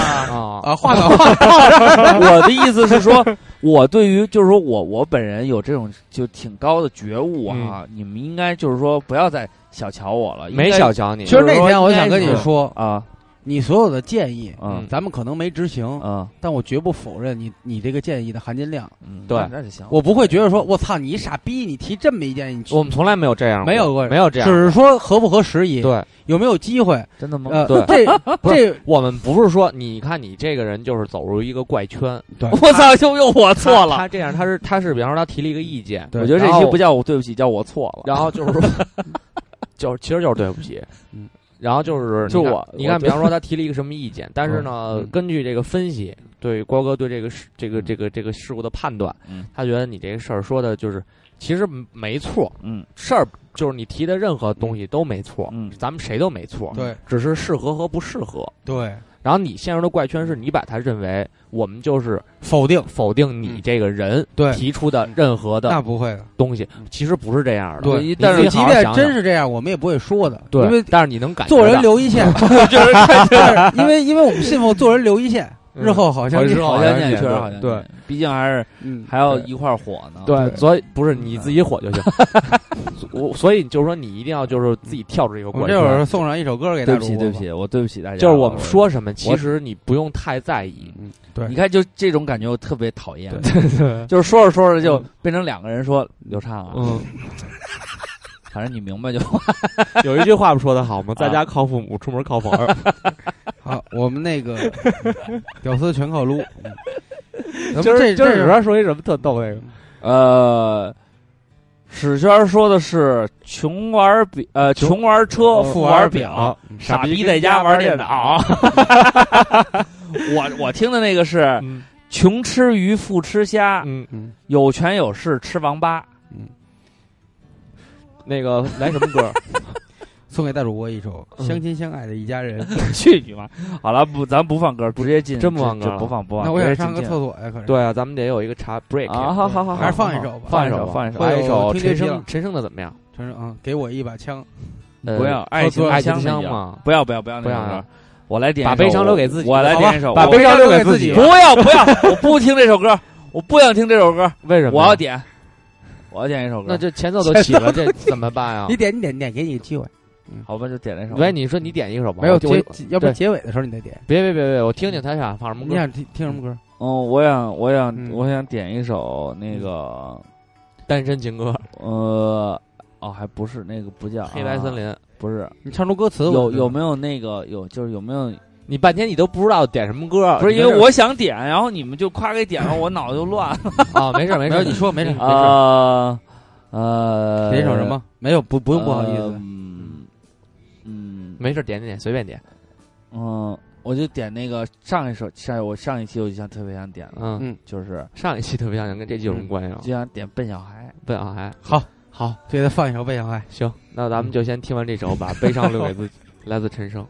Speaker 1: 啊话痨话痨
Speaker 2: 我的意思是说，我对于就是说我我本人有这种就挺高的觉悟啊，
Speaker 3: 嗯
Speaker 2: 你们应该就是说不要再小瞧我了，
Speaker 1: 没
Speaker 2: 应该
Speaker 1: 小瞧你
Speaker 2: 就是
Speaker 1: 其
Speaker 2: 说
Speaker 1: 实那天我想
Speaker 2: 应该是
Speaker 1: 跟你说
Speaker 2: 啊，
Speaker 1: 你所有的建议，
Speaker 2: 嗯
Speaker 1: 咱们可能没执行，
Speaker 2: 嗯，
Speaker 1: 但我绝不否认你你这个建议的含金量，
Speaker 2: 嗯
Speaker 3: 对
Speaker 2: 那就行
Speaker 1: 我不会觉得说我操你傻逼，你提这么一建议，
Speaker 3: 我们从来没有这样过，
Speaker 1: 没有过，
Speaker 3: 没有这样
Speaker 1: 只
Speaker 3: 过，
Speaker 1: 是说合不合时宜，
Speaker 3: 对，
Speaker 1: 有没有机会，
Speaker 2: 真的吗
Speaker 1: 呃，
Speaker 3: 对，
Speaker 1: 这
Speaker 3: 不是
Speaker 1: 这
Speaker 3: 我们不是说，你看你这个人就是走入一个怪圈。
Speaker 1: 对
Speaker 2: 我操，又又我错了
Speaker 3: 他这样，他是他是，比方说他提了一个意见，
Speaker 2: 我觉得这
Speaker 3: 然后
Speaker 2: 期不叫我对不起，叫我错了。
Speaker 3: 然后就是说，就是其实就是对不起，
Speaker 1: 嗯，
Speaker 3: 然后就是你
Speaker 2: 就
Speaker 3: 看
Speaker 2: 我
Speaker 3: 你
Speaker 2: 我
Speaker 3: 看，
Speaker 2: 就
Speaker 3: 比方说他提了一个什么意见，但是呢
Speaker 2: 嗯，
Speaker 3: 根据这个分析，对瓜哥对这个事这个这个这个事物的判断
Speaker 2: 嗯，
Speaker 3: 他觉得你这个事儿说的就是其实没错，
Speaker 2: 嗯，
Speaker 3: 事儿就是你提的任何东西都没错，
Speaker 2: 嗯，
Speaker 3: 咱们谁都没错，
Speaker 1: 对，
Speaker 3: 只是适合和不适合，
Speaker 1: 对。
Speaker 3: 然后你陷入的怪圈是你把他认为我们就是
Speaker 1: 否定
Speaker 3: 否定你这个人
Speaker 1: 对
Speaker 3: 提出的任何的
Speaker 1: 那不会的
Speaker 3: 东西，其实不是这样的。
Speaker 1: 对
Speaker 3: 你，
Speaker 1: 但
Speaker 3: 自
Speaker 1: 是即
Speaker 3: 己好好
Speaker 1: 便
Speaker 3: 想想
Speaker 1: 真是这样，我们也不会说的，
Speaker 3: 对，
Speaker 1: 因为
Speaker 3: 但是你能感觉
Speaker 1: 做人
Speaker 3: 到
Speaker 1: 留一线
Speaker 3: ，就是 嗯
Speaker 1: 但是因为因为我们信奉做人留一线，日后好像嗯
Speaker 3: 日后
Speaker 2: 好
Speaker 3: 像
Speaker 2: 像确实好像
Speaker 3: 对，
Speaker 2: 毕竟还是
Speaker 3: 嗯
Speaker 2: 还要一块儿火呢。
Speaker 3: 对，所以不是你自己火就行。 我所以就是说，你一定要就是自己跳出这个
Speaker 1: 我
Speaker 3: 过
Speaker 1: 这
Speaker 3: 程。
Speaker 1: 会儿送上一首歌给大家。
Speaker 2: 对不起，对不起，我对不起大家。啊
Speaker 3: 就是我们说什么，
Speaker 2: 我嗯
Speaker 3: 其实你不用太在意。
Speaker 1: 对
Speaker 2: 你看，就这种感觉我特别讨厌，
Speaker 3: 对
Speaker 2: 就是说着说着就变成两个人说刘畅啊，
Speaker 3: 嗯，
Speaker 2: 反正你明白就好。
Speaker 3: 有一句话不说的好吗？在家靠父母，出门靠朋 友。
Speaker 1: 好，我们那 个屌丝全靠撸。咱们
Speaker 3: 就是
Speaker 1: 这
Speaker 3: 就是
Speaker 1: 这
Speaker 3: 有人说一什么特逗那个，
Speaker 2: 呃，史轩说的是穷玩表，呃，穷玩车，富玩表，
Speaker 3: 嗯
Speaker 2: 傻逼在家玩电脑。 我我听的那个是穷吃鱼，富吃虾，
Speaker 3: 嗯，
Speaker 2: 有权有势吃王八。
Speaker 3: 那个来什么歌？
Speaker 1: 送给大主播一首《
Speaker 2: 嗯
Speaker 1: 相亲相爱的一家人》。
Speaker 2: 去你妈！好了，不，咱不放歌，直接进，
Speaker 3: 真不放歌
Speaker 2: 就
Speaker 3: 了
Speaker 2: 不放不放。
Speaker 1: 那我想
Speaker 2: 直接
Speaker 1: 上个
Speaker 2: 进
Speaker 1: 厕所呀，可是。
Speaker 3: 对啊，咱们得有一个茶 break
Speaker 2: 啊好好好
Speaker 1: 还是放一首吧
Speaker 3: 放一
Speaker 2: 放一首
Speaker 3: 首，
Speaker 2: 放一首
Speaker 3: 来一
Speaker 1: 哎呦
Speaker 3: 首
Speaker 1: 听这
Speaker 3: 陈
Speaker 1: 批
Speaker 3: 升
Speaker 1: 了，
Speaker 3: 陈升的怎么样？
Speaker 1: 陈生啊，给我一把枪。
Speaker 3: 呃
Speaker 2: 不要爱情
Speaker 3: 喝多了爱
Speaker 2: 的
Speaker 3: 情香
Speaker 2: 药
Speaker 3: 嘛
Speaker 2: 不要不要不要那
Speaker 3: 不要
Speaker 2: 首
Speaker 3: 啊
Speaker 2: 歌，我来点一
Speaker 3: 把
Speaker 2: 首
Speaker 3: 悲伤
Speaker 2: 我
Speaker 3: 留给自己
Speaker 2: 我来
Speaker 3: 好
Speaker 2: 点
Speaker 3: 吧
Speaker 2: 一首，
Speaker 3: 把
Speaker 2: 我
Speaker 3: 悲伤留给自己
Speaker 2: 不要不 要，我不听这首歌，我不想听这首歌，
Speaker 3: 为什么呀
Speaker 2: 我要点，我要点一首歌。
Speaker 3: 那这前奏都起 了，这怎么办啊？
Speaker 1: 你点你点你点，给你个机会。
Speaker 2: 好吧，就点那首。
Speaker 3: 喂，你说你点一首吧，
Speaker 1: 没有
Speaker 3: 我就
Speaker 1: 结
Speaker 3: 我，
Speaker 1: 要不
Speaker 3: 对
Speaker 1: 结尾的时候你再点。
Speaker 3: 别别别别，我听听他想放什么
Speaker 1: 你
Speaker 3: 歌。
Speaker 1: 想听听什么歌？
Speaker 2: 嗯，我想我
Speaker 3: 嗯
Speaker 2: 想我想点一首那个
Speaker 3: 单身情歌，
Speaker 2: 呃，哦，还不是那个不叫
Speaker 3: 黑白森林
Speaker 2: 啊不是
Speaker 1: 你唱出歌词
Speaker 2: 有
Speaker 1: 我
Speaker 2: 有没有那个有就是有没有？
Speaker 3: 你半天你都不知道点什么歌，
Speaker 2: 不是
Speaker 3: 你
Speaker 2: 因
Speaker 3: 就
Speaker 2: 为我想点，然后你们就夸给点了，我脑子 就乱了。
Speaker 3: 啊，没事没
Speaker 1: 没有
Speaker 3: 事，
Speaker 1: 你说没事没事
Speaker 3: 啊
Speaker 2: 呃 呃，
Speaker 1: 点一首什么？没有，不不用不好意思。
Speaker 2: 嗯嗯，
Speaker 3: 没事，点点点，随便点。
Speaker 2: 嗯，我就点那个上一首，上我上一期我就想特别想点了，
Speaker 3: 嗯
Speaker 1: 嗯，
Speaker 2: 就是
Speaker 3: 上一期特别想跟这期有什么关系啊
Speaker 2: 就？想点笨小孩。
Speaker 3: 笨小孩，
Speaker 1: 好，
Speaker 3: 好，
Speaker 1: 给他放一首《哎被小孩
Speaker 3: 行，那咱们就先听完这首，把悲伤留给自己，来自陈升，》。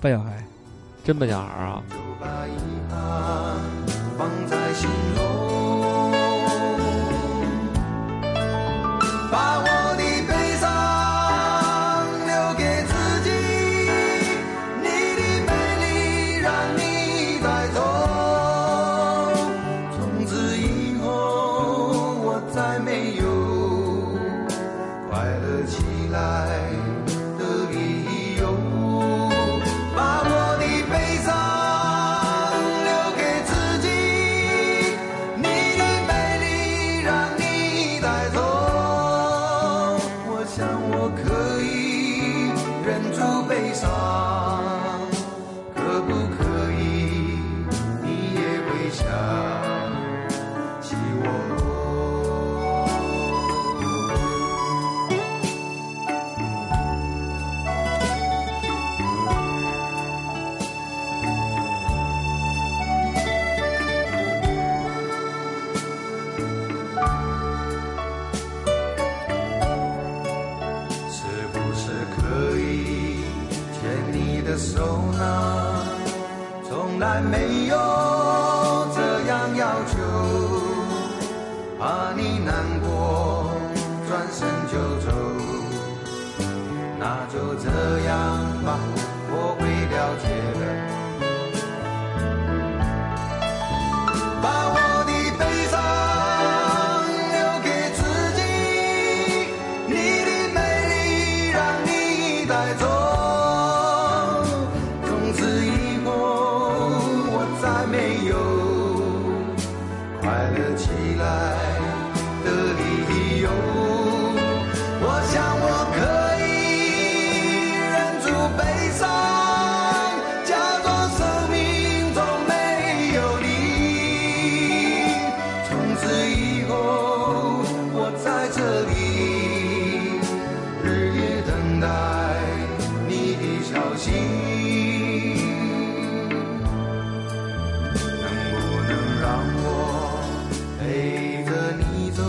Speaker 1: 被小孩，
Speaker 3: 真笨小孩啊！
Speaker 6: 放在心中，把我的悲伤留给自己，你的美丽让你带走。从此以后，我再没有快乐起来的理由，把我的悲伤留给自己，你的美丽让你带走。我想我可以忍住悲伤，可不可以你也会想起我？是不是可以牵你的手呢？从来没有这样要求，怕你难过，转身就走。那就这样吧，我会了解的。把我的悲伤留给自己。你的美丽让你带走，从此以后我再没有快乐起来的理由。我想我可以忍住悲伤，假装生命中没有你。从此以后，我在这里，日夜等待你的消息。能不能让我陪着你走，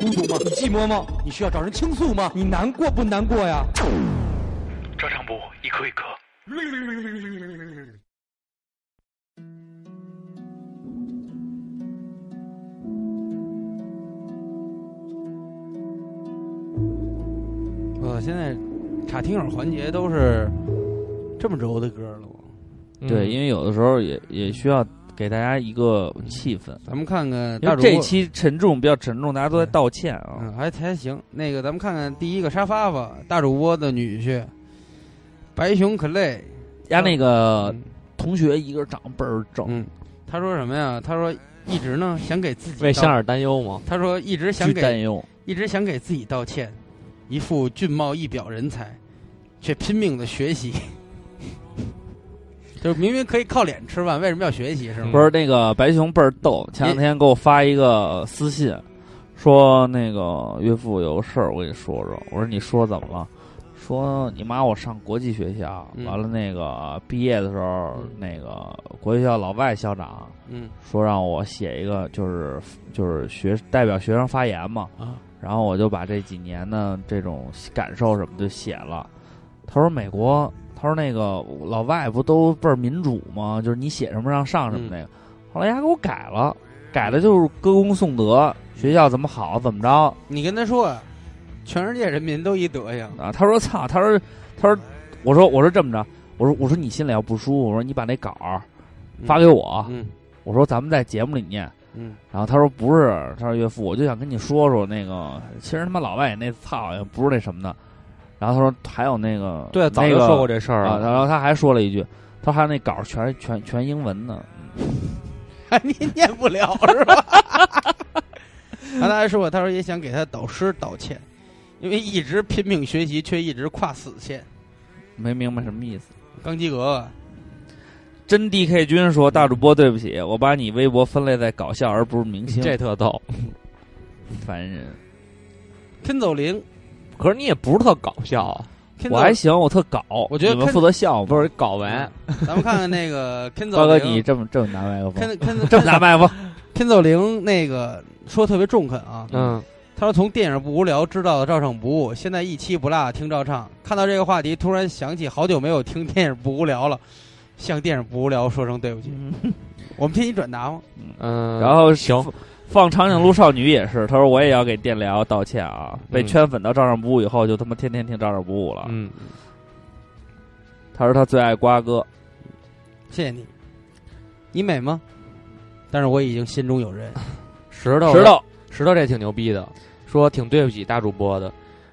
Speaker 13: 孤独吗？你寂寞吗？你需要找人倾诉吗？你难过不难过呀？
Speaker 10: 照常不误，一颗一 颗。
Speaker 1: 我现在查听友环节都是这么轴的歌了，我
Speaker 3: 嗯
Speaker 2: 对，因为有的时候也也需要给大家一个
Speaker 3: 嗯
Speaker 2: 气氛。
Speaker 1: 咱们看看
Speaker 2: 因
Speaker 1: 大
Speaker 2: 为
Speaker 1: 主
Speaker 2: 这
Speaker 1: 播
Speaker 2: 期沉重比较沉重，大家都在道歉啊。
Speaker 1: 嗯，还还行。那个，咱们看看第一个沙发吧，大主播的女婿，白熊 Clay，
Speaker 2: 家那个同学一个长得倍儿正，
Speaker 1: 嗯，他说什么呀？他说一直呢想给自己
Speaker 3: 为
Speaker 1: 道
Speaker 3: 香儿担忧吗？
Speaker 1: 他说一直想
Speaker 3: 巨
Speaker 1: 给
Speaker 3: 担忧
Speaker 1: 一直想给自己道歉，一副俊貌一表人才，却拼命的学习。 就是明明可以靠脸吃饭，为什么要学习？是吗？
Speaker 2: 不是那个白熊倍儿逗，前两天给我发一个私信，说那个岳父有个事儿，我跟你说说。我说你说怎么了？说你妈我上国际学校，
Speaker 1: 嗯
Speaker 2: 完了那个毕业的时候，那个国际学校老外校长，
Speaker 1: 嗯，
Speaker 2: 说让我写一个就是就是学代表学生发言嘛，
Speaker 1: 啊，
Speaker 2: 然后我就把这几年的这种感受什么就写了。他说美国，他说那个老外不都倍儿民主吗？就是你写什么让上什么那个。后来他给我改了，改的就是歌功颂德，学校怎么好怎么着
Speaker 1: 你跟他说啊，全世界人民都一德行，
Speaker 2: 啊。他说操，他说他说，我说我说这么着，我说我说你心里要不舒服，我说你把那稿儿发给我，
Speaker 1: 嗯
Speaker 2: 我说咱们在节目里念。
Speaker 1: 嗯，
Speaker 2: 然后他说不是，他说岳父，我就想跟你说说那个，其实他妈老外也那操也不是那什么的。然后他说还有那个，
Speaker 3: 对啊早
Speaker 2: 那
Speaker 3: 就
Speaker 2: 个
Speaker 3: 说过这事儿了
Speaker 2: 啊。然后他还说了一句，他说还有那稿儿全全全英文呢。啊
Speaker 1: 你念不了是吧？然后他还说，他说也想给他导师道歉，因为一直拼命学习，却一直跨死线。
Speaker 2: 没明白什么意思。
Speaker 1: 刚及格吧？
Speaker 2: 真 D K 君说：“大主播，对不起，我把你微博分类在搞笑而不是明星，
Speaker 3: 这特逗，
Speaker 2: 烦人。
Speaker 1: 天走灵，
Speaker 3: 可是你也不是特搞笑啊，
Speaker 1: 天
Speaker 2: 我
Speaker 1: 走
Speaker 2: 还行，我特搞。
Speaker 1: 我觉得
Speaker 2: 你们
Speaker 1: 看
Speaker 2: 负责笑，不是
Speaker 3: 搞完。
Speaker 1: 咱们看看那 个 Ken 走
Speaker 2: 高哥，
Speaker 1: 灵，
Speaker 2: 你这么这么拿麦克
Speaker 1: 看
Speaker 2: 风，
Speaker 1: 看
Speaker 2: 这么拿麦克风，
Speaker 1: 天走灵那个说特别中肯啊，
Speaker 3: 嗯，
Speaker 1: 他说从电影不无聊知道的照唱不误，现在一期不落听照唱。看到这个话题，突然想起好久没有听电影不无聊了，向电影不无聊说声对不起。我们替你转达吗？
Speaker 3: 嗯，
Speaker 2: 然后行，放长颈鹿少女也是，他说我也要给电疗道歉啊，被
Speaker 3: 嗯
Speaker 2: 圈粉到照上不误以后，就他妈天天听照上不误了。
Speaker 3: 嗯，
Speaker 2: 他说他最爱瓜哥，
Speaker 1: 谢谢你，你美吗？但是我已经心中有人。
Speaker 3: 石头，
Speaker 2: 石头，
Speaker 3: 石头，这挺牛逼的，说挺对不起大主播的，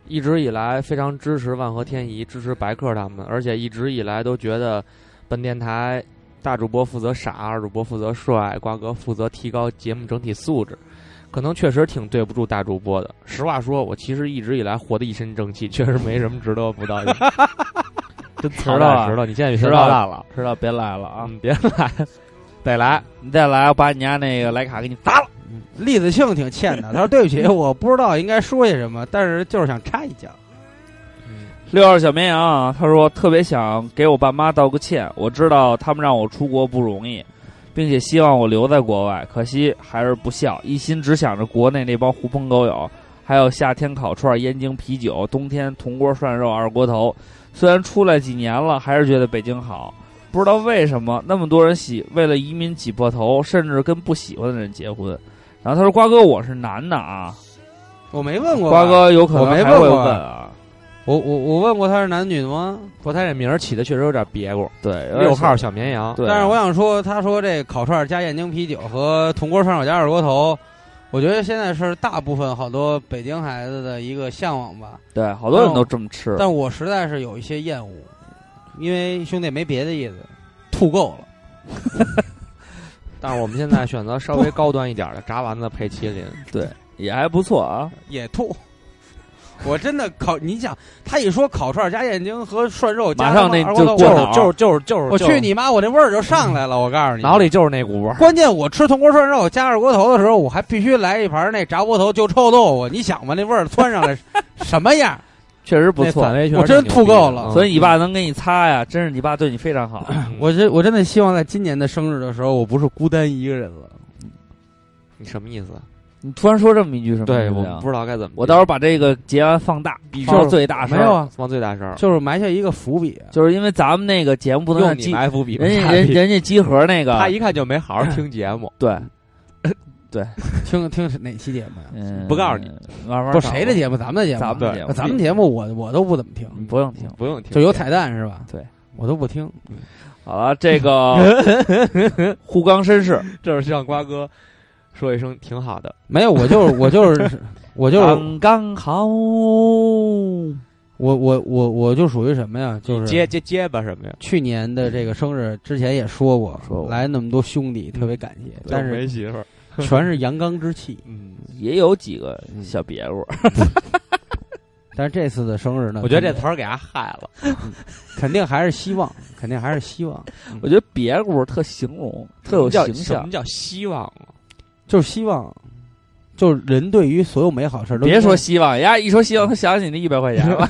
Speaker 3: 一直以来非常支持万和天宜，支持白客他们，而且一直以来都觉得本电台大主播负责傻，二主播负责帅，瓜哥负责提高节目整体素质。可能确实挺对不住大主播的。实话说，我其实一直以来活得一身正气，确实没什么值得不 道歉。真
Speaker 2: 石
Speaker 3: 迟
Speaker 2: 头
Speaker 3: 到
Speaker 2: 啊，
Speaker 3: 石头，你现在比
Speaker 2: 石
Speaker 3: 石
Speaker 2: 头
Speaker 3: 头大了，，
Speaker 2: 石头别来了啊，
Speaker 3: 嗯，别来，得来，
Speaker 2: 你 再来，我把你家那个徕卡给你砸了。
Speaker 1: 栗子庆挺欠的，他说对不 起，我不知道应该说些什么，但是就是想插一脚。
Speaker 2: 六二小绵羊啊，他说特别想给我爸妈道个歉，我知道他们让我出国不容易，并且希望我留在国外，可惜还是不孝，一心只想着国内那帮狐朋狗友，还有夏天烤串、燕京啤酒，冬天铜锅涮肉、二锅头。虽然出来几年了，还是觉得北京好，不知道为什么那么多人喜为了移民挤破头，甚至跟不喜欢的人结婚。然后他说：“瓜哥，我是男的啊，
Speaker 1: 我没问过吧，
Speaker 2: 瓜哥有可能
Speaker 1: 我没
Speaker 2: 还
Speaker 1: 问
Speaker 2: 会
Speaker 1: 过
Speaker 2: 问啊。
Speaker 1: 我我我问过他是男女的吗？
Speaker 3: 不过他这名儿起的确实有点别过。
Speaker 2: 对
Speaker 3: 六号小绵羊，
Speaker 2: 对
Speaker 1: 但是我想说，他说这烤串加燕京啤酒和铜锅涮肉加二锅头，我觉得现在是大部分好多北京孩子的一个向往吧。
Speaker 2: 对，好多人都这么吃。
Speaker 1: 但我实在是有一些厌恶，因为兄弟没别的意思，吐够了。
Speaker 3: 但是我们现在选择稍微高端一点的 炸丸子配麒麟，
Speaker 2: 对，也还不错啊。
Speaker 1: 也吐。 我真的烤，你想他一说烤串加燕京和涮肉加
Speaker 2: 马上那
Speaker 1: 二锅头
Speaker 2: 就
Speaker 1: 我
Speaker 2: 过脑
Speaker 3: 就是就是就是
Speaker 1: 啊我
Speaker 3: 就是
Speaker 1: 去你妈！我那味儿就上来了，我告诉你，
Speaker 3: 脑里就是那股味儿。
Speaker 1: 关键我吃铜锅涮肉加二锅头的时候，我还必须来一盘那炸窝头就臭豆腐。你想吧，那味儿窜上来什么样？
Speaker 2: 确实不
Speaker 1: 那
Speaker 2: 错，
Speaker 1: 反胃圈我真挺牛吐逼够的了嗯
Speaker 2: 所以你爸能给你擦呀，真是你爸对你非常好。
Speaker 1: 我真我真的希望在今年的生日的时候，我不是孤单一个人了。
Speaker 3: 你什么意思？
Speaker 2: 你突然说这么一句什么意思
Speaker 3: 对
Speaker 2: 呀？
Speaker 3: 我不知道该怎么
Speaker 2: 嗯啊我到时候把这个节完放大，
Speaker 3: 必须
Speaker 2: 放到最大声，
Speaker 3: 没有啊放最大声
Speaker 1: 就是埋下一个伏笔。
Speaker 2: 就是因为咱们那个节目不能
Speaker 3: 用
Speaker 2: 让
Speaker 3: 你
Speaker 2: 鸡
Speaker 3: 埋伏笔
Speaker 2: 人家
Speaker 3: 埋
Speaker 2: 人
Speaker 3: 伏笔
Speaker 2: 人家集合那个，。
Speaker 3: 他一看就没好好听节目
Speaker 2: 对，对，
Speaker 1: 听听是哪期节目呀？
Speaker 2: 嗯
Speaker 3: 不告诉你
Speaker 2: 慢慢
Speaker 1: 不是
Speaker 2: 找
Speaker 1: 谁的节目，咱们的节目，啊
Speaker 2: 咱们的节目
Speaker 1: 咱们节目我我都不怎么听，
Speaker 2: 不用听，
Speaker 3: 不用听
Speaker 1: 就有彩蛋是吧？
Speaker 2: 对，
Speaker 1: 我都不听。
Speaker 2: 好了，这个护冈绅士，
Speaker 3: 这是让瓜哥说一声挺好的。
Speaker 1: 没有，我就是我就是 我就是
Speaker 2: 刚刚好，我
Speaker 1: 我我我就属于什么呀？就是
Speaker 3: 结结结巴什么呀？
Speaker 1: 去年的这个生日之前也嗯说过，嗯来那么多兄弟，特别感谢，但
Speaker 3: 没
Speaker 1: 是
Speaker 3: 媳妇儿，
Speaker 1: 全是阳刚之气。
Speaker 3: 嗯，
Speaker 2: 也有几个小别物，
Speaker 1: 但是这次的生日呢，
Speaker 3: 我觉得这词儿给他害了。
Speaker 1: 肯定还是希望， 肯定还是希望。嗯
Speaker 2: 我觉得别物特形容，特有
Speaker 3: 叫
Speaker 2: 形
Speaker 3: 什
Speaker 2: 象
Speaker 3: 么。叫希望啊？
Speaker 1: 就是希望，就是人对于所有美好事儿都
Speaker 2: 别说希望呀，一说希望，他想起那一百块钱了。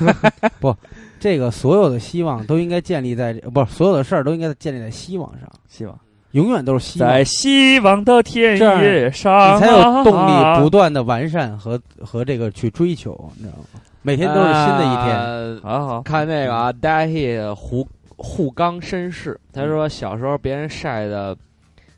Speaker 1: 不，这个所有的希望都应该建立在这不是所有的事儿都应该建立在希望上，
Speaker 2: 希望
Speaker 1: 永远都是希望，
Speaker 2: 在希望的田
Speaker 1: 这样
Speaker 2: 野上，啊
Speaker 1: 你才有动力不断的完善和和这个去追求，你知道吗？每天都是新的一天。
Speaker 3: 呃
Speaker 2: 好好
Speaker 3: 看那个啊 d a h i 胡护刚绅士，他说小时候别人晒的，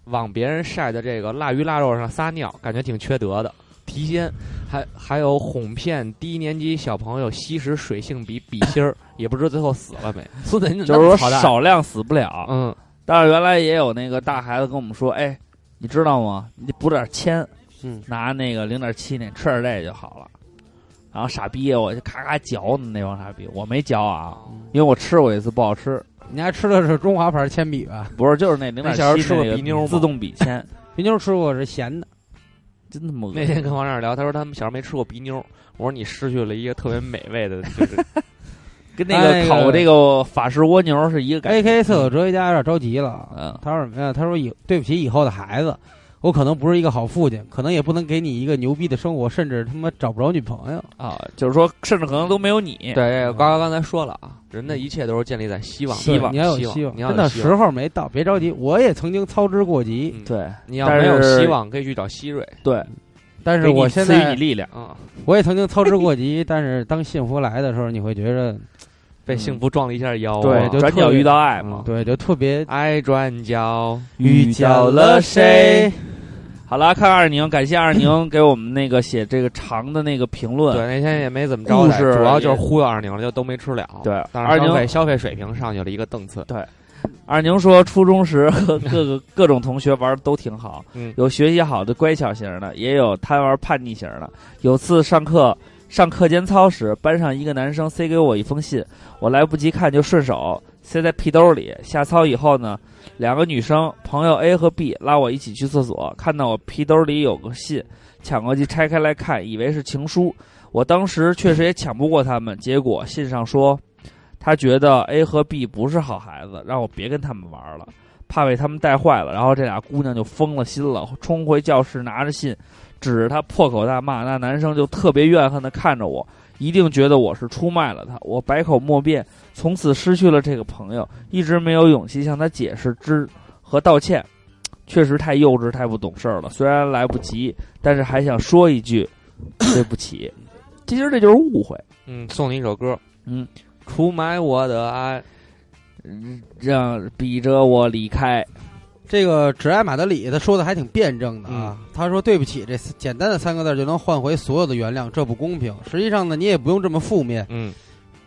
Speaker 3: 往别人晒的这个腊鱼腊肉上撒尿，感觉挺缺德的。提鲜，还还有哄骗低年级小朋友吸食水性笔笔芯 儿，也不知道最后死了没。孙子，你怎
Speaker 2: 就
Speaker 3: 么
Speaker 2: 是
Speaker 3: 那么
Speaker 2: 说
Speaker 3: 操蛋
Speaker 2: 少量死不了。
Speaker 3: 嗯，
Speaker 2: 但是原来也有那个大孩子跟我们说，哎，你知道吗？你补点铅，
Speaker 3: 嗯，
Speaker 2: 拿那个零点七那吃点这就好了。然后傻逼，啊我就咔咔嚼呢，那帮傻逼，我没嚼啊，因为我吃过一次不好吃，
Speaker 1: 你还吃的是中华牌铅笔吧？
Speaker 2: 不是就是那零点
Speaker 1: 小时候吃过
Speaker 2: 鼻
Speaker 1: 鼻妞吗
Speaker 2: 自动笔铅，
Speaker 1: 鼻妞吃过是咸的，
Speaker 2: 真他妈恶心
Speaker 3: 那天跟王亮聊，他说他们小时候没吃过鼻妞，我说你失去了一个特别美味 的，就是
Speaker 2: 跟那个烤这个法式蜗牛是一个感觉。
Speaker 1: A K
Speaker 3: 嗯
Speaker 1: 厕所哲学家有点着急了，啊
Speaker 2: 嗯，
Speaker 1: 他说什么呀？他说以对不起以后的孩子，我可能不是一个好父亲，可能也不能给你一个牛逼的生活，甚至他妈找不着女朋友。
Speaker 2: 啊，就是说，甚至可能都没有你。
Speaker 3: 对，瓜哥刚才说了啊，人的一切都是建立在希望，
Speaker 1: 对你要有
Speaker 3: 希望，你要
Speaker 1: 真的
Speaker 3: 有希望嗯
Speaker 1: 时候没到，别着急。我也曾经操之过急，
Speaker 2: 对，
Speaker 3: 你要
Speaker 1: 但
Speaker 3: 没有
Speaker 1: 是
Speaker 3: 希望，可以去找希瑞。
Speaker 2: 对，
Speaker 1: 但是
Speaker 3: 给你
Speaker 1: 我现
Speaker 3: 赐予
Speaker 1: 在
Speaker 3: 你力量啊，
Speaker 1: 我也曾经操之过急，但是当幸福来的时候，你会觉得
Speaker 3: 被幸福撞了一下腰啊。
Speaker 1: 对，就
Speaker 3: 转
Speaker 1: 特
Speaker 3: 角
Speaker 1: 别
Speaker 3: 遇到爱嘛
Speaker 1: 嗯，对，就特别
Speaker 3: 爱转角
Speaker 1: 遇
Speaker 2: 嗯到了谁？好了，看二宁，感谢二 宁给我们那个写这个长的那个评论。
Speaker 3: 对，那天也没怎么着
Speaker 2: 故
Speaker 3: 的，
Speaker 2: 事
Speaker 3: 主要就是
Speaker 2: 也
Speaker 3: 忽悠二宁了，就都没吃了。
Speaker 2: 对
Speaker 3: 但是
Speaker 2: 二
Speaker 3: 消
Speaker 2: 宁
Speaker 3: 费消费水平上去了一个档次。
Speaker 2: 对，二宁说，初中时和各个各种同学玩儿都挺好，
Speaker 3: 嗯
Speaker 2: 有学习好的乖巧型儿的，也有贪玩叛逆型儿的。有次上课上课间操时，班上一个男生塞给我一封信，我来不及看就顺手塞在屁兜里。下操以后呢，两个女生朋友 A 和 B 拉我一起去厕所，看到我屁兜里有个信，抢过去拆开来看，以为是情书。我当时确实也抢不过他们，结果信上说，他觉得 A 和 B 不是好孩子，让我别跟他们玩了，怕被他们带坏了。然后这俩姑娘就疯了心了，冲回教室拿着信，指着他破口大骂。那男生就特别怨恨的看着我，一定觉得我是出卖了他。我百口莫辩，从此失去了这个朋友，一直没有勇气向他解释之和道歉。确实太幼稚，太不懂事儿了。虽然来不及，但是还想说一句，对不起。其实这就是误会。
Speaker 3: 嗯，送你一首歌，
Speaker 2: 嗯，
Speaker 3: 出卖我的爱，
Speaker 2: 让逼着我离开。
Speaker 1: 这个只爱马德里，他说的还挺辩证的啊。
Speaker 3: 嗯
Speaker 1: 他说：“对不起，这简单的三个字就能换回所有的原谅，这不公平。实际上呢，你也不用这么负面。
Speaker 3: 嗯，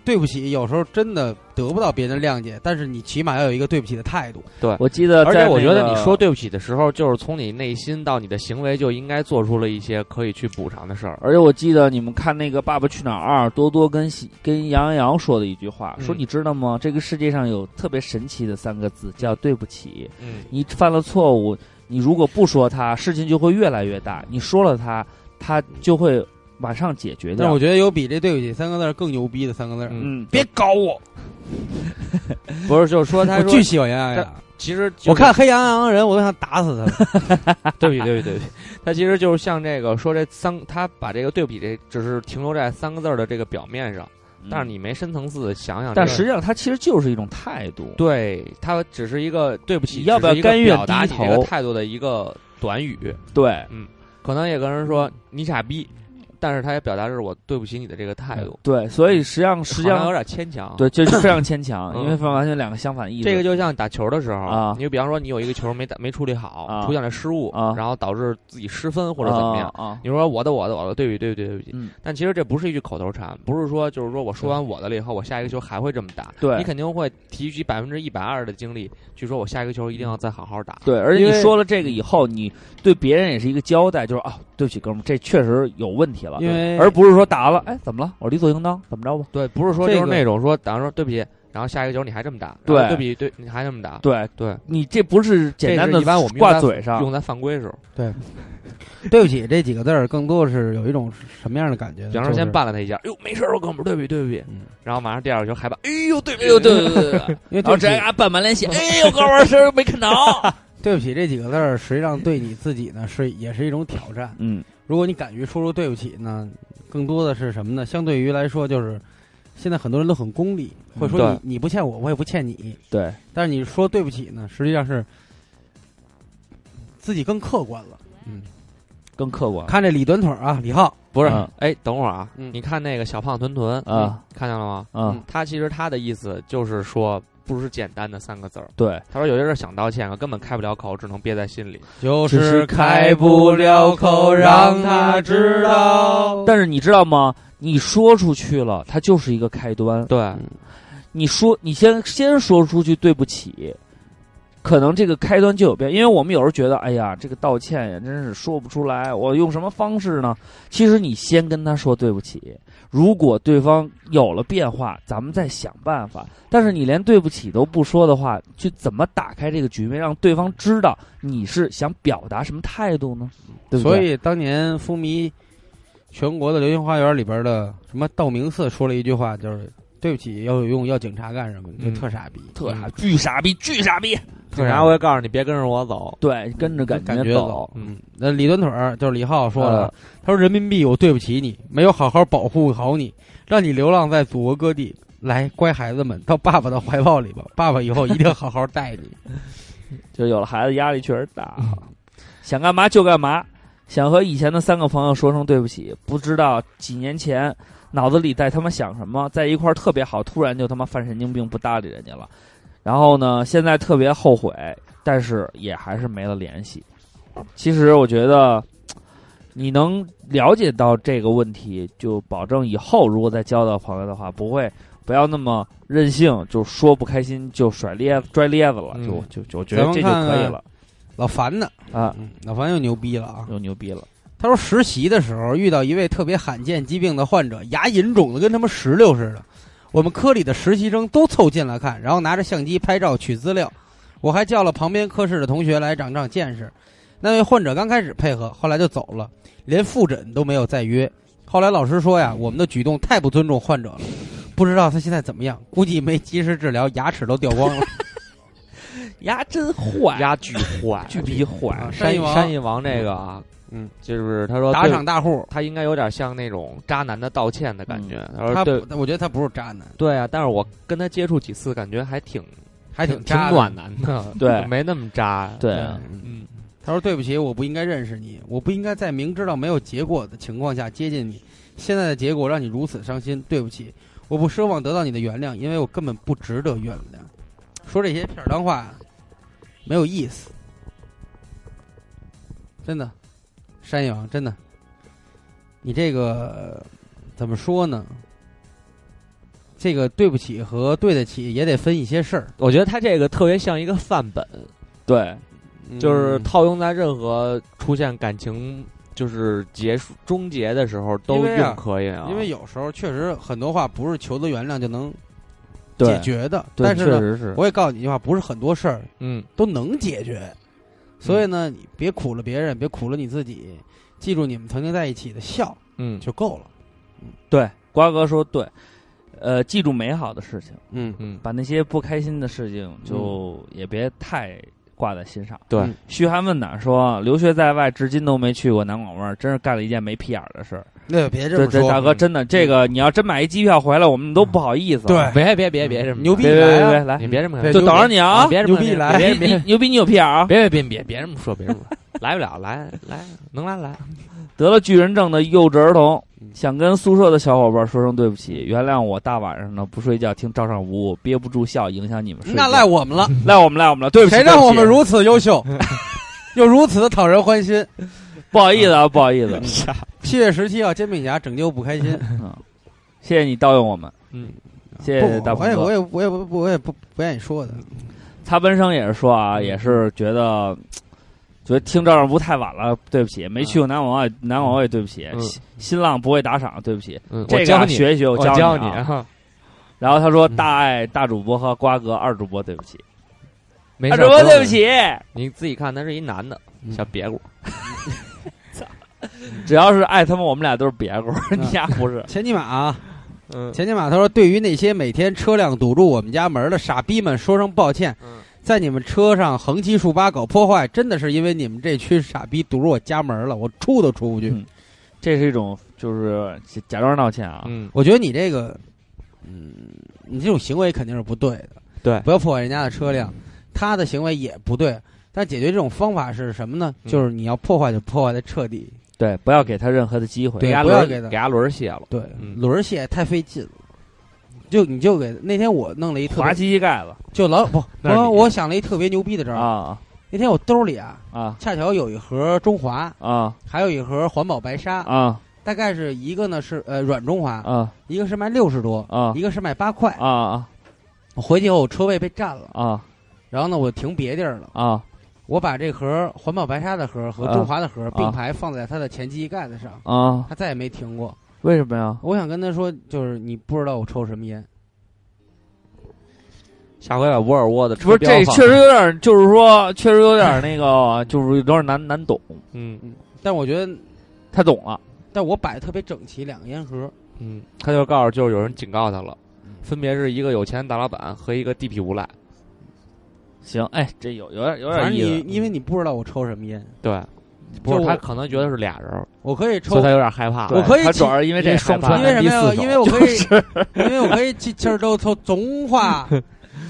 Speaker 1: 对不起，有时候真的得不到别人的谅解，但是你起码要有一个对不起的态度。
Speaker 3: 对，
Speaker 2: 我记得
Speaker 3: 而
Speaker 2: 呃在
Speaker 3: 且我
Speaker 2: 那
Speaker 3: 觉得
Speaker 2: 个
Speaker 3: 你说对不起的时候，就是从你内心到你的行为，就应该做出了一些可以去补偿的事儿。
Speaker 2: 而且我记得你们看那个《爸爸去哪儿二》，多多跟喜跟杨洋说的一句话，
Speaker 3: 嗯
Speaker 2: 说你知道吗？这个世界上有特别神奇的三个字，叫对不起。
Speaker 3: 嗯
Speaker 2: 你犯了错误，你如果不说它，事情就会越来越大；你说了它，它就会马上解决”
Speaker 1: 但是
Speaker 2: 掉
Speaker 1: 我。觉得有比这“对不起”三个字更牛逼的三个字。
Speaker 2: 嗯，
Speaker 1: 别搞我，
Speaker 3: 不是，就是说他
Speaker 1: 我
Speaker 3: 说
Speaker 1: 巨喜欢杨洋
Speaker 3: 他
Speaker 1: 呀。
Speaker 3: 其实就是
Speaker 1: 我看黑羊羊人，我都想打死他了。
Speaker 3: 对不起，对不起，对不起。他其实就是像这个说这三，他把这个对不起这只是停留在三个字儿的这个表面上，
Speaker 2: 嗯
Speaker 3: 但是你没深层次的想想这个。
Speaker 2: 但实际上它其实就是一种态度。
Speaker 3: 对他只是一个对不起，
Speaker 2: 你要不要
Speaker 3: 只是一个
Speaker 2: 甘愿
Speaker 3: 表达
Speaker 2: 低
Speaker 3: 你
Speaker 2: 头
Speaker 3: 这个态度的一个短语？
Speaker 2: 对，
Speaker 3: 嗯，可能也跟人说你傻逼，但是他也表达是我对不起你的这个态度。
Speaker 2: 对，所以实际上嗯实际
Speaker 3: 好
Speaker 2: 上
Speaker 3: 像有点牵强
Speaker 2: 对，这是非常牵强，
Speaker 3: 嗯
Speaker 2: 因为完全两个相反的意思。
Speaker 3: 这个就像打球的时候
Speaker 2: 啊
Speaker 3: 你就比方说你有一个球没打没处理好，
Speaker 2: 啊
Speaker 3: 出现了失误，然后导致自己失分或者怎么样，
Speaker 2: 啊啊
Speaker 3: 你说我的我的我的对不起对不起对不起、
Speaker 2: 嗯
Speaker 3: 但其实这不是一句口头禅，不是说就是说我说完我的了以后，我下一个球还会这么打，
Speaker 2: 对
Speaker 3: 你肯定会提取百分之一百二的精力去说我下一个球一定要再好好打。
Speaker 2: 对，而且
Speaker 3: 因
Speaker 2: 你
Speaker 3: 为
Speaker 2: 说了这个以后，你对别人也是一个交代，就是啊，对不起，哥们儿，这确实有问题了，
Speaker 3: 因为
Speaker 2: 而不是说打了，哎，怎么了？我理所应当，怎么着吧？
Speaker 3: 对，不是说就是那种说，打完说对不起，然后下一个球你还这么打，
Speaker 2: 对
Speaker 3: 然后对不起，对你还这么打，
Speaker 2: 对
Speaker 3: 对，
Speaker 2: 你这不是简单的
Speaker 3: 一般我们用
Speaker 2: 挂
Speaker 3: 在
Speaker 2: 嘴上
Speaker 3: 用在犯规时候，
Speaker 1: 对，对不起这几个字儿，更多是有一种什么样的感觉呢？
Speaker 3: 比方说先
Speaker 1: 办
Speaker 3: 绊了他一下，哟，哎没事儿，我哥们儿，对不起，对不起，
Speaker 1: 嗯
Speaker 3: 然后马上第二个球还把，哎呦，对不
Speaker 2: 哎
Speaker 3: 起，
Speaker 2: 呦，对对对对，
Speaker 1: 因为对
Speaker 2: 然后
Speaker 1: 不
Speaker 2: 直
Speaker 1: 起
Speaker 2: 接给他半满脸血，哎呦，哥们儿，这儿没看着，
Speaker 1: 对不起这几个字儿，实际上对你自己呢是也是一种挑战。
Speaker 2: 嗯，
Speaker 1: 如果你敢于说出对不起呢，更多的是什么呢？相对于来说，就是现在很多人都很功利，会说
Speaker 2: 嗯
Speaker 1: 你你不欠我，我也不欠你。
Speaker 2: 对，
Speaker 1: 但是你说对不起呢，实际上是自己更客观了。嗯，
Speaker 2: 更客观。
Speaker 1: 看这李短腿儿啊，李浩
Speaker 3: 不是
Speaker 1: 嗯，
Speaker 3: 哎，等会儿啊，你看那个小胖臀臀
Speaker 2: 啊，
Speaker 3: 看见了吗？
Speaker 2: 啊
Speaker 3: 嗯，他其实他的意思就是说，不是简单的三个字儿。
Speaker 2: 对，
Speaker 3: 他说有些事儿想道歉啊，根本开不了口，只能憋在心里。
Speaker 1: 就是开不了口让他知道
Speaker 2: 但是你知道吗？你说出去了，它就是一个开端。
Speaker 3: 对，
Speaker 2: 你说你先先说出去对不起，可能这个开端就有变。因为我们有时候觉得，哎呀，这个道歉呀，真是说不出来，我用什么方式呢？其实你先跟他说对不起，如果对方有了变化，咱们再想办法。但是你连对不起都不说的话，就怎么打开这个局面，让对方知道你是想表达什么态度呢？对不对？
Speaker 1: 所以当年风靡全国的《流星花园》里边的什么道明寺说了一句话，就是“对不起，要有用，要警察干什么？”就嗯特傻逼，
Speaker 2: 特傻，巨傻逼，巨傻逼。
Speaker 1: 特
Speaker 3: 警
Speaker 1: 傻
Speaker 3: 察会告诉你别跟着我走。
Speaker 2: 对，跟着感
Speaker 1: 感
Speaker 2: 觉
Speaker 1: 觉
Speaker 2: 走。
Speaker 3: 嗯，
Speaker 1: 那李短腿儿就是李浩说的
Speaker 2: 啊，
Speaker 1: 他说：“人民币，我对不起你，没有好好保护好你，让你流浪在祖国各地。来，乖孩子们，到爸爸的怀抱里吧，爸爸以后一定好好带你。
Speaker 2: 就有了孩子，压力确实大，啊想干嘛就干嘛，想和以前的三个朋友说声对不起，不知道几年前脑子里在他妈想什么，在一块儿特别好，突然就他妈犯神经病，不搭理人家了。然后呢，现在特别后悔，但是也还是没了联系。其实我觉得，你能了解到这个问题，就保证以后如果再交到朋友的话，不会不要那么任性，就说不开心就甩咧拽咧子了，
Speaker 1: 嗯
Speaker 2: 就就就”我觉
Speaker 1: 咱
Speaker 2: 得
Speaker 1: 们
Speaker 2: 这就
Speaker 1: 看
Speaker 2: 可以
Speaker 1: 看
Speaker 2: 了。
Speaker 1: 老樊呢？嗯
Speaker 2: 啊，
Speaker 1: 老樊又牛逼了啊！
Speaker 2: 又牛逼了。
Speaker 1: 他说实习的时候遇到一位特别罕见疾病的患者，牙龈肿得跟他妈石榴似的。我们科里的实习生都凑近了看，然后拿着相机拍照取资料。我还叫了旁边科室的同学来长长见识。那位患者刚开始配合，后来就走了，连复诊都没有再约。后来老师说呀，我们的举动太不尊重患者了，不知道他现在怎么样，估计没及时治疗，牙齿都掉光了。
Speaker 2: 牙真坏，
Speaker 3: 牙哎 巨坏，
Speaker 2: 巨逼坏
Speaker 1: 啊
Speaker 3: 山
Speaker 1: 山一王
Speaker 3: 山一王这个啊，
Speaker 1: 嗯，
Speaker 3: 就是他说
Speaker 1: 打
Speaker 3: 对
Speaker 1: 赏大户，
Speaker 3: 他应该有点像那种渣男的道歉的感觉。嗯他
Speaker 1: 他
Speaker 3: 说对，
Speaker 1: 不我觉得他不是渣男，
Speaker 3: 对啊，但是我跟他接触几次，感觉还挺
Speaker 1: 还挺
Speaker 3: 挺
Speaker 1: 渣的
Speaker 3: 暖男
Speaker 1: 嗯
Speaker 3: 的，
Speaker 2: 对
Speaker 3: 没那么渣。
Speaker 2: 对啊
Speaker 3: 嗯，
Speaker 1: 他说：“对不起，我不应该认识你，我不应该在明知道没有结果的情况下接近你。现在的结果让你如此伤心，对不起，我不奢望得到你的原谅，因为我根本不值得原谅。”说这些片儿脏话没有意思，真的，山羊真的，你这个怎么说呢？这个对不起和对得起也得分一些事儿，
Speaker 3: 我觉得他这个特别像一个范本，
Speaker 2: 对，
Speaker 3: 就是套用在任何出现感情就是结束终结的时候
Speaker 1: 因
Speaker 3: 都
Speaker 1: 为啊
Speaker 3: 用可以啊。
Speaker 1: 因为有时候确实很多话不是求得原谅就能
Speaker 3: 对
Speaker 1: 解决的，
Speaker 3: 对
Speaker 1: 但是
Speaker 3: 确实
Speaker 1: 呢，
Speaker 3: 是
Speaker 1: 我也告诉你一句话，不是很多事儿
Speaker 3: 嗯
Speaker 1: 都能解决，所以呢，你别苦了别人，别苦了你自己，记住你们曾经在一起的笑
Speaker 3: 嗯
Speaker 1: 就够了。
Speaker 2: 对，瓜哥说对，呃，记住美好的事情，
Speaker 1: 嗯
Speaker 3: 嗯，
Speaker 2: 把那些不开心的事情就也别太挂在心上。
Speaker 3: 对
Speaker 2: 嘘寒问暖说，留学在外至今都没去过南广味儿，真是干了一件没屁眼儿的事儿。
Speaker 1: 那别这么
Speaker 2: 这
Speaker 1: 说嗯
Speaker 2: 大哥，真的，这个你要真买一机票回来，我们都不好意思。
Speaker 1: 对
Speaker 3: 哎别别别别这么
Speaker 2: 牛
Speaker 3: 逼
Speaker 2: 别
Speaker 3: 来
Speaker 2: 别
Speaker 3: 啊
Speaker 2: 别来，
Speaker 3: 你别这么
Speaker 2: 就等着你
Speaker 1: 嗯
Speaker 2: 啊！
Speaker 3: 别这么别 别
Speaker 2: 牛逼，你有屁眼儿啊！
Speaker 3: 别别别别别这么说，别这么说，来不了，来来能来来，
Speaker 2: 得了巨人症的幼稚儿童，
Speaker 3: 嗯
Speaker 2: 想跟宿舍的小伙伴说声对不起，原谅我大晚上的不睡觉听照常无误，憋不住笑影响你们睡觉。
Speaker 1: 那赖我们了，
Speaker 2: 赖我们赖我们了，对不起，
Speaker 1: 谁让
Speaker 2: 对不
Speaker 1: 我
Speaker 2: 起
Speaker 1: 们如此优 秀，又如此的讨人欢心？
Speaker 2: 不好意思啊，
Speaker 3: 嗯
Speaker 2: 不好意思，
Speaker 1: 七月十七号，煎饼侠拯救不 开心。
Speaker 2: 谢谢你盗用我们，
Speaker 3: 嗯，
Speaker 2: 谢谢大鹏
Speaker 1: 我也
Speaker 2: 哥
Speaker 1: 我也我也不我也不不愿意说的。
Speaker 2: 擦边生也是说
Speaker 3: 嗯
Speaker 2: 啊，也是觉得觉得听照样不太晚了，对不起，没去过南广外，南广外对不起，
Speaker 3: 嗯
Speaker 2: 新新浪不会打赏，对不起，
Speaker 3: 嗯
Speaker 2: 这
Speaker 3: 我
Speaker 2: 个
Speaker 3: 教
Speaker 2: 啊
Speaker 3: 你
Speaker 2: 学一学，
Speaker 3: 我
Speaker 2: 教
Speaker 3: 教
Speaker 2: 你
Speaker 3: 你
Speaker 2: 啊
Speaker 3: 啊。嗯
Speaker 2: 然后他说：“大爱大主播和瓜哥二主播，对不起，
Speaker 3: 没
Speaker 2: 二
Speaker 3: 事
Speaker 2: 主
Speaker 3: 儿，
Speaker 2: 播
Speaker 3: 不用
Speaker 2: 对不起。
Speaker 3: 你自己看，他是一男的，小别股，
Speaker 2: 只要是爱他们，我们俩都是别过，你俩不是。
Speaker 1: 前尼玛啊，
Speaker 3: 嗯
Speaker 1: 前尼玛他说，对于那些每天车辆堵住我们家门的傻逼们，说声抱歉。
Speaker 3: 嗯
Speaker 1: 在你们车上横七竖八搞破坏，真的是因为你们这群傻逼堵住我家门了，我出都出不
Speaker 3: 嗯
Speaker 1: 去。
Speaker 2: 这是一种就是假假装道歉啊。
Speaker 3: 嗯，
Speaker 1: 我觉得你这个，嗯，你这种行为肯定是不对的。
Speaker 3: 对嗯
Speaker 1: 不要破坏人家的车辆，他的行为也不对。但解决这种方法是什么呢？
Speaker 3: 嗯
Speaker 1: 就是你要破坏就破坏的彻底，
Speaker 2: 对，不要给他任何的机会，
Speaker 1: 对
Speaker 2: 给他
Speaker 1: 不要
Speaker 2: 轮
Speaker 1: 给他
Speaker 2: 给他轮儿卸了，
Speaker 1: 对
Speaker 3: 嗯
Speaker 1: 轮儿卸太费劲了。就你就给那天我弄了一特别
Speaker 2: 划机盖子
Speaker 1: 就老不，
Speaker 2: 那是你
Speaker 1: 我我想了一特别牛逼的招儿。
Speaker 2: 啊
Speaker 1: 那天我兜里啊，
Speaker 2: 啊
Speaker 1: 恰巧有一盒中华，
Speaker 2: 啊
Speaker 1: 还有一盒环保白沙，
Speaker 2: 啊
Speaker 1: 大概是一个呢是呃软中华，
Speaker 2: 啊
Speaker 1: 一个是卖六十多，
Speaker 2: 啊
Speaker 1: 一个是卖八块。
Speaker 2: 啊
Speaker 1: 我回去以后，我车位被占了，
Speaker 2: 啊
Speaker 1: 然后呢，我停别地儿了。
Speaker 2: 啊
Speaker 1: 我把这盒环保白沙的盒和
Speaker 2: 啊
Speaker 1: 中华的盒
Speaker 2: 啊
Speaker 1: 并排放在它的前机盖子上，
Speaker 2: 啊！
Speaker 1: 他再也没停过。
Speaker 2: 为什么呀？
Speaker 1: 我想跟他说，就是你不知道我抽什么烟，
Speaker 3: 下回把沃尔沃的
Speaker 2: 不
Speaker 3: 车
Speaker 2: 是
Speaker 3: 标
Speaker 2: 这
Speaker 3: 放
Speaker 2: 确实有点儿，就是说确实有点儿那个，就是有点儿难难懂。
Speaker 3: 嗯
Speaker 1: 但我觉得，
Speaker 2: 他懂了，
Speaker 1: 但我摆的特别整齐，两个烟盒。
Speaker 3: 嗯，他就告诉就是有人警告他了，分别是一个有钱大老板和一个地痞无赖，
Speaker 2: 行，哎，这有有点儿有点
Speaker 1: 反
Speaker 2: 儿
Speaker 1: 正
Speaker 2: 意
Speaker 1: 你
Speaker 2: 思。
Speaker 1: 因为你不知道我抽什么烟，
Speaker 3: 对，不是
Speaker 1: 就
Speaker 3: 他
Speaker 1: 我
Speaker 3: 可能觉得是俩人儿，
Speaker 1: 我可以抽，
Speaker 3: 所以他有点害怕。
Speaker 1: 我可以
Speaker 2: 他
Speaker 1: 起
Speaker 2: 主要是因为这
Speaker 3: 双
Speaker 2: 害怕
Speaker 1: 因为什么呀？因为我可以，
Speaker 2: 就是
Speaker 1: 因为我可以气气儿都抽中华，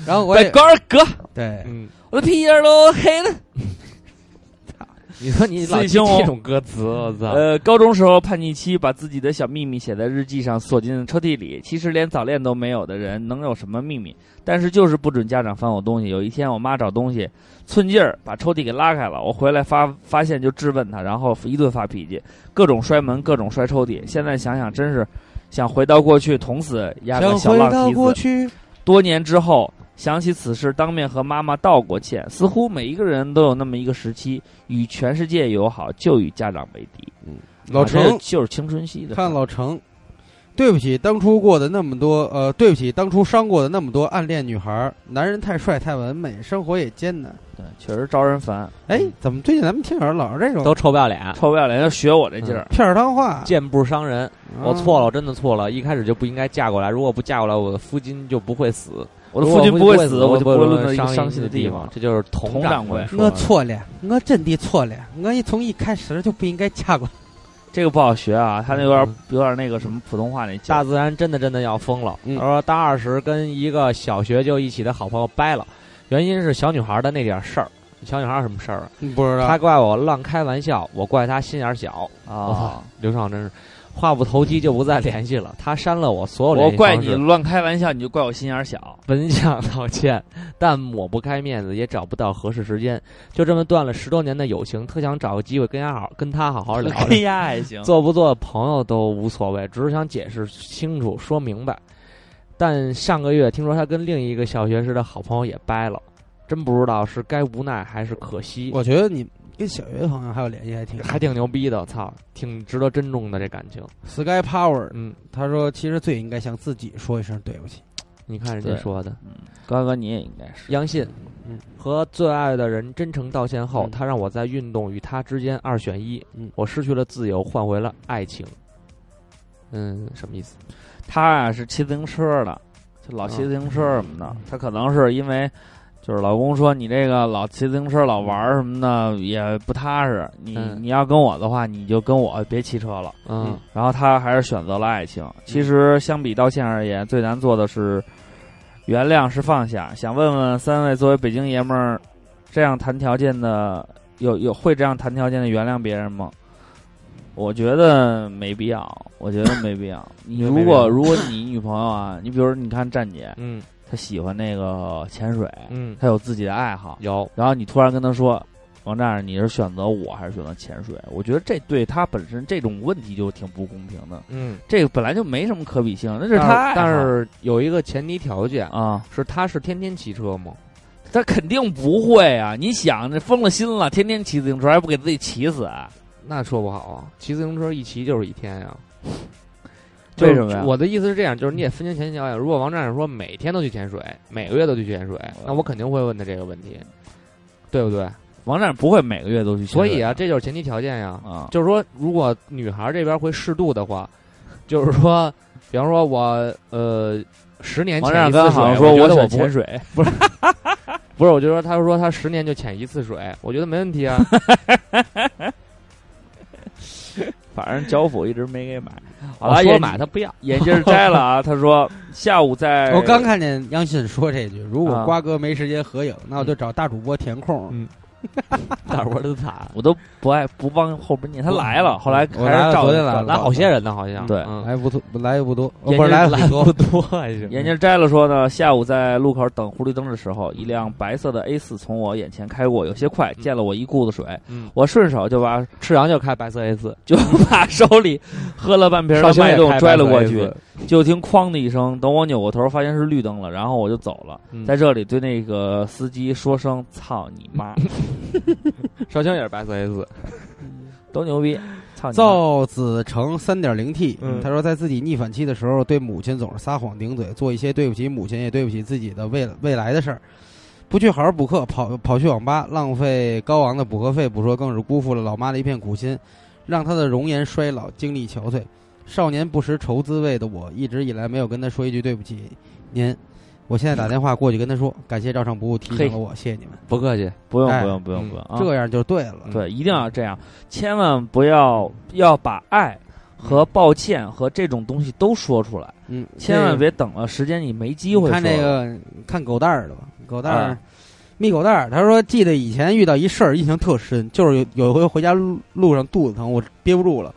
Speaker 1: 然后我
Speaker 2: 在
Speaker 1: 也
Speaker 2: 高尔哥，
Speaker 1: 对，
Speaker 3: 嗯，
Speaker 2: 我的屁眼儿都黑了。
Speaker 3: 你说你老
Speaker 2: 四
Speaker 3: 记
Speaker 2: 星
Speaker 3: 这
Speaker 2: 红
Speaker 3: 种啊歌词，我操！
Speaker 2: 呃，高中时候叛逆期，把自己的小秘密写在日记上，锁进抽屉里。其实连早恋都没有的人，能有什么秘密？但是就是不准家长翻我东西。有一天，我妈找东西，寸劲儿把抽屉给拉开了。我回来发发现就质问她，然后一顿发脾气，各种摔门，各种摔抽屉。现在想想，真是想回到过去，捅死压个
Speaker 1: 想
Speaker 2: 小
Speaker 1: 回
Speaker 2: 浪
Speaker 1: 到
Speaker 2: 蹄
Speaker 1: 过
Speaker 2: 子。
Speaker 1: 去，
Speaker 2: 多年之后，想起此事，当面和妈妈道过歉。似乎每一个人都有那么一个时期，与全世界友好，就与家长为敌。嗯，
Speaker 1: 啊老程
Speaker 2: 就是青春期的事儿，
Speaker 1: 看老程，对不起，当初过的那么多，呃，对不起，当初伤过的那么多暗恋女孩儿，男人太帅太完美，生活也艰难。
Speaker 2: 对，确实招人烦，
Speaker 1: 哎，怎么最近咱们听友老是这种
Speaker 3: 都臭不要脸，
Speaker 2: 臭不要脸，就学我这劲儿。
Speaker 1: 片儿汤话？啊
Speaker 3: 见步伤人。
Speaker 2: 嗯
Speaker 3: 我错了，我真的错了，一开始就不应该嫁过来。如果不嫁过来，我的夫君就不会死，
Speaker 2: 我的
Speaker 3: 如果
Speaker 2: 夫君
Speaker 3: 不
Speaker 2: 不会死
Speaker 3: 死，
Speaker 2: 我就不
Speaker 3: 不会
Speaker 2: 会沦到一个
Speaker 3: 伤
Speaker 2: 伤
Speaker 3: 心
Speaker 2: 心的
Speaker 3: 的
Speaker 2: 地
Speaker 3: 方
Speaker 2: 方。
Speaker 3: 这就是
Speaker 2: 佟掌
Speaker 3: 掌
Speaker 2: 柜
Speaker 3: 说
Speaker 1: 我
Speaker 3: 的
Speaker 1: 错了，我真的错了，我一从一开始就不应该嫁过来。
Speaker 2: 这个不好学啊，他那有点有点那个什么普通话那劲儿
Speaker 3: 大自然真的真的要疯了。
Speaker 1: 嗯
Speaker 3: 他说大二时跟一个小学就一起的好朋友掰了，原因是小女孩的那点事儿。小女孩有什么事儿啊？
Speaker 1: 不知
Speaker 3: 她怪我乱开玩笑，我怪她心眼儿小。我操
Speaker 2: 啊。，
Speaker 3: 刘畅真是话不投机就不再联系了。他删了我所有联
Speaker 2: 我
Speaker 3: 系
Speaker 2: 怪
Speaker 3: 方式
Speaker 2: 你乱开玩笑，你就怪我心眼儿小。
Speaker 3: 本想道歉， 但抹不开面子，也找不到合适时间，就这么断了十多年的友情。特想找个机会跟他好跟他好好聊
Speaker 2: 哎
Speaker 3: 聊，
Speaker 2: 呀，还 行。
Speaker 3: 做不做朋友都无所谓，只是想解释清楚、说明白。但上个月听说他跟另一个小学时的好朋友也掰了，真不知道是该无奈还是可惜。
Speaker 1: 我觉得你跟小学朋友还有联系，还挺
Speaker 3: 还挺牛逼的，操，挺值得珍重的这感情。
Speaker 1: Sky Power。
Speaker 3: 嗯，
Speaker 1: 他说：“其实最应该向自己说一声对不起。
Speaker 3: 你看人家
Speaker 2: 对
Speaker 3: 说的，
Speaker 2: 瓜哥，你也应该是。
Speaker 3: 杨信
Speaker 1: 嗯
Speaker 3: 和最爱的人真诚道歉后，
Speaker 1: 嗯
Speaker 3: 他让我在运动与他之间二选一
Speaker 1: 嗯，
Speaker 3: 我失去了自由，换回了爱情。嗯，什么意思？
Speaker 2: 他啊是骑自行车的，就老骑自行车什么的。他可能是因为就是老公说你这个老骑自行车老玩儿什么的也不踏实，你、你要跟我的话，你就跟我别骑车了。
Speaker 3: 嗯，
Speaker 2: 然后他还是选择了爱情。其实相比道歉而言，最难做的是原谅，是放下。想问问三位，作为北京爷们儿，这样谈条件的，有有会这样谈条件的原谅别人吗？我觉得没必要，我觉得没必 要。你如
Speaker 3: 没必要
Speaker 2: 果如果你女朋友啊，你比如说你看站姐，
Speaker 3: 嗯，
Speaker 2: 她喜欢那个潜水，
Speaker 3: 嗯
Speaker 2: 她有自己的爱好，
Speaker 3: 有。
Speaker 2: 然后你突然跟她说，王站，你是选择我还是选择潜水？我觉得这对她本身这种问题就挺不公平的。
Speaker 3: 嗯，
Speaker 2: 这个本来就没什么可比性，那是她爱好。
Speaker 3: 但是有一个前提条件
Speaker 2: 啊，
Speaker 3: 是他是天天骑车吗？
Speaker 2: 她肯定不会啊！你想，这疯了心了，天天骑自行车，还不给自己骑死？
Speaker 3: 那说不好啊，骑自行车一骑就是一天呀。
Speaker 2: 为什么呀
Speaker 3: 我的意思是这样，就是你也分清前提条件。如果王站长说每天都去潜水，每个月都去潜水，那我肯定会问他这个问题，对不对？
Speaker 2: 王站不会每个月都去潜水
Speaker 3: 所
Speaker 2: 的，
Speaker 3: 以啊，这就是前提条件呀。
Speaker 2: 啊
Speaker 3: 就是说，如果女孩这边会适度的话，就是说，比方说我呃十年
Speaker 2: 王
Speaker 3: 潜
Speaker 2: 站
Speaker 3: 一
Speaker 2: 刚
Speaker 3: 次
Speaker 2: 好像
Speaker 3: 水，
Speaker 2: 说
Speaker 3: 我觉得
Speaker 2: 我
Speaker 3: 我
Speaker 2: 选
Speaker 3: 不会
Speaker 2: 潜水，
Speaker 3: 不是不是，我就说他说他十年就潜一次水，我觉得没问 题啊。
Speaker 2: 反正交府一直没给买。
Speaker 3: 我
Speaker 2: 好了，
Speaker 3: 啊说
Speaker 2: 眼
Speaker 3: 买他不要
Speaker 2: 眼镜摘了啊。他说下午在，
Speaker 1: 我刚看见央信说这句：“如
Speaker 2: 哎啊
Speaker 1: 果瓜哥没时间合影，那我就找大主播填空。”
Speaker 3: 嗯，
Speaker 1: 大
Speaker 3: 主播真惨，
Speaker 2: 我都不爱不帮后边念，他来了，后来
Speaker 1: 我
Speaker 2: 还
Speaker 1: 来
Speaker 2: 是
Speaker 1: 了
Speaker 2: 照
Speaker 1: 昨天来了，
Speaker 2: 那
Speaker 3: 好些人呢好像
Speaker 2: 对，
Speaker 1: 来不多，来的不多，哦
Speaker 2: 眼
Speaker 1: 不是
Speaker 2: 镜
Speaker 1: 来
Speaker 2: 来
Speaker 1: 很多
Speaker 2: 不
Speaker 3: 多还行
Speaker 2: 眼镜摘了说呢，下午在路口等红绿灯的时候，一辆白色的 A 四从我眼前开过，有些快，溅了我一裤子水。
Speaker 3: 嗯
Speaker 2: 我顺手就把
Speaker 3: 赤阳就开白色 A 四，
Speaker 2: 就把手里喝了半瓶
Speaker 3: 绍
Speaker 2: 的
Speaker 3: 兴也
Speaker 2: 脉动
Speaker 3: 开
Speaker 2: 拽了
Speaker 3: 白色
Speaker 2: 过
Speaker 3: A
Speaker 2: 去
Speaker 3: 四，
Speaker 2: 就听哐的一声。等我扭过头，发现是绿灯了，然后我就走了。
Speaker 3: 嗯
Speaker 2: 在这里对那个司机说声“操你 妈”，
Speaker 3: 绍兴也是白色 A 四，
Speaker 2: 都牛逼，操你妈！
Speaker 1: 赵子成三点零 T，
Speaker 2: 嗯
Speaker 1: 他说在自己逆反期的时候，对母亲总是撒谎顶嘴，做一些对不起母亲也对不起自己的未未来的事儿，不去好好补课，跑跑去网吧，浪费高昂的补课费，不说，更是辜负了老妈的一片苦心，让她的容颜衰老，精力憔悴。少年不识愁滋味的我，一直以来没有跟他说一句对不起您。我现在打电话过去跟他说，感谢照常不误提醒了我，谢谢你们。
Speaker 3: 不客气，
Speaker 2: 不用
Speaker 1: 哎
Speaker 2: 不用不
Speaker 3: 嗯
Speaker 2: 用不用，啊
Speaker 1: 这样就对了。
Speaker 2: 对，一定要这样，千万不要要把爱和抱歉和这种东西都说出来，
Speaker 1: 嗯，
Speaker 2: 千
Speaker 1: 这
Speaker 2: 万
Speaker 1: 个
Speaker 2: 别等了时间你没机会
Speaker 1: 你看
Speaker 2: 说
Speaker 1: 那
Speaker 2: 了
Speaker 1: 个，看狗蛋儿的吧，狗蛋儿
Speaker 2: 啊，
Speaker 1: 蜜狗蛋儿，他说记得以前遇到一事儿，印象特深，就是有有一回回家路路上肚子疼，我憋不住了，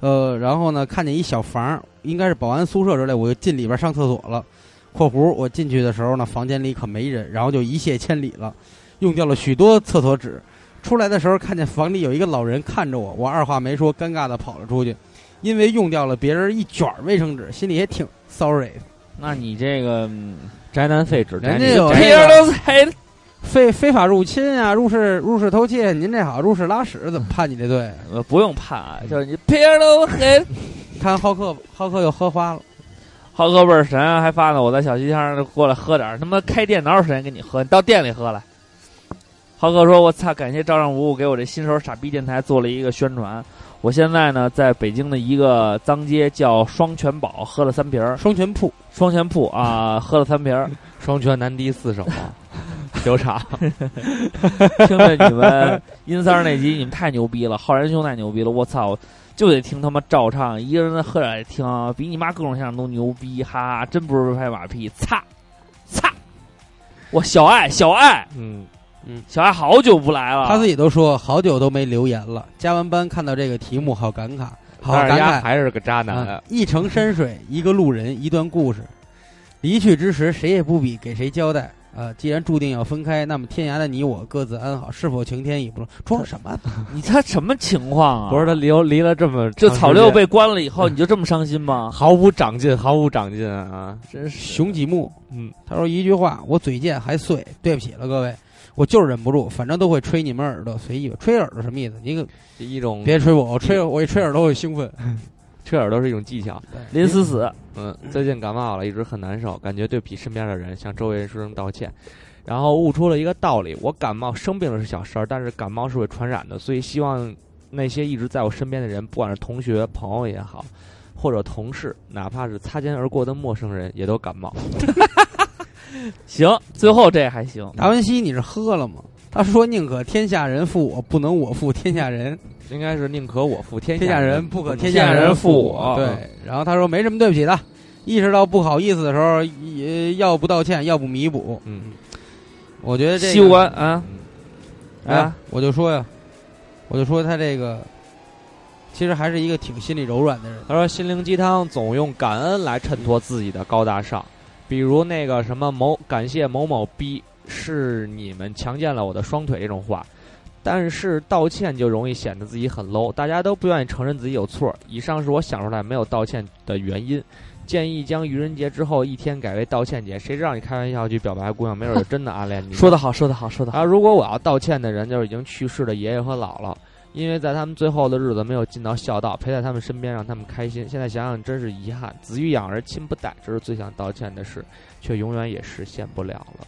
Speaker 1: 呃，然后呢看见一小房儿，应该是保安宿舍之类，我就进里边上厕所了。（括弧我进去的时候呢，房间里可没人，然后就一泻千里了，用掉了许多厕所纸。出来的时候看见房里有一个老人看着我，我二话没说，尴尬的跑了出去，因为用掉了别人一卷儿卫生纸，心里也挺 sorry 的。
Speaker 2: 那你这个嗯
Speaker 3: 宅男废纸，
Speaker 1: 人家有
Speaker 2: 黑
Speaker 1: 非非法入侵啊，入室入室偷窃，您这好入室拉屎怎么判你这罪？
Speaker 2: 呃不用怕啊，就是你 p i 都 黑。
Speaker 1: 看浩克，浩克又喝花了。
Speaker 2: 浩哥倍儿神啊，还发呢，我在小西摊儿过来喝点儿，他妈开店哪有时间跟你喝？你到店里喝来。浩哥说：“我操，感谢照常无误给我这新手傻逼电台做了一个宣传。我现在呢，在北京的一个脏街叫双泉堡，喝了三瓶儿。
Speaker 1: 双泉铺，
Speaker 2: 双泉铺啊，喝了三瓶儿。
Speaker 3: 双拳难敌 四手啊，刘 畅，
Speaker 2: 听着 你们阴三儿那集，你们太牛逼了，浩然兄太牛逼了，我操！就得听他妈照唱，一个人喝点儿也听，啊比你妈各种相声都牛逼，哈哈！真不是拍马屁，擦，擦！我小爱，小爱，
Speaker 3: 嗯
Speaker 1: 嗯，
Speaker 2: 小爱好久不来了，
Speaker 1: 他自己都说好久都没留言了。加完班看到这个题目，好感慨，好
Speaker 3: 但是
Speaker 1: 感
Speaker 3: 丫
Speaker 1: 慨。
Speaker 3: 还是个渣男
Speaker 1: 啊，一程山水，一个路人，一段故事。离去之时，谁也不比给谁交代。啊，既然注定要分开，那么天涯的你我各自安好，是否晴天已不知。装什么？啊
Speaker 2: 你他什么情况啊？
Speaker 3: 不是他离离了这么
Speaker 2: 就
Speaker 3: 长时
Speaker 2: 草六
Speaker 3: 间
Speaker 2: 被关了以后，你就这么伤心吗？
Speaker 3: 毫无长进，毫无长进啊！
Speaker 2: 真是
Speaker 1: 熊几木，
Speaker 3: 嗯，
Speaker 1: 他说一句话，我嘴贱还碎，对不起了各位，我就是忍不住，反正都会吹你们耳朵，随意吧。吹耳朵什么意思？你可
Speaker 3: 一种
Speaker 1: 别吹我，我吹我一吹耳朵我就兴奋。
Speaker 3: 吹耳朵是一种技巧。
Speaker 2: 林思思，
Speaker 3: 嗯，最近感冒了，一直很难受，感觉对不起身边的人，向周围人说声道歉，然后悟出了一个道理：我感冒生病了是小事儿，但是感冒是会传染的，所以希望那些一直在我身边的人，不管是同学、朋友也好， 或者同事，哪怕是擦肩而过的陌生人，也都感冒。
Speaker 2: 行，最后这还行。
Speaker 1: 达文西，你是喝了吗？他说：“宁可天下人负我，不能我负天下人。
Speaker 3: 应该是宁可我负天
Speaker 1: 天
Speaker 3: 下
Speaker 1: 下人
Speaker 3: 不
Speaker 1: 不
Speaker 3: 可
Speaker 1: 可
Speaker 3: 天
Speaker 1: 天下
Speaker 3: 人
Speaker 1: 人
Speaker 3: 负
Speaker 1: 负
Speaker 3: 我
Speaker 1: 我。”对。然后他说：“没什么对不起的，意识到不好意思的时候，也要不道歉，要不弥补。”
Speaker 3: 嗯，
Speaker 1: 我觉得这个
Speaker 2: 西关啊
Speaker 1: 哎
Speaker 2: 啊，
Speaker 1: 我就说呀，我就说他这个其实还是一个挺心里柔软的人。
Speaker 3: 他说：“心灵鸡汤总用感恩来衬托自己的高大上，比如那个什么某感谢某某逼是你们强奸了我的双腿这种话，但是道歉就容易显得自己很 low，大家都不愿意承认自己有错。以上是我想出来没有道歉的原因，建议将愚人节之后一天改为道歉节。谁知道你开玩笑去表白姑娘，没准就真的暗恋你。”
Speaker 2: 说得好，说得好，说得好。
Speaker 3: 啊，如果我要道歉的人就是已经去世的爷爷和姥姥，因为在他们最后的日子没有尽到孝道，陪在他们身边，让他们开心。现在想想真是遗憾，子欲养而亲不待，这是最想道歉的事，却永远也实现不了了。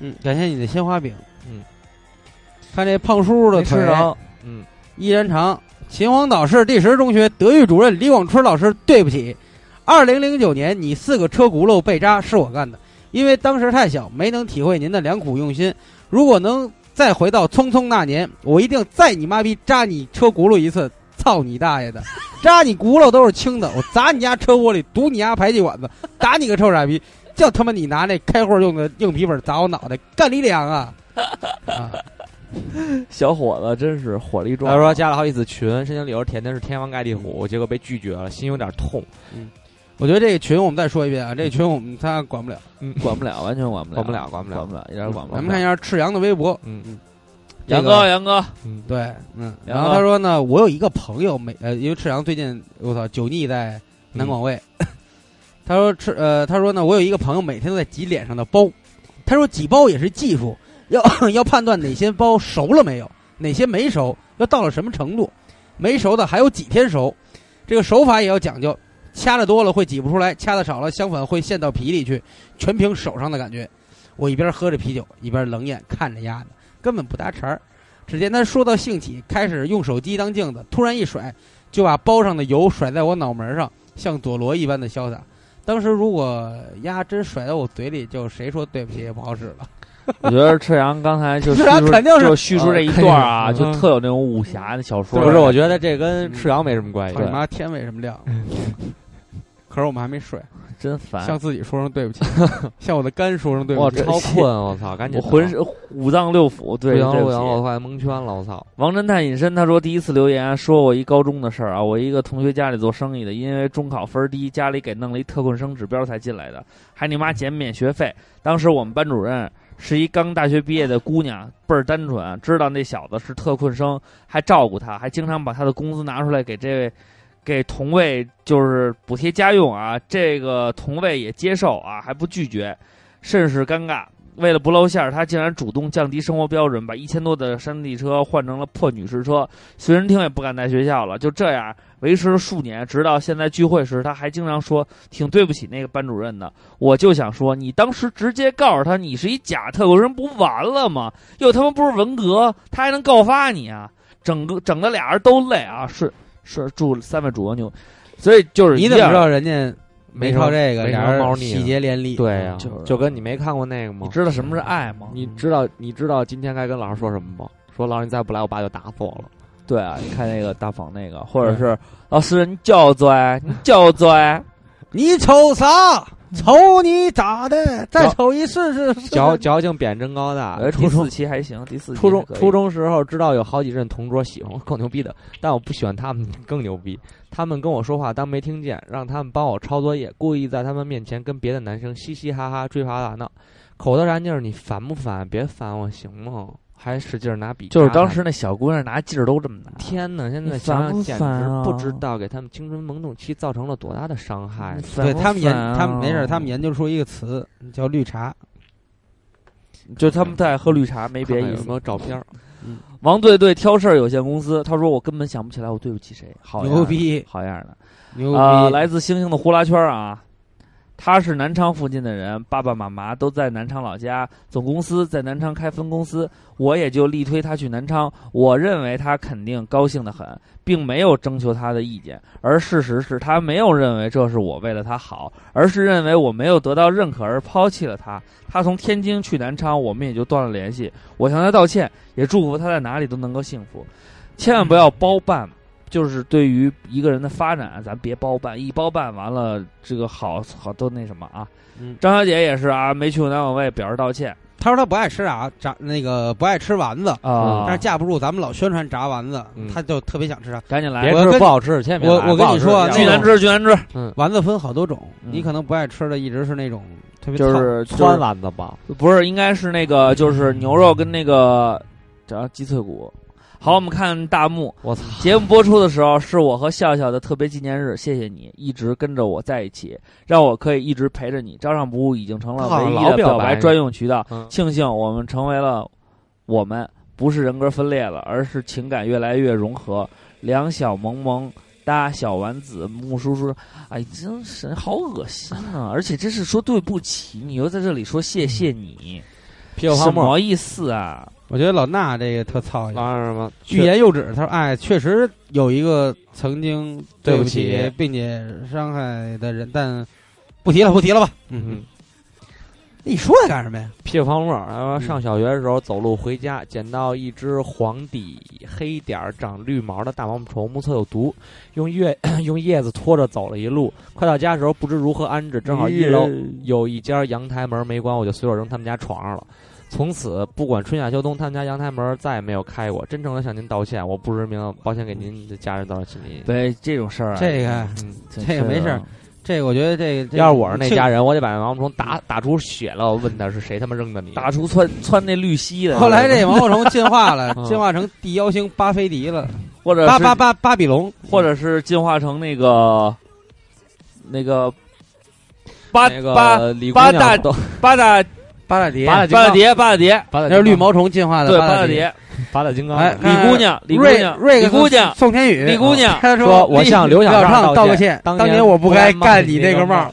Speaker 1: 嗯，感谢你的鲜花饼。
Speaker 3: 嗯，
Speaker 1: 看这胖叔的
Speaker 3: 没吃
Speaker 1: 腿，
Speaker 2: 啊
Speaker 3: 着嗯，
Speaker 1: 依然长。秦皇岛市第十中学德育主任李广春老师，对不起，二零零九年你四个车轱辘被扎是我干的，因为当时太小，没能体会您的良苦用心。如果能再回到匆匆那年，我一定再你妈逼扎你车轱辘一次，操你大爷的！扎你轱辘都是轻的，我砸你家车窝里，堵你家排气管子，打你个臭傻逼，就他妈你拿那开会用的硬皮本砸我脑袋，干你俩啊！
Speaker 3: 小伙子真是火力
Speaker 2: 壮
Speaker 3: 他说加了好几次群，申请理由填的是天王盖地虎，结果被拒绝了，心有点痛。
Speaker 1: 嗯，我觉得这个群我们再说一遍啊，这个群我们他管不了，
Speaker 3: 嗯，
Speaker 2: 管不了，完全管不了，
Speaker 3: 管不了管不了
Speaker 2: 管不了，一点儿管不了。
Speaker 1: 咱们看一下赤阳的微博，
Speaker 3: 嗯
Speaker 1: 嗯，
Speaker 2: 啊杨
Speaker 1: 这
Speaker 2: 哥，
Speaker 1: 个
Speaker 2: 杨哥，
Speaker 1: 对，嗯，
Speaker 2: 杨
Speaker 1: 然后
Speaker 2: 哥
Speaker 1: 他说呢，我有一个朋友每呃，因为赤阳最近我操酒腻在南广卫， 他说赤呃，他说呢，我有一个朋友每天都在挤脸上的包，他说挤包也是技术，要 要判断哪些包熟了没有，哪些没熟，要到了什么程度，没熟的还有几天熟，这个手法也要讲究，掐的多了会挤不出来，掐的少了相反会陷到皮里去，全凭手上的感觉。我一边喝着啤酒，一边冷眼看着丫的，根本不搭茬儿。只见他说到兴起，开始用手机当镜子，突然一甩，就把包上的油甩在我脑门上，像佐罗一般的潇洒。当时如果丫真甩到我嘴里，就谁说对不起也不好使了。
Speaker 2: 我觉得赤阳刚才就
Speaker 1: 赤
Speaker 2: 叙
Speaker 1: 阳
Speaker 2: 述
Speaker 1: 肯定是
Speaker 2: 就叙述这一段啊，
Speaker 1: 嗯
Speaker 2: 就特有那种武侠的小说。
Speaker 3: 不是，我觉得这跟赤阳没什么
Speaker 2: 哎
Speaker 3: 关系
Speaker 1: 操。你妈，天为什么亮？啊可是我们还没睡，
Speaker 2: 真烦
Speaker 1: 向自己说声对 不起，向我的肝说声对
Speaker 3: 哇，
Speaker 1: 不起。
Speaker 3: 超困，我操，赶紧
Speaker 2: 我浑身五脏六腑，对，
Speaker 3: 不行
Speaker 2: 对
Speaker 3: 不
Speaker 2: 不
Speaker 3: 行，
Speaker 2: 起
Speaker 3: 我快蒙圈了，我操！
Speaker 2: 王侦探隐身，他说第一次留言说我一高中的事儿啊，我一个同学家里做生意的，因为中考分儿低，家里给弄了一特困生指标才进来的，还你妈减免学费。当时我们班主任是一刚大学毕业的姑娘，倍儿单纯，啊知道那小子是特困生，还照顾他，还经常把他的工资拿出来给这位。给同位就是补贴家用啊，这个同位也接受啊，还不拒绝，甚是尴尬。为了不露馅儿，他竟然主动降低生活标准，把一千多的山地车换成了破女士车，随身听也不敢带学校了。就这样维持了数年，直到现在聚会时，他还经常说挺对不起那个班主任的。我就想说，你当时直接告诉他你是一假特工人，不完了吗？又他妈不是文革，他还能告发你啊？整个整的俩人都累啊！是是，祝三位主播牛，所以就是
Speaker 1: 你
Speaker 2: 一
Speaker 1: 怎么
Speaker 2: 样
Speaker 1: 知道人家
Speaker 3: 没
Speaker 1: 靠
Speaker 3: 什么
Speaker 1: 这个？
Speaker 3: 没什么
Speaker 1: 俩人
Speaker 3: 猫腻
Speaker 1: 喜结连理。
Speaker 3: 对呀、
Speaker 2: 嗯就是
Speaker 3: 就跟你没看过那个吗？
Speaker 2: 你知道什么是爱吗？
Speaker 3: 你知道你知道今天该跟老师说什么吗？说老师你再不来，我爸就打死我了。
Speaker 2: 对啊，你看那个大房那个，或者是老师你叫嘴，你叫嘴，
Speaker 1: 你瞅啥？瞅你咋的？再瞅一试试。
Speaker 3: 矫矫情贬真高大。
Speaker 2: 呃，
Speaker 3: 初
Speaker 2: 第
Speaker 3: 中
Speaker 2: 四期还行，第四期
Speaker 3: 初中
Speaker 2: 还可以
Speaker 3: 初中时候知道有好几任同桌喜欢我，够牛逼的，但我不喜欢他们更牛逼。他们跟我说话当没听见，让他们帮我抄作业，故意在他们面前跟别的男生嘻嘻哈哈追爬打闹，口头禅就是你烦不烦？别烦我行吗？还使劲拿笔，
Speaker 2: 就是当时那小姑娘拿劲儿都这么拿。
Speaker 3: 天哪！现
Speaker 2: 你
Speaker 3: 在想
Speaker 2: 烦
Speaker 3: 想
Speaker 2: 不
Speaker 3: 简
Speaker 2: 烦
Speaker 3: 直不
Speaker 2: 啊嗯
Speaker 3: 知道给他们青春懵懂期造成了多大的伤害。
Speaker 2: 烦
Speaker 1: 对
Speaker 2: 不
Speaker 1: 他们研
Speaker 2: 烦，啊
Speaker 1: 他们没事儿，他们研究出一个词叫绿茶。
Speaker 2: 就他们特爱喝绿茶，没别
Speaker 3: 看看
Speaker 2: 意
Speaker 3: 有
Speaker 2: 思
Speaker 3: 没。有照片儿？
Speaker 2: 王队队挑事儿有限公司，他说我根本想不起来我哦对不起谁，好样的
Speaker 1: 牛逼
Speaker 2: 好样的。
Speaker 1: 牛逼
Speaker 2: 啊、来自星星的呼啦圈啊，他是南昌附近的人，爸爸妈妈都在南昌老家，总公司在南昌开分公司，我也就力推他去南昌。我认为他肯定高兴的很，并没有征求他的意见。而事实是他没有认为这是我为了他好，而是认为我没有得到认可而抛弃了他。他从天津去南昌，我们也就断了联系。我向他道歉，也祝福他在哪里都能够幸福。千万不要包办，就是对于一个人的发展，咱别包办。一包办完了，这个好好都那什么啊。
Speaker 3: 嗯
Speaker 2: 张小姐也是啊，没去过南广卫，表示道歉。
Speaker 1: 她说她不爱吃啊，炸那个不爱吃丸子
Speaker 2: 啊嗯
Speaker 1: 但是架不住咱们老宣传炸丸子，她就特别想吃啊。
Speaker 2: 赶紧来
Speaker 1: 我
Speaker 2: 别吃
Speaker 1: 跟
Speaker 2: 不好吃千万别
Speaker 1: 我
Speaker 2: 来
Speaker 1: 我
Speaker 2: 不
Speaker 1: 跟
Speaker 2: 好
Speaker 1: 你
Speaker 2: 吃
Speaker 1: 说啊，
Speaker 2: 巨难吃巨难吃嗯
Speaker 1: 丸子分好多种，
Speaker 2: 嗯
Speaker 1: 你可能不爱吃的一直是那种特别
Speaker 2: 就是
Speaker 1: 糙
Speaker 2: 就是不是，应该是那个就是牛肉跟那个叫鸡脆骨。好，我们看大幕。
Speaker 3: 我操！
Speaker 2: 节目播出的时候，是我和笑笑的特别纪念日。谢谢你一直跟着我在一起，让我可以一直陪着你。照常不误已经成了唯
Speaker 1: 啊
Speaker 2: 一
Speaker 3: 老
Speaker 2: 的
Speaker 3: 表
Speaker 2: 表
Speaker 3: 白
Speaker 2: 白
Speaker 3: 呢
Speaker 2: 专用渠道。
Speaker 3: 嗯
Speaker 2: 庆幸我们成为了我们，不是人格分裂了，而是情感越来越融合。两小萌萌哒，小丸子木叔叔，哎，真是好恶心啊！而且真是说对不起，你又在这里说谢谢你，
Speaker 1: 啤酒泡沫
Speaker 2: 什么意思啊？
Speaker 1: 我觉得老衲这个特操心，
Speaker 3: 什么
Speaker 1: 欲言又止。他说：“哎，确实有一个曾经
Speaker 3: 对
Speaker 1: 不
Speaker 3: 不起
Speaker 1: 并且伤害的人，但不提了，不提了吧。”
Speaker 3: 嗯，
Speaker 1: 你说他干什么呀？嗯
Speaker 3: 屁股泡沫儿。他说上小学的时候走路回家，捡到一只黄底黑点儿长绿毛的大毛虫，目测有毒，用叶 用叶子拖着走了一路。快到家的时候不知如何安置，正好一
Speaker 1: 哎
Speaker 3: 楼有一家阳台门没关，我就随手扔他们家床上了。从此不管春夏秋冬，他们家阳台门再也没有开过。真诚的向您道歉，我不知名，抱歉给您的家人造成心理。
Speaker 2: 对这种事儿啊
Speaker 1: 这个这个没事儿，这个我觉得这个
Speaker 3: 要是我是那家，
Speaker 1: 这
Speaker 3: 人，我得把毛毛虫打打出血了，我问他是谁他妈扔的你，
Speaker 2: 打出窜窜那绿蜥的。
Speaker 1: 个后来这毛毛虫进化了，
Speaker 2: 嗯
Speaker 1: 进化成地妖星巴菲迪了，
Speaker 2: 或者
Speaker 1: 巴
Speaker 2: 是
Speaker 1: 巴巴巴比龙，
Speaker 2: 或者是进化成那个那个八
Speaker 1: 那个
Speaker 2: 八
Speaker 1: 李姑
Speaker 2: 八
Speaker 1: 娘
Speaker 2: 大
Speaker 1: 都
Speaker 2: 八大
Speaker 1: 八大蝶
Speaker 2: 八大八大蝶八大蝶，
Speaker 1: 那是绿毛虫进化的
Speaker 2: 对
Speaker 1: 八
Speaker 2: 八
Speaker 1: 大
Speaker 2: 大
Speaker 1: 蝶
Speaker 2: 蝶，
Speaker 3: 八大金刚
Speaker 1: 哎，
Speaker 2: 李姑娘李姑
Speaker 1: 瑞
Speaker 2: 娘
Speaker 1: 瑞
Speaker 2: 李
Speaker 1: 克
Speaker 2: 姑娘
Speaker 1: 宋天宇，哦
Speaker 2: 李姑娘
Speaker 1: 他
Speaker 3: 说我向刘小畅
Speaker 1: 畅
Speaker 3: 道
Speaker 1: 道个
Speaker 3: 歉当
Speaker 1: 当
Speaker 3: 年
Speaker 1: 年我不该
Speaker 3: 不
Speaker 1: 干
Speaker 3: 该冒
Speaker 1: 你
Speaker 3: 你
Speaker 1: 那
Speaker 3: 那
Speaker 1: 个
Speaker 3: 个
Speaker 1: 帽
Speaker 3: 帽
Speaker 1: 儿
Speaker 3: 儿。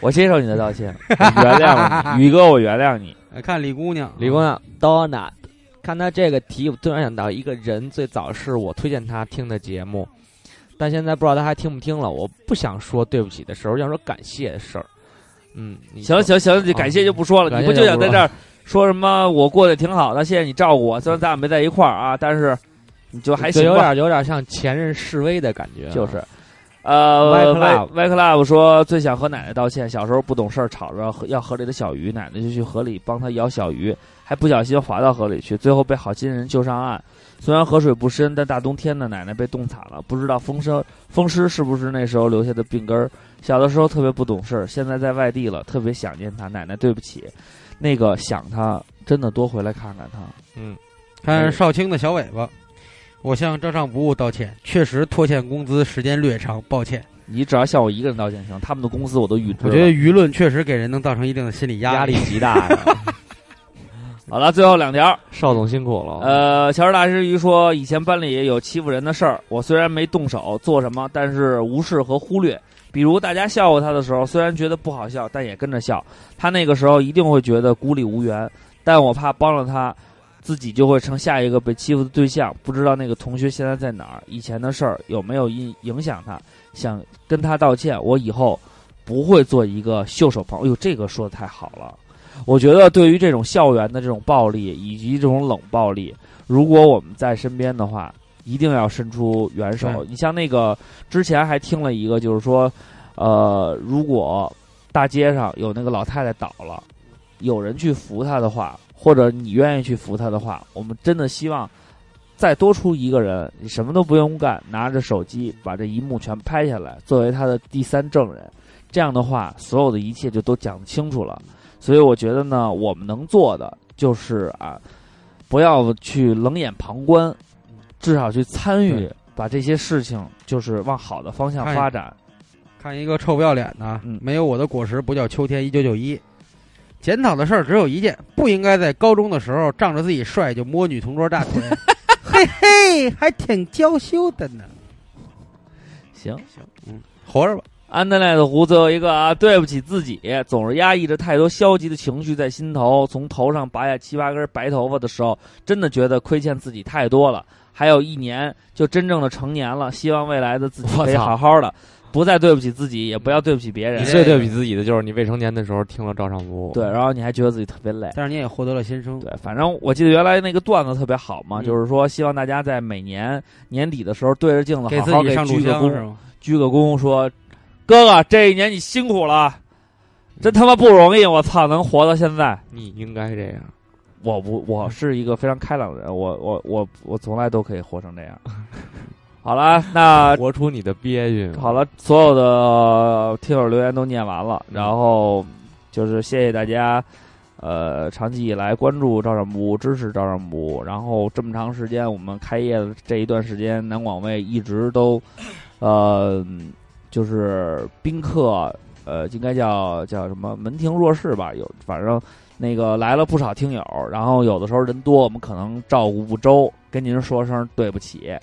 Speaker 2: 我接受你的道 歉，我原谅你，宇哥，我原谅你。
Speaker 1: 呃看李姑娘，啊
Speaker 3: 李姑娘 Donna，看她这个题，我突然想到一个人，最早是我推荐她听的节目，但现在不知道她还听不听了。我不想说对不起的事儿，我想说感谢的事儿。嗯，你
Speaker 2: 行行行，你感谢就不说了，
Speaker 3: 感
Speaker 2: 你
Speaker 3: 谢
Speaker 2: 不就想在
Speaker 3: 不
Speaker 2: 这
Speaker 3: 说
Speaker 2: 儿说什么我过得挺好的，谢谢你照顾我，虽然咱俩没在一块儿啊，但是你就还
Speaker 3: 就
Speaker 2: 行吧
Speaker 3: 有点有点像前任示威的感觉，啊
Speaker 1: 啊
Speaker 2: 就是。呃
Speaker 3: Y
Speaker 2: ，Y
Speaker 3: Club
Speaker 2: Y Club 说最想和奶奶道歉，小时候不懂事儿，吵着要河里的小鱼，奶奶就去河里帮他舀小鱼，还不小心滑到河里去，最后被好心人救上岸。虽然河水不深，但大冬天的奶奶被冻惨了，不知道风声风湿是不是那时候留下的病根儿。小的时候特别不懂事儿，现在在外地了，特别想念她。奶奶，对不起，那个想她，真的多回来看看她。
Speaker 3: 嗯，
Speaker 1: 看少卿的小尾巴，我向照尚不误道歉，确实拖欠工资时间略长，抱歉。
Speaker 2: 你只要向我一个人道歉行，他们的公司我都预知
Speaker 1: 我
Speaker 2: 了。
Speaker 1: 觉得舆论确实给人能造成一定的心理压力，
Speaker 3: 压力极大呀。
Speaker 2: 好了，最后两条。
Speaker 3: 邵总辛苦了。
Speaker 2: 呃，乔治大师鱼说，以前班里有欺负人的事儿，我虽然没动手做什么，但是无视和忽略。比如大家笑话他的时候，虽然觉得不好笑，但也跟着笑。他那个时候一定会觉得孤立无援，但我怕帮了他，自己就会成下一个被欺负的对象。不知道那个同学现在在哪儿，以前的事儿有没有影影响他？想跟他道歉，我以后不会做一个袖手旁。哎呦， 这个说的太好了。我觉得对于这种校园的这种暴力以及这种冷暴力，如果我们在身边的话，一定要伸出援手
Speaker 3: 对。
Speaker 2: 你像那个之前还听了一个，就是说，呃，如果大街上有那个老太太倒了，有人去扶她的话，或者你愿意去扶她的话，我们真的希望再多出一个人，你什么都不用干，拿着手机把这一幕全拍下来，作为他的第三证人。这样的话，所有的一切就都讲清楚了。所以我觉得呢，我们能做的就是啊，不要去冷眼旁观，至少去参与，把这些事情就是往好的方向
Speaker 1: 看
Speaker 2: 发展。
Speaker 1: 看一个臭不要脸的啊，没有我的果实不叫秋天。一九九一，检讨的事儿只有一件，不应该在高中的时候仗着自己帅就摸女同桌大腿，嘿嘿，还挺娇羞的呢。
Speaker 2: 行
Speaker 1: 行，嗯，活着吧。
Speaker 2: 安德烈的湖最后一个啊，对不起自己，总是压抑着太多消极的情绪在心头。从头上拔下七八根白头发的时候，真的觉得亏欠自己太多了。还有一年就真正的成年了，希望未来的自己
Speaker 3: 我
Speaker 2: 可以
Speaker 3: 操
Speaker 2: 好好的，不再对不起自己，也不要对不起别人。
Speaker 3: 你最对不起自己的就是你未成年的时候听了照常不误。
Speaker 2: 对，然后你还觉得自己特别累，
Speaker 1: 但是你也获得了新生。
Speaker 2: 对，反正我记得原来那个段子特别好嘛，
Speaker 1: 嗯
Speaker 2: 就是说希望大家在每年年底的时候对着镜子
Speaker 1: 给
Speaker 2: 好
Speaker 1: 自
Speaker 2: 好
Speaker 1: 己上
Speaker 2: 鞠
Speaker 1: 炷
Speaker 2: 个
Speaker 1: 香是
Speaker 2: 躬
Speaker 1: 吗，
Speaker 2: 鞠个躬说：“哥哥，这一年你辛苦了，真他妈不容易，我操，能活到现在。”
Speaker 3: 你应该这样。
Speaker 2: 我不，我是一个非常开朗的人，我我我我从来都可以活成这样。 好了，那
Speaker 3: 活出你的憋屈。
Speaker 2: 好了，所有的呃听友留言都念完了，然后就是谢谢大家，呃，长期以来关注赵尚武，支持赵尚武，然后这么长时间我们开业的这一段时间，南广卫一直都，呃，就是宾客，呃，应该叫叫什么门庭若市吧，有反正。那个来了不少听友，然后有的时候人多，我们可能照顾不周，跟您说声对不起。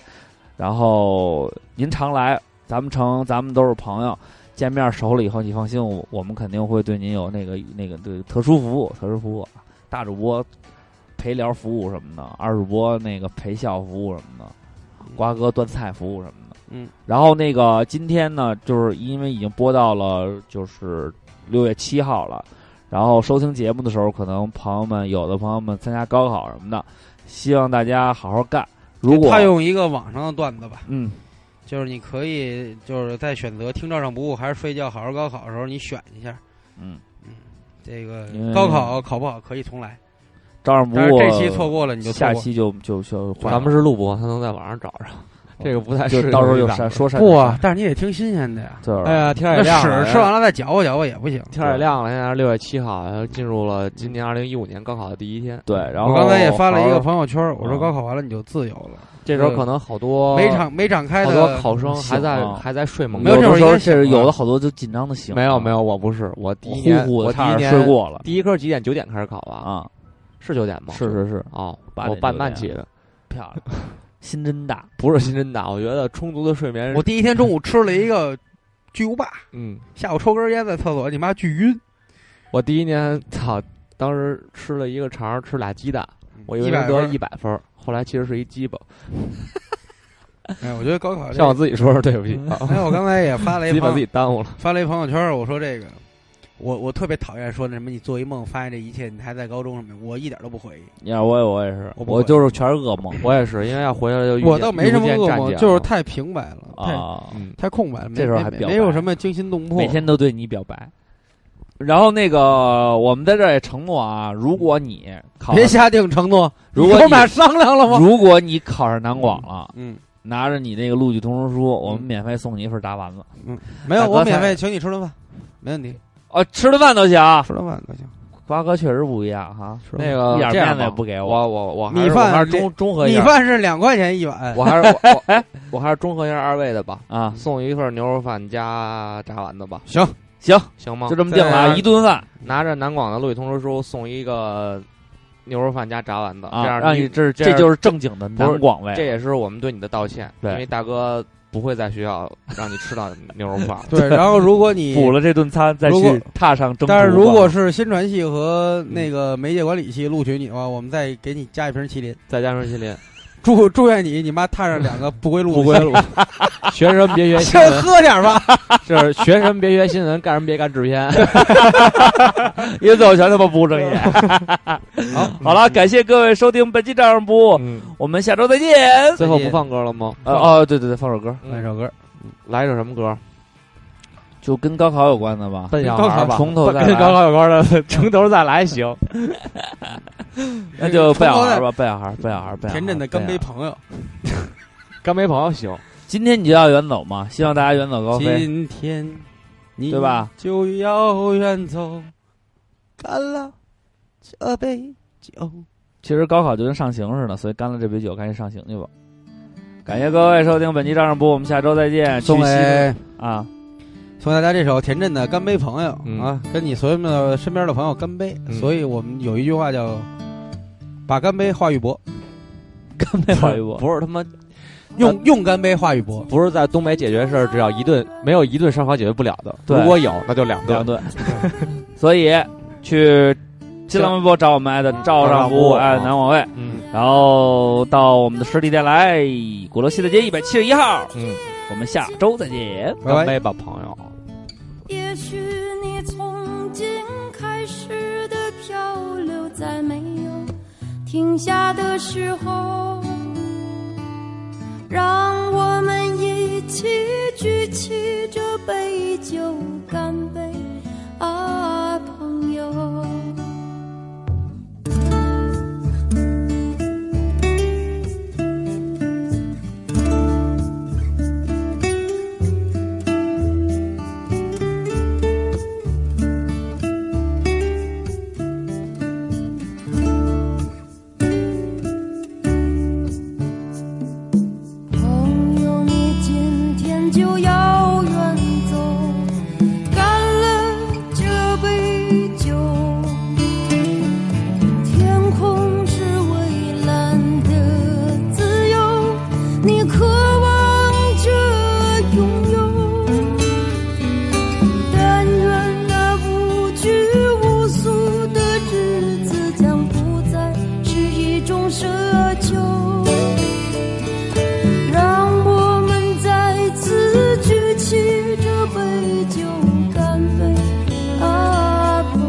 Speaker 2: 然后您常来，咱们成，咱们都是朋友，见面熟了以后，你放心，我我们肯定会对您有那个那个对特殊服务，特殊服务，大主播陪聊服务什么的，二主播那个陪笑服务什么的，瓜哥端菜服务什么的，
Speaker 1: 嗯，
Speaker 2: 然后那个今天呢，就是因为已经播到了就是六月七号了，然后收听节目的时候，可能朋友们有的朋友们参加高考什么的，希望大家好好干。如果
Speaker 1: 他用一个网上的段子吧，
Speaker 2: 嗯，
Speaker 1: 就是你可以就是在选择听照上不误还是睡觉好好高考的时候，你选一下，
Speaker 2: 嗯
Speaker 1: 这个
Speaker 3: 嗯
Speaker 2: 因为
Speaker 1: 高考考不好可以重来。
Speaker 2: 照样不
Speaker 1: 但是
Speaker 2: 误，
Speaker 1: 这期错过了你就错
Speaker 2: 下
Speaker 1: 过
Speaker 2: 期就就就换
Speaker 3: 咱们是录播，他能在网上找着，这个不太
Speaker 2: 就
Speaker 3: 适
Speaker 2: 到时候
Speaker 3: 用于
Speaker 2: 有
Speaker 3: 咱
Speaker 2: 删
Speaker 3: 们
Speaker 2: 说删
Speaker 1: 不啊，但是你得听新鲜的呀。
Speaker 2: 对
Speaker 3: 哎呀天儿
Speaker 1: 那
Speaker 3: 也亮了
Speaker 1: 屎吃完了再搅和搅和也不行。
Speaker 3: 天儿也亮了，现在是六月七号，然后进入了今年二零一五年高考的第一天。
Speaker 2: 对，然后
Speaker 1: 我刚才也发了一个
Speaker 3: 好啊
Speaker 1: 朋友圈，我说高考完了你就自由了。
Speaker 3: 这时候可能好多
Speaker 1: 没展没展开
Speaker 3: 哦好
Speaker 1: 的
Speaker 3: 多考生还在
Speaker 1: 醒了
Speaker 3: 还在睡梦
Speaker 2: 没有
Speaker 3: 中。啊
Speaker 2: 这会儿
Speaker 3: 时
Speaker 2: 应
Speaker 3: 候这是
Speaker 2: 该醒了
Speaker 3: 啊有的
Speaker 2: 好多就紧张的醒了
Speaker 3: 没有没有，我不是，我第一年
Speaker 2: 呼呼的
Speaker 3: 我第一
Speaker 2: 差点
Speaker 3: 年
Speaker 2: 睡过了
Speaker 3: 第一科几点？九点开始考吧？
Speaker 2: 啊，
Speaker 3: 是九点吗？
Speaker 2: 是是是
Speaker 3: 哦，
Speaker 2: 八
Speaker 3: 我
Speaker 2: 点
Speaker 3: 半
Speaker 2: 九
Speaker 3: 慢
Speaker 2: 点
Speaker 3: 起的，
Speaker 2: 漂亮， 心真大。
Speaker 3: 不是心真大，我觉得充足的睡眠。
Speaker 1: 我第一天中午吃了一个巨无霸，
Speaker 3: 嗯，
Speaker 1: 下午抽根烟在厕所，你妈巨晕，
Speaker 3: 我第一年操，当时吃了一个肠儿，吃俩鸡蛋，我以为
Speaker 1: 100
Speaker 3: 能得
Speaker 1: 分
Speaker 3: 一百分儿，后来其实是一鸡巴。
Speaker 1: 哎，我觉得高考这
Speaker 3: 向我自己说说对不起。
Speaker 1: 哎，我刚才也发了一
Speaker 3: 自己把
Speaker 1: 朋
Speaker 3: 自己耽误了。
Speaker 1: 发了一朋友圈，我说这个，我我特别讨厌说那什么，你做一梦发现这一切，你还在高中什么，我一点都不回忆。
Speaker 2: 你看我也我也是，
Speaker 1: 我不
Speaker 2: 我
Speaker 1: 会
Speaker 2: 就是全是噩梦。
Speaker 3: 我也是，因为要回来就遇见
Speaker 1: 我倒没什么噩梦，就是太平白了，
Speaker 2: 啊
Speaker 1: 太太空白了，没
Speaker 2: 这时候
Speaker 1: 没
Speaker 2: 还表白
Speaker 1: 没有什么惊心动魄。
Speaker 2: 每天都对你表白。然后那个，我们在这儿也承诺啊，如果你考
Speaker 1: 别下定承诺，
Speaker 2: 如果
Speaker 1: 你跟我
Speaker 2: 你
Speaker 1: 们俩商量了吗？
Speaker 2: 如果你考上南广了，
Speaker 1: 嗯，
Speaker 2: 拿着你那个录取通知书，我们免费送你一份大丸子。
Speaker 1: 嗯，没有，
Speaker 2: 大哥
Speaker 1: 我免
Speaker 2: 才
Speaker 1: 费请你吃顿饭，没问题，
Speaker 2: 哦，吃顿饭都行。啊
Speaker 1: 吃顿饭都行。
Speaker 2: 瓜哥确实不一样哈，
Speaker 3: 那个
Speaker 2: 一点
Speaker 3: 这样
Speaker 2: 面子也
Speaker 3: 吧
Speaker 2: 不给
Speaker 3: 我，
Speaker 2: 我。
Speaker 3: 我我我还
Speaker 1: 米
Speaker 3: 是我
Speaker 1: 饭
Speaker 3: 还是
Speaker 1: 这
Speaker 3: 中中和一
Speaker 1: 米
Speaker 3: 下，
Speaker 1: 饭是两块钱一碗，
Speaker 3: 我还是我我我还是中和一下二位的吧。
Speaker 2: 啊，
Speaker 3: 送一份牛肉饭加炸丸子吧。
Speaker 1: 行。
Speaker 2: 行
Speaker 3: 行吗？
Speaker 2: 就这么定了啊，
Speaker 3: 对
Speaker 2: 一顿饭
Speaker 3: 拿着南广的录取通知书送一个牛肉饭加炸丸子，
Speaker 2: 啊，
Speaker 3: 这样
Speaker 2: 让
Speaker 3: 你
Speaker 2: 你这
Speaker 3: 样
Speaker 2: 这就是正经的
Speaker 3: 不
Speaker 2: 南
Speaker 3: 是
Speaker 2: 广味。
Speaker 3: 这也是我们对你的道歉，因
Speaker 2: 对
Speaker 3: 为大哥不会在学校让你吃到牛肉饭
Speaker 1: 对，然后如果你
Speaker 2: 补了这顿餐，再
Speaker 1: 如果
Speaker 2: 去踏上征途吧。嗯
Speaker 1: 但是如 果是新传系和那个媒介管理系录取你的话，我们再给你加一瓶麒麟。
Speaker 3: 再加上麒麟，
Speaker 1: 祝祝愿你你妈踏上两个不归路。
Speaker 3: 不归路， 学什么别学新
Speaker 1: 先
Speaker 3: 闻，
Speaker 1: 喝点吧。
Speaker 3: 就是学什么别学新闻，干什么别干制片。
Speaker 2: 因为最后全他妈不务正业。好， 嗯好了，感谢各位收听本期《照样不误》，我们下周再见。
Speaker 3: 最后不放歌了吗？
Speaker 2: 呃哦，对对对，放首歌，
Speaker 1: 来首歌，
Speaker 3: 来一首什么歌？
Speaker 2: 就跟高考有关的吧，
Speaker 3: 笨小孩吧，
Speaker 2: 从头再
Speaker 3: 跟高
Speaker 2: 来，
Speaker 3: 考有关的，从头再来行。
Speaker 2: 那就笨小孩吧，笨小孩，笨小孩，笨小孩。
Speaker 1: 田震的干杯
Speaker 2: 笨小孩
Speaker 1: 朋友，
Speaker 3: 干杯朋友行，
Speaker 2: 哎今天你就要远走嘛，希望大家远走高飞。
Speaker 1: 今天你
Speaker 2: 对吧？
Speaker 1: 就要远走，干了这杯酒。
Speaker 2: 其实高考就跟上刑似的，所以干了这杯酒，赶紧上刑去吧。感谢各位收听本期《照样不误》，我们下周再见。
Speaker 1: 送
Speaker 2: 去西
Speaker 1: 给
Speaker 2: 啊，
Speaker 1: 送给大家这首田震的《干杯朋友》
Speaker 3: 嗯
Speaker 1: 啊，跟你所有的身边的朋友干杯。
Speaker 3: 嗯
Speaker 1: 所以我们有一句话叫“把干杯化玉帛
Speaker 2: 干杯，华一博。
Speaker 3: 不是他妈
Speaker 1: 用用干杯话语博，
Speaker 3: 不是在东北解决事儿，只要一顿没有一顿烧烤解决不了的。
Speaker 2: 对
Speaker 3: 如果有，那就两顿。
Speaker 2: 两顿所以去新浪微博找我们的照上服务哎南广卫，
Speaker 3: 嗯，
Speaker 2: 然后到我们的实体店来，鼓楼西大街一百七十一号，
Speaker 3: 嗯，
Speaker 2: 我们下周再见，
Speaker 3: 拜拜干杯吧朋友。
Speaker 17: 也许你从今开始的漂流，在没有停下的时候，让我们一起举起这杯酒，干杯啊，朋友！朋友，你今天就要远走，干了这杯酒。天空是蔚蓝的自由，你渴望着拥有。但愿那无拘无束的日子将不再是一种奢求。让我们再次举起这杯酒，干杯啊，朋友！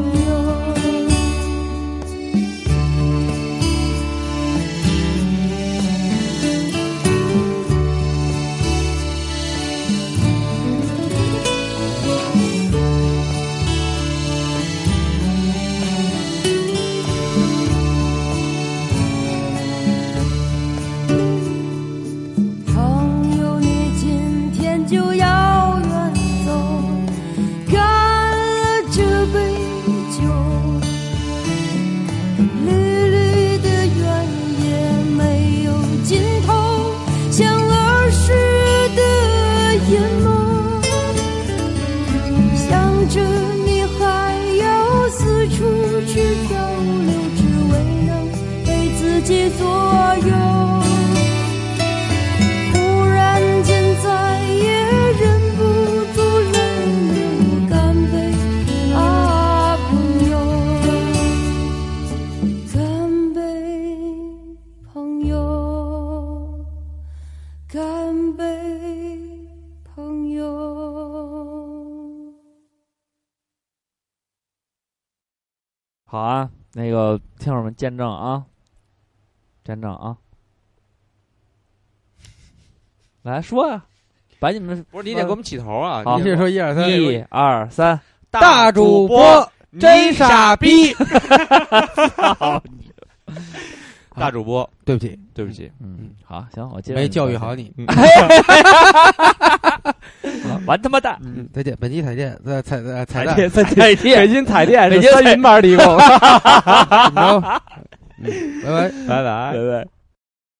Speaker 17: 朋友，你今天就要远走，干了这杯酒。绿绿的原野没有尽头，像儿时的眼眸，想着你还要四处去漂流，只为能被自己左右。忽然间，再也忍不住泪流，干杯啊，朋友！干杯，朋友！干杯，朋友！
Speaker 2: 好啊，那个听友们见证啊，见证啊，来说呀、把你们
Speaker 3: 不是你得给我们起头啊！
Speaker 2: 好，
Speaker 3: 你得
Speaker 2: 一二 三，一二三，
Speaker 1: 大主播真傻逼
Speaker 2: 操你！
Speaker 3: 大主播，
Speaker 1: 对不起，
Speaker 3: 对不起，
Speaker 2: 嗯，好，行，我接着
Speaker 1: 没
Speaker 2: 你
Speaker 1: 教
Speaker 2: 的
Speaker 1: 育
Speaker 2: 话
Speaker 1: 好
Speaker 2: 题。
Speaker 1: 你
Speaker 2: 完他妈蛋！
Speaker 1: 嗯，再见，本期彩电，再彩呃彩蛋，
Speaker 3: 彩电彩电 北京彩电是
Speaker 1: 北京
Speaker 3: 三
Speaker 1: 彩
Speaker 3: 云牌提供
Speaker 1: 怎么着？嗯拜拜。
Speaker 3: 拜拜拜拜。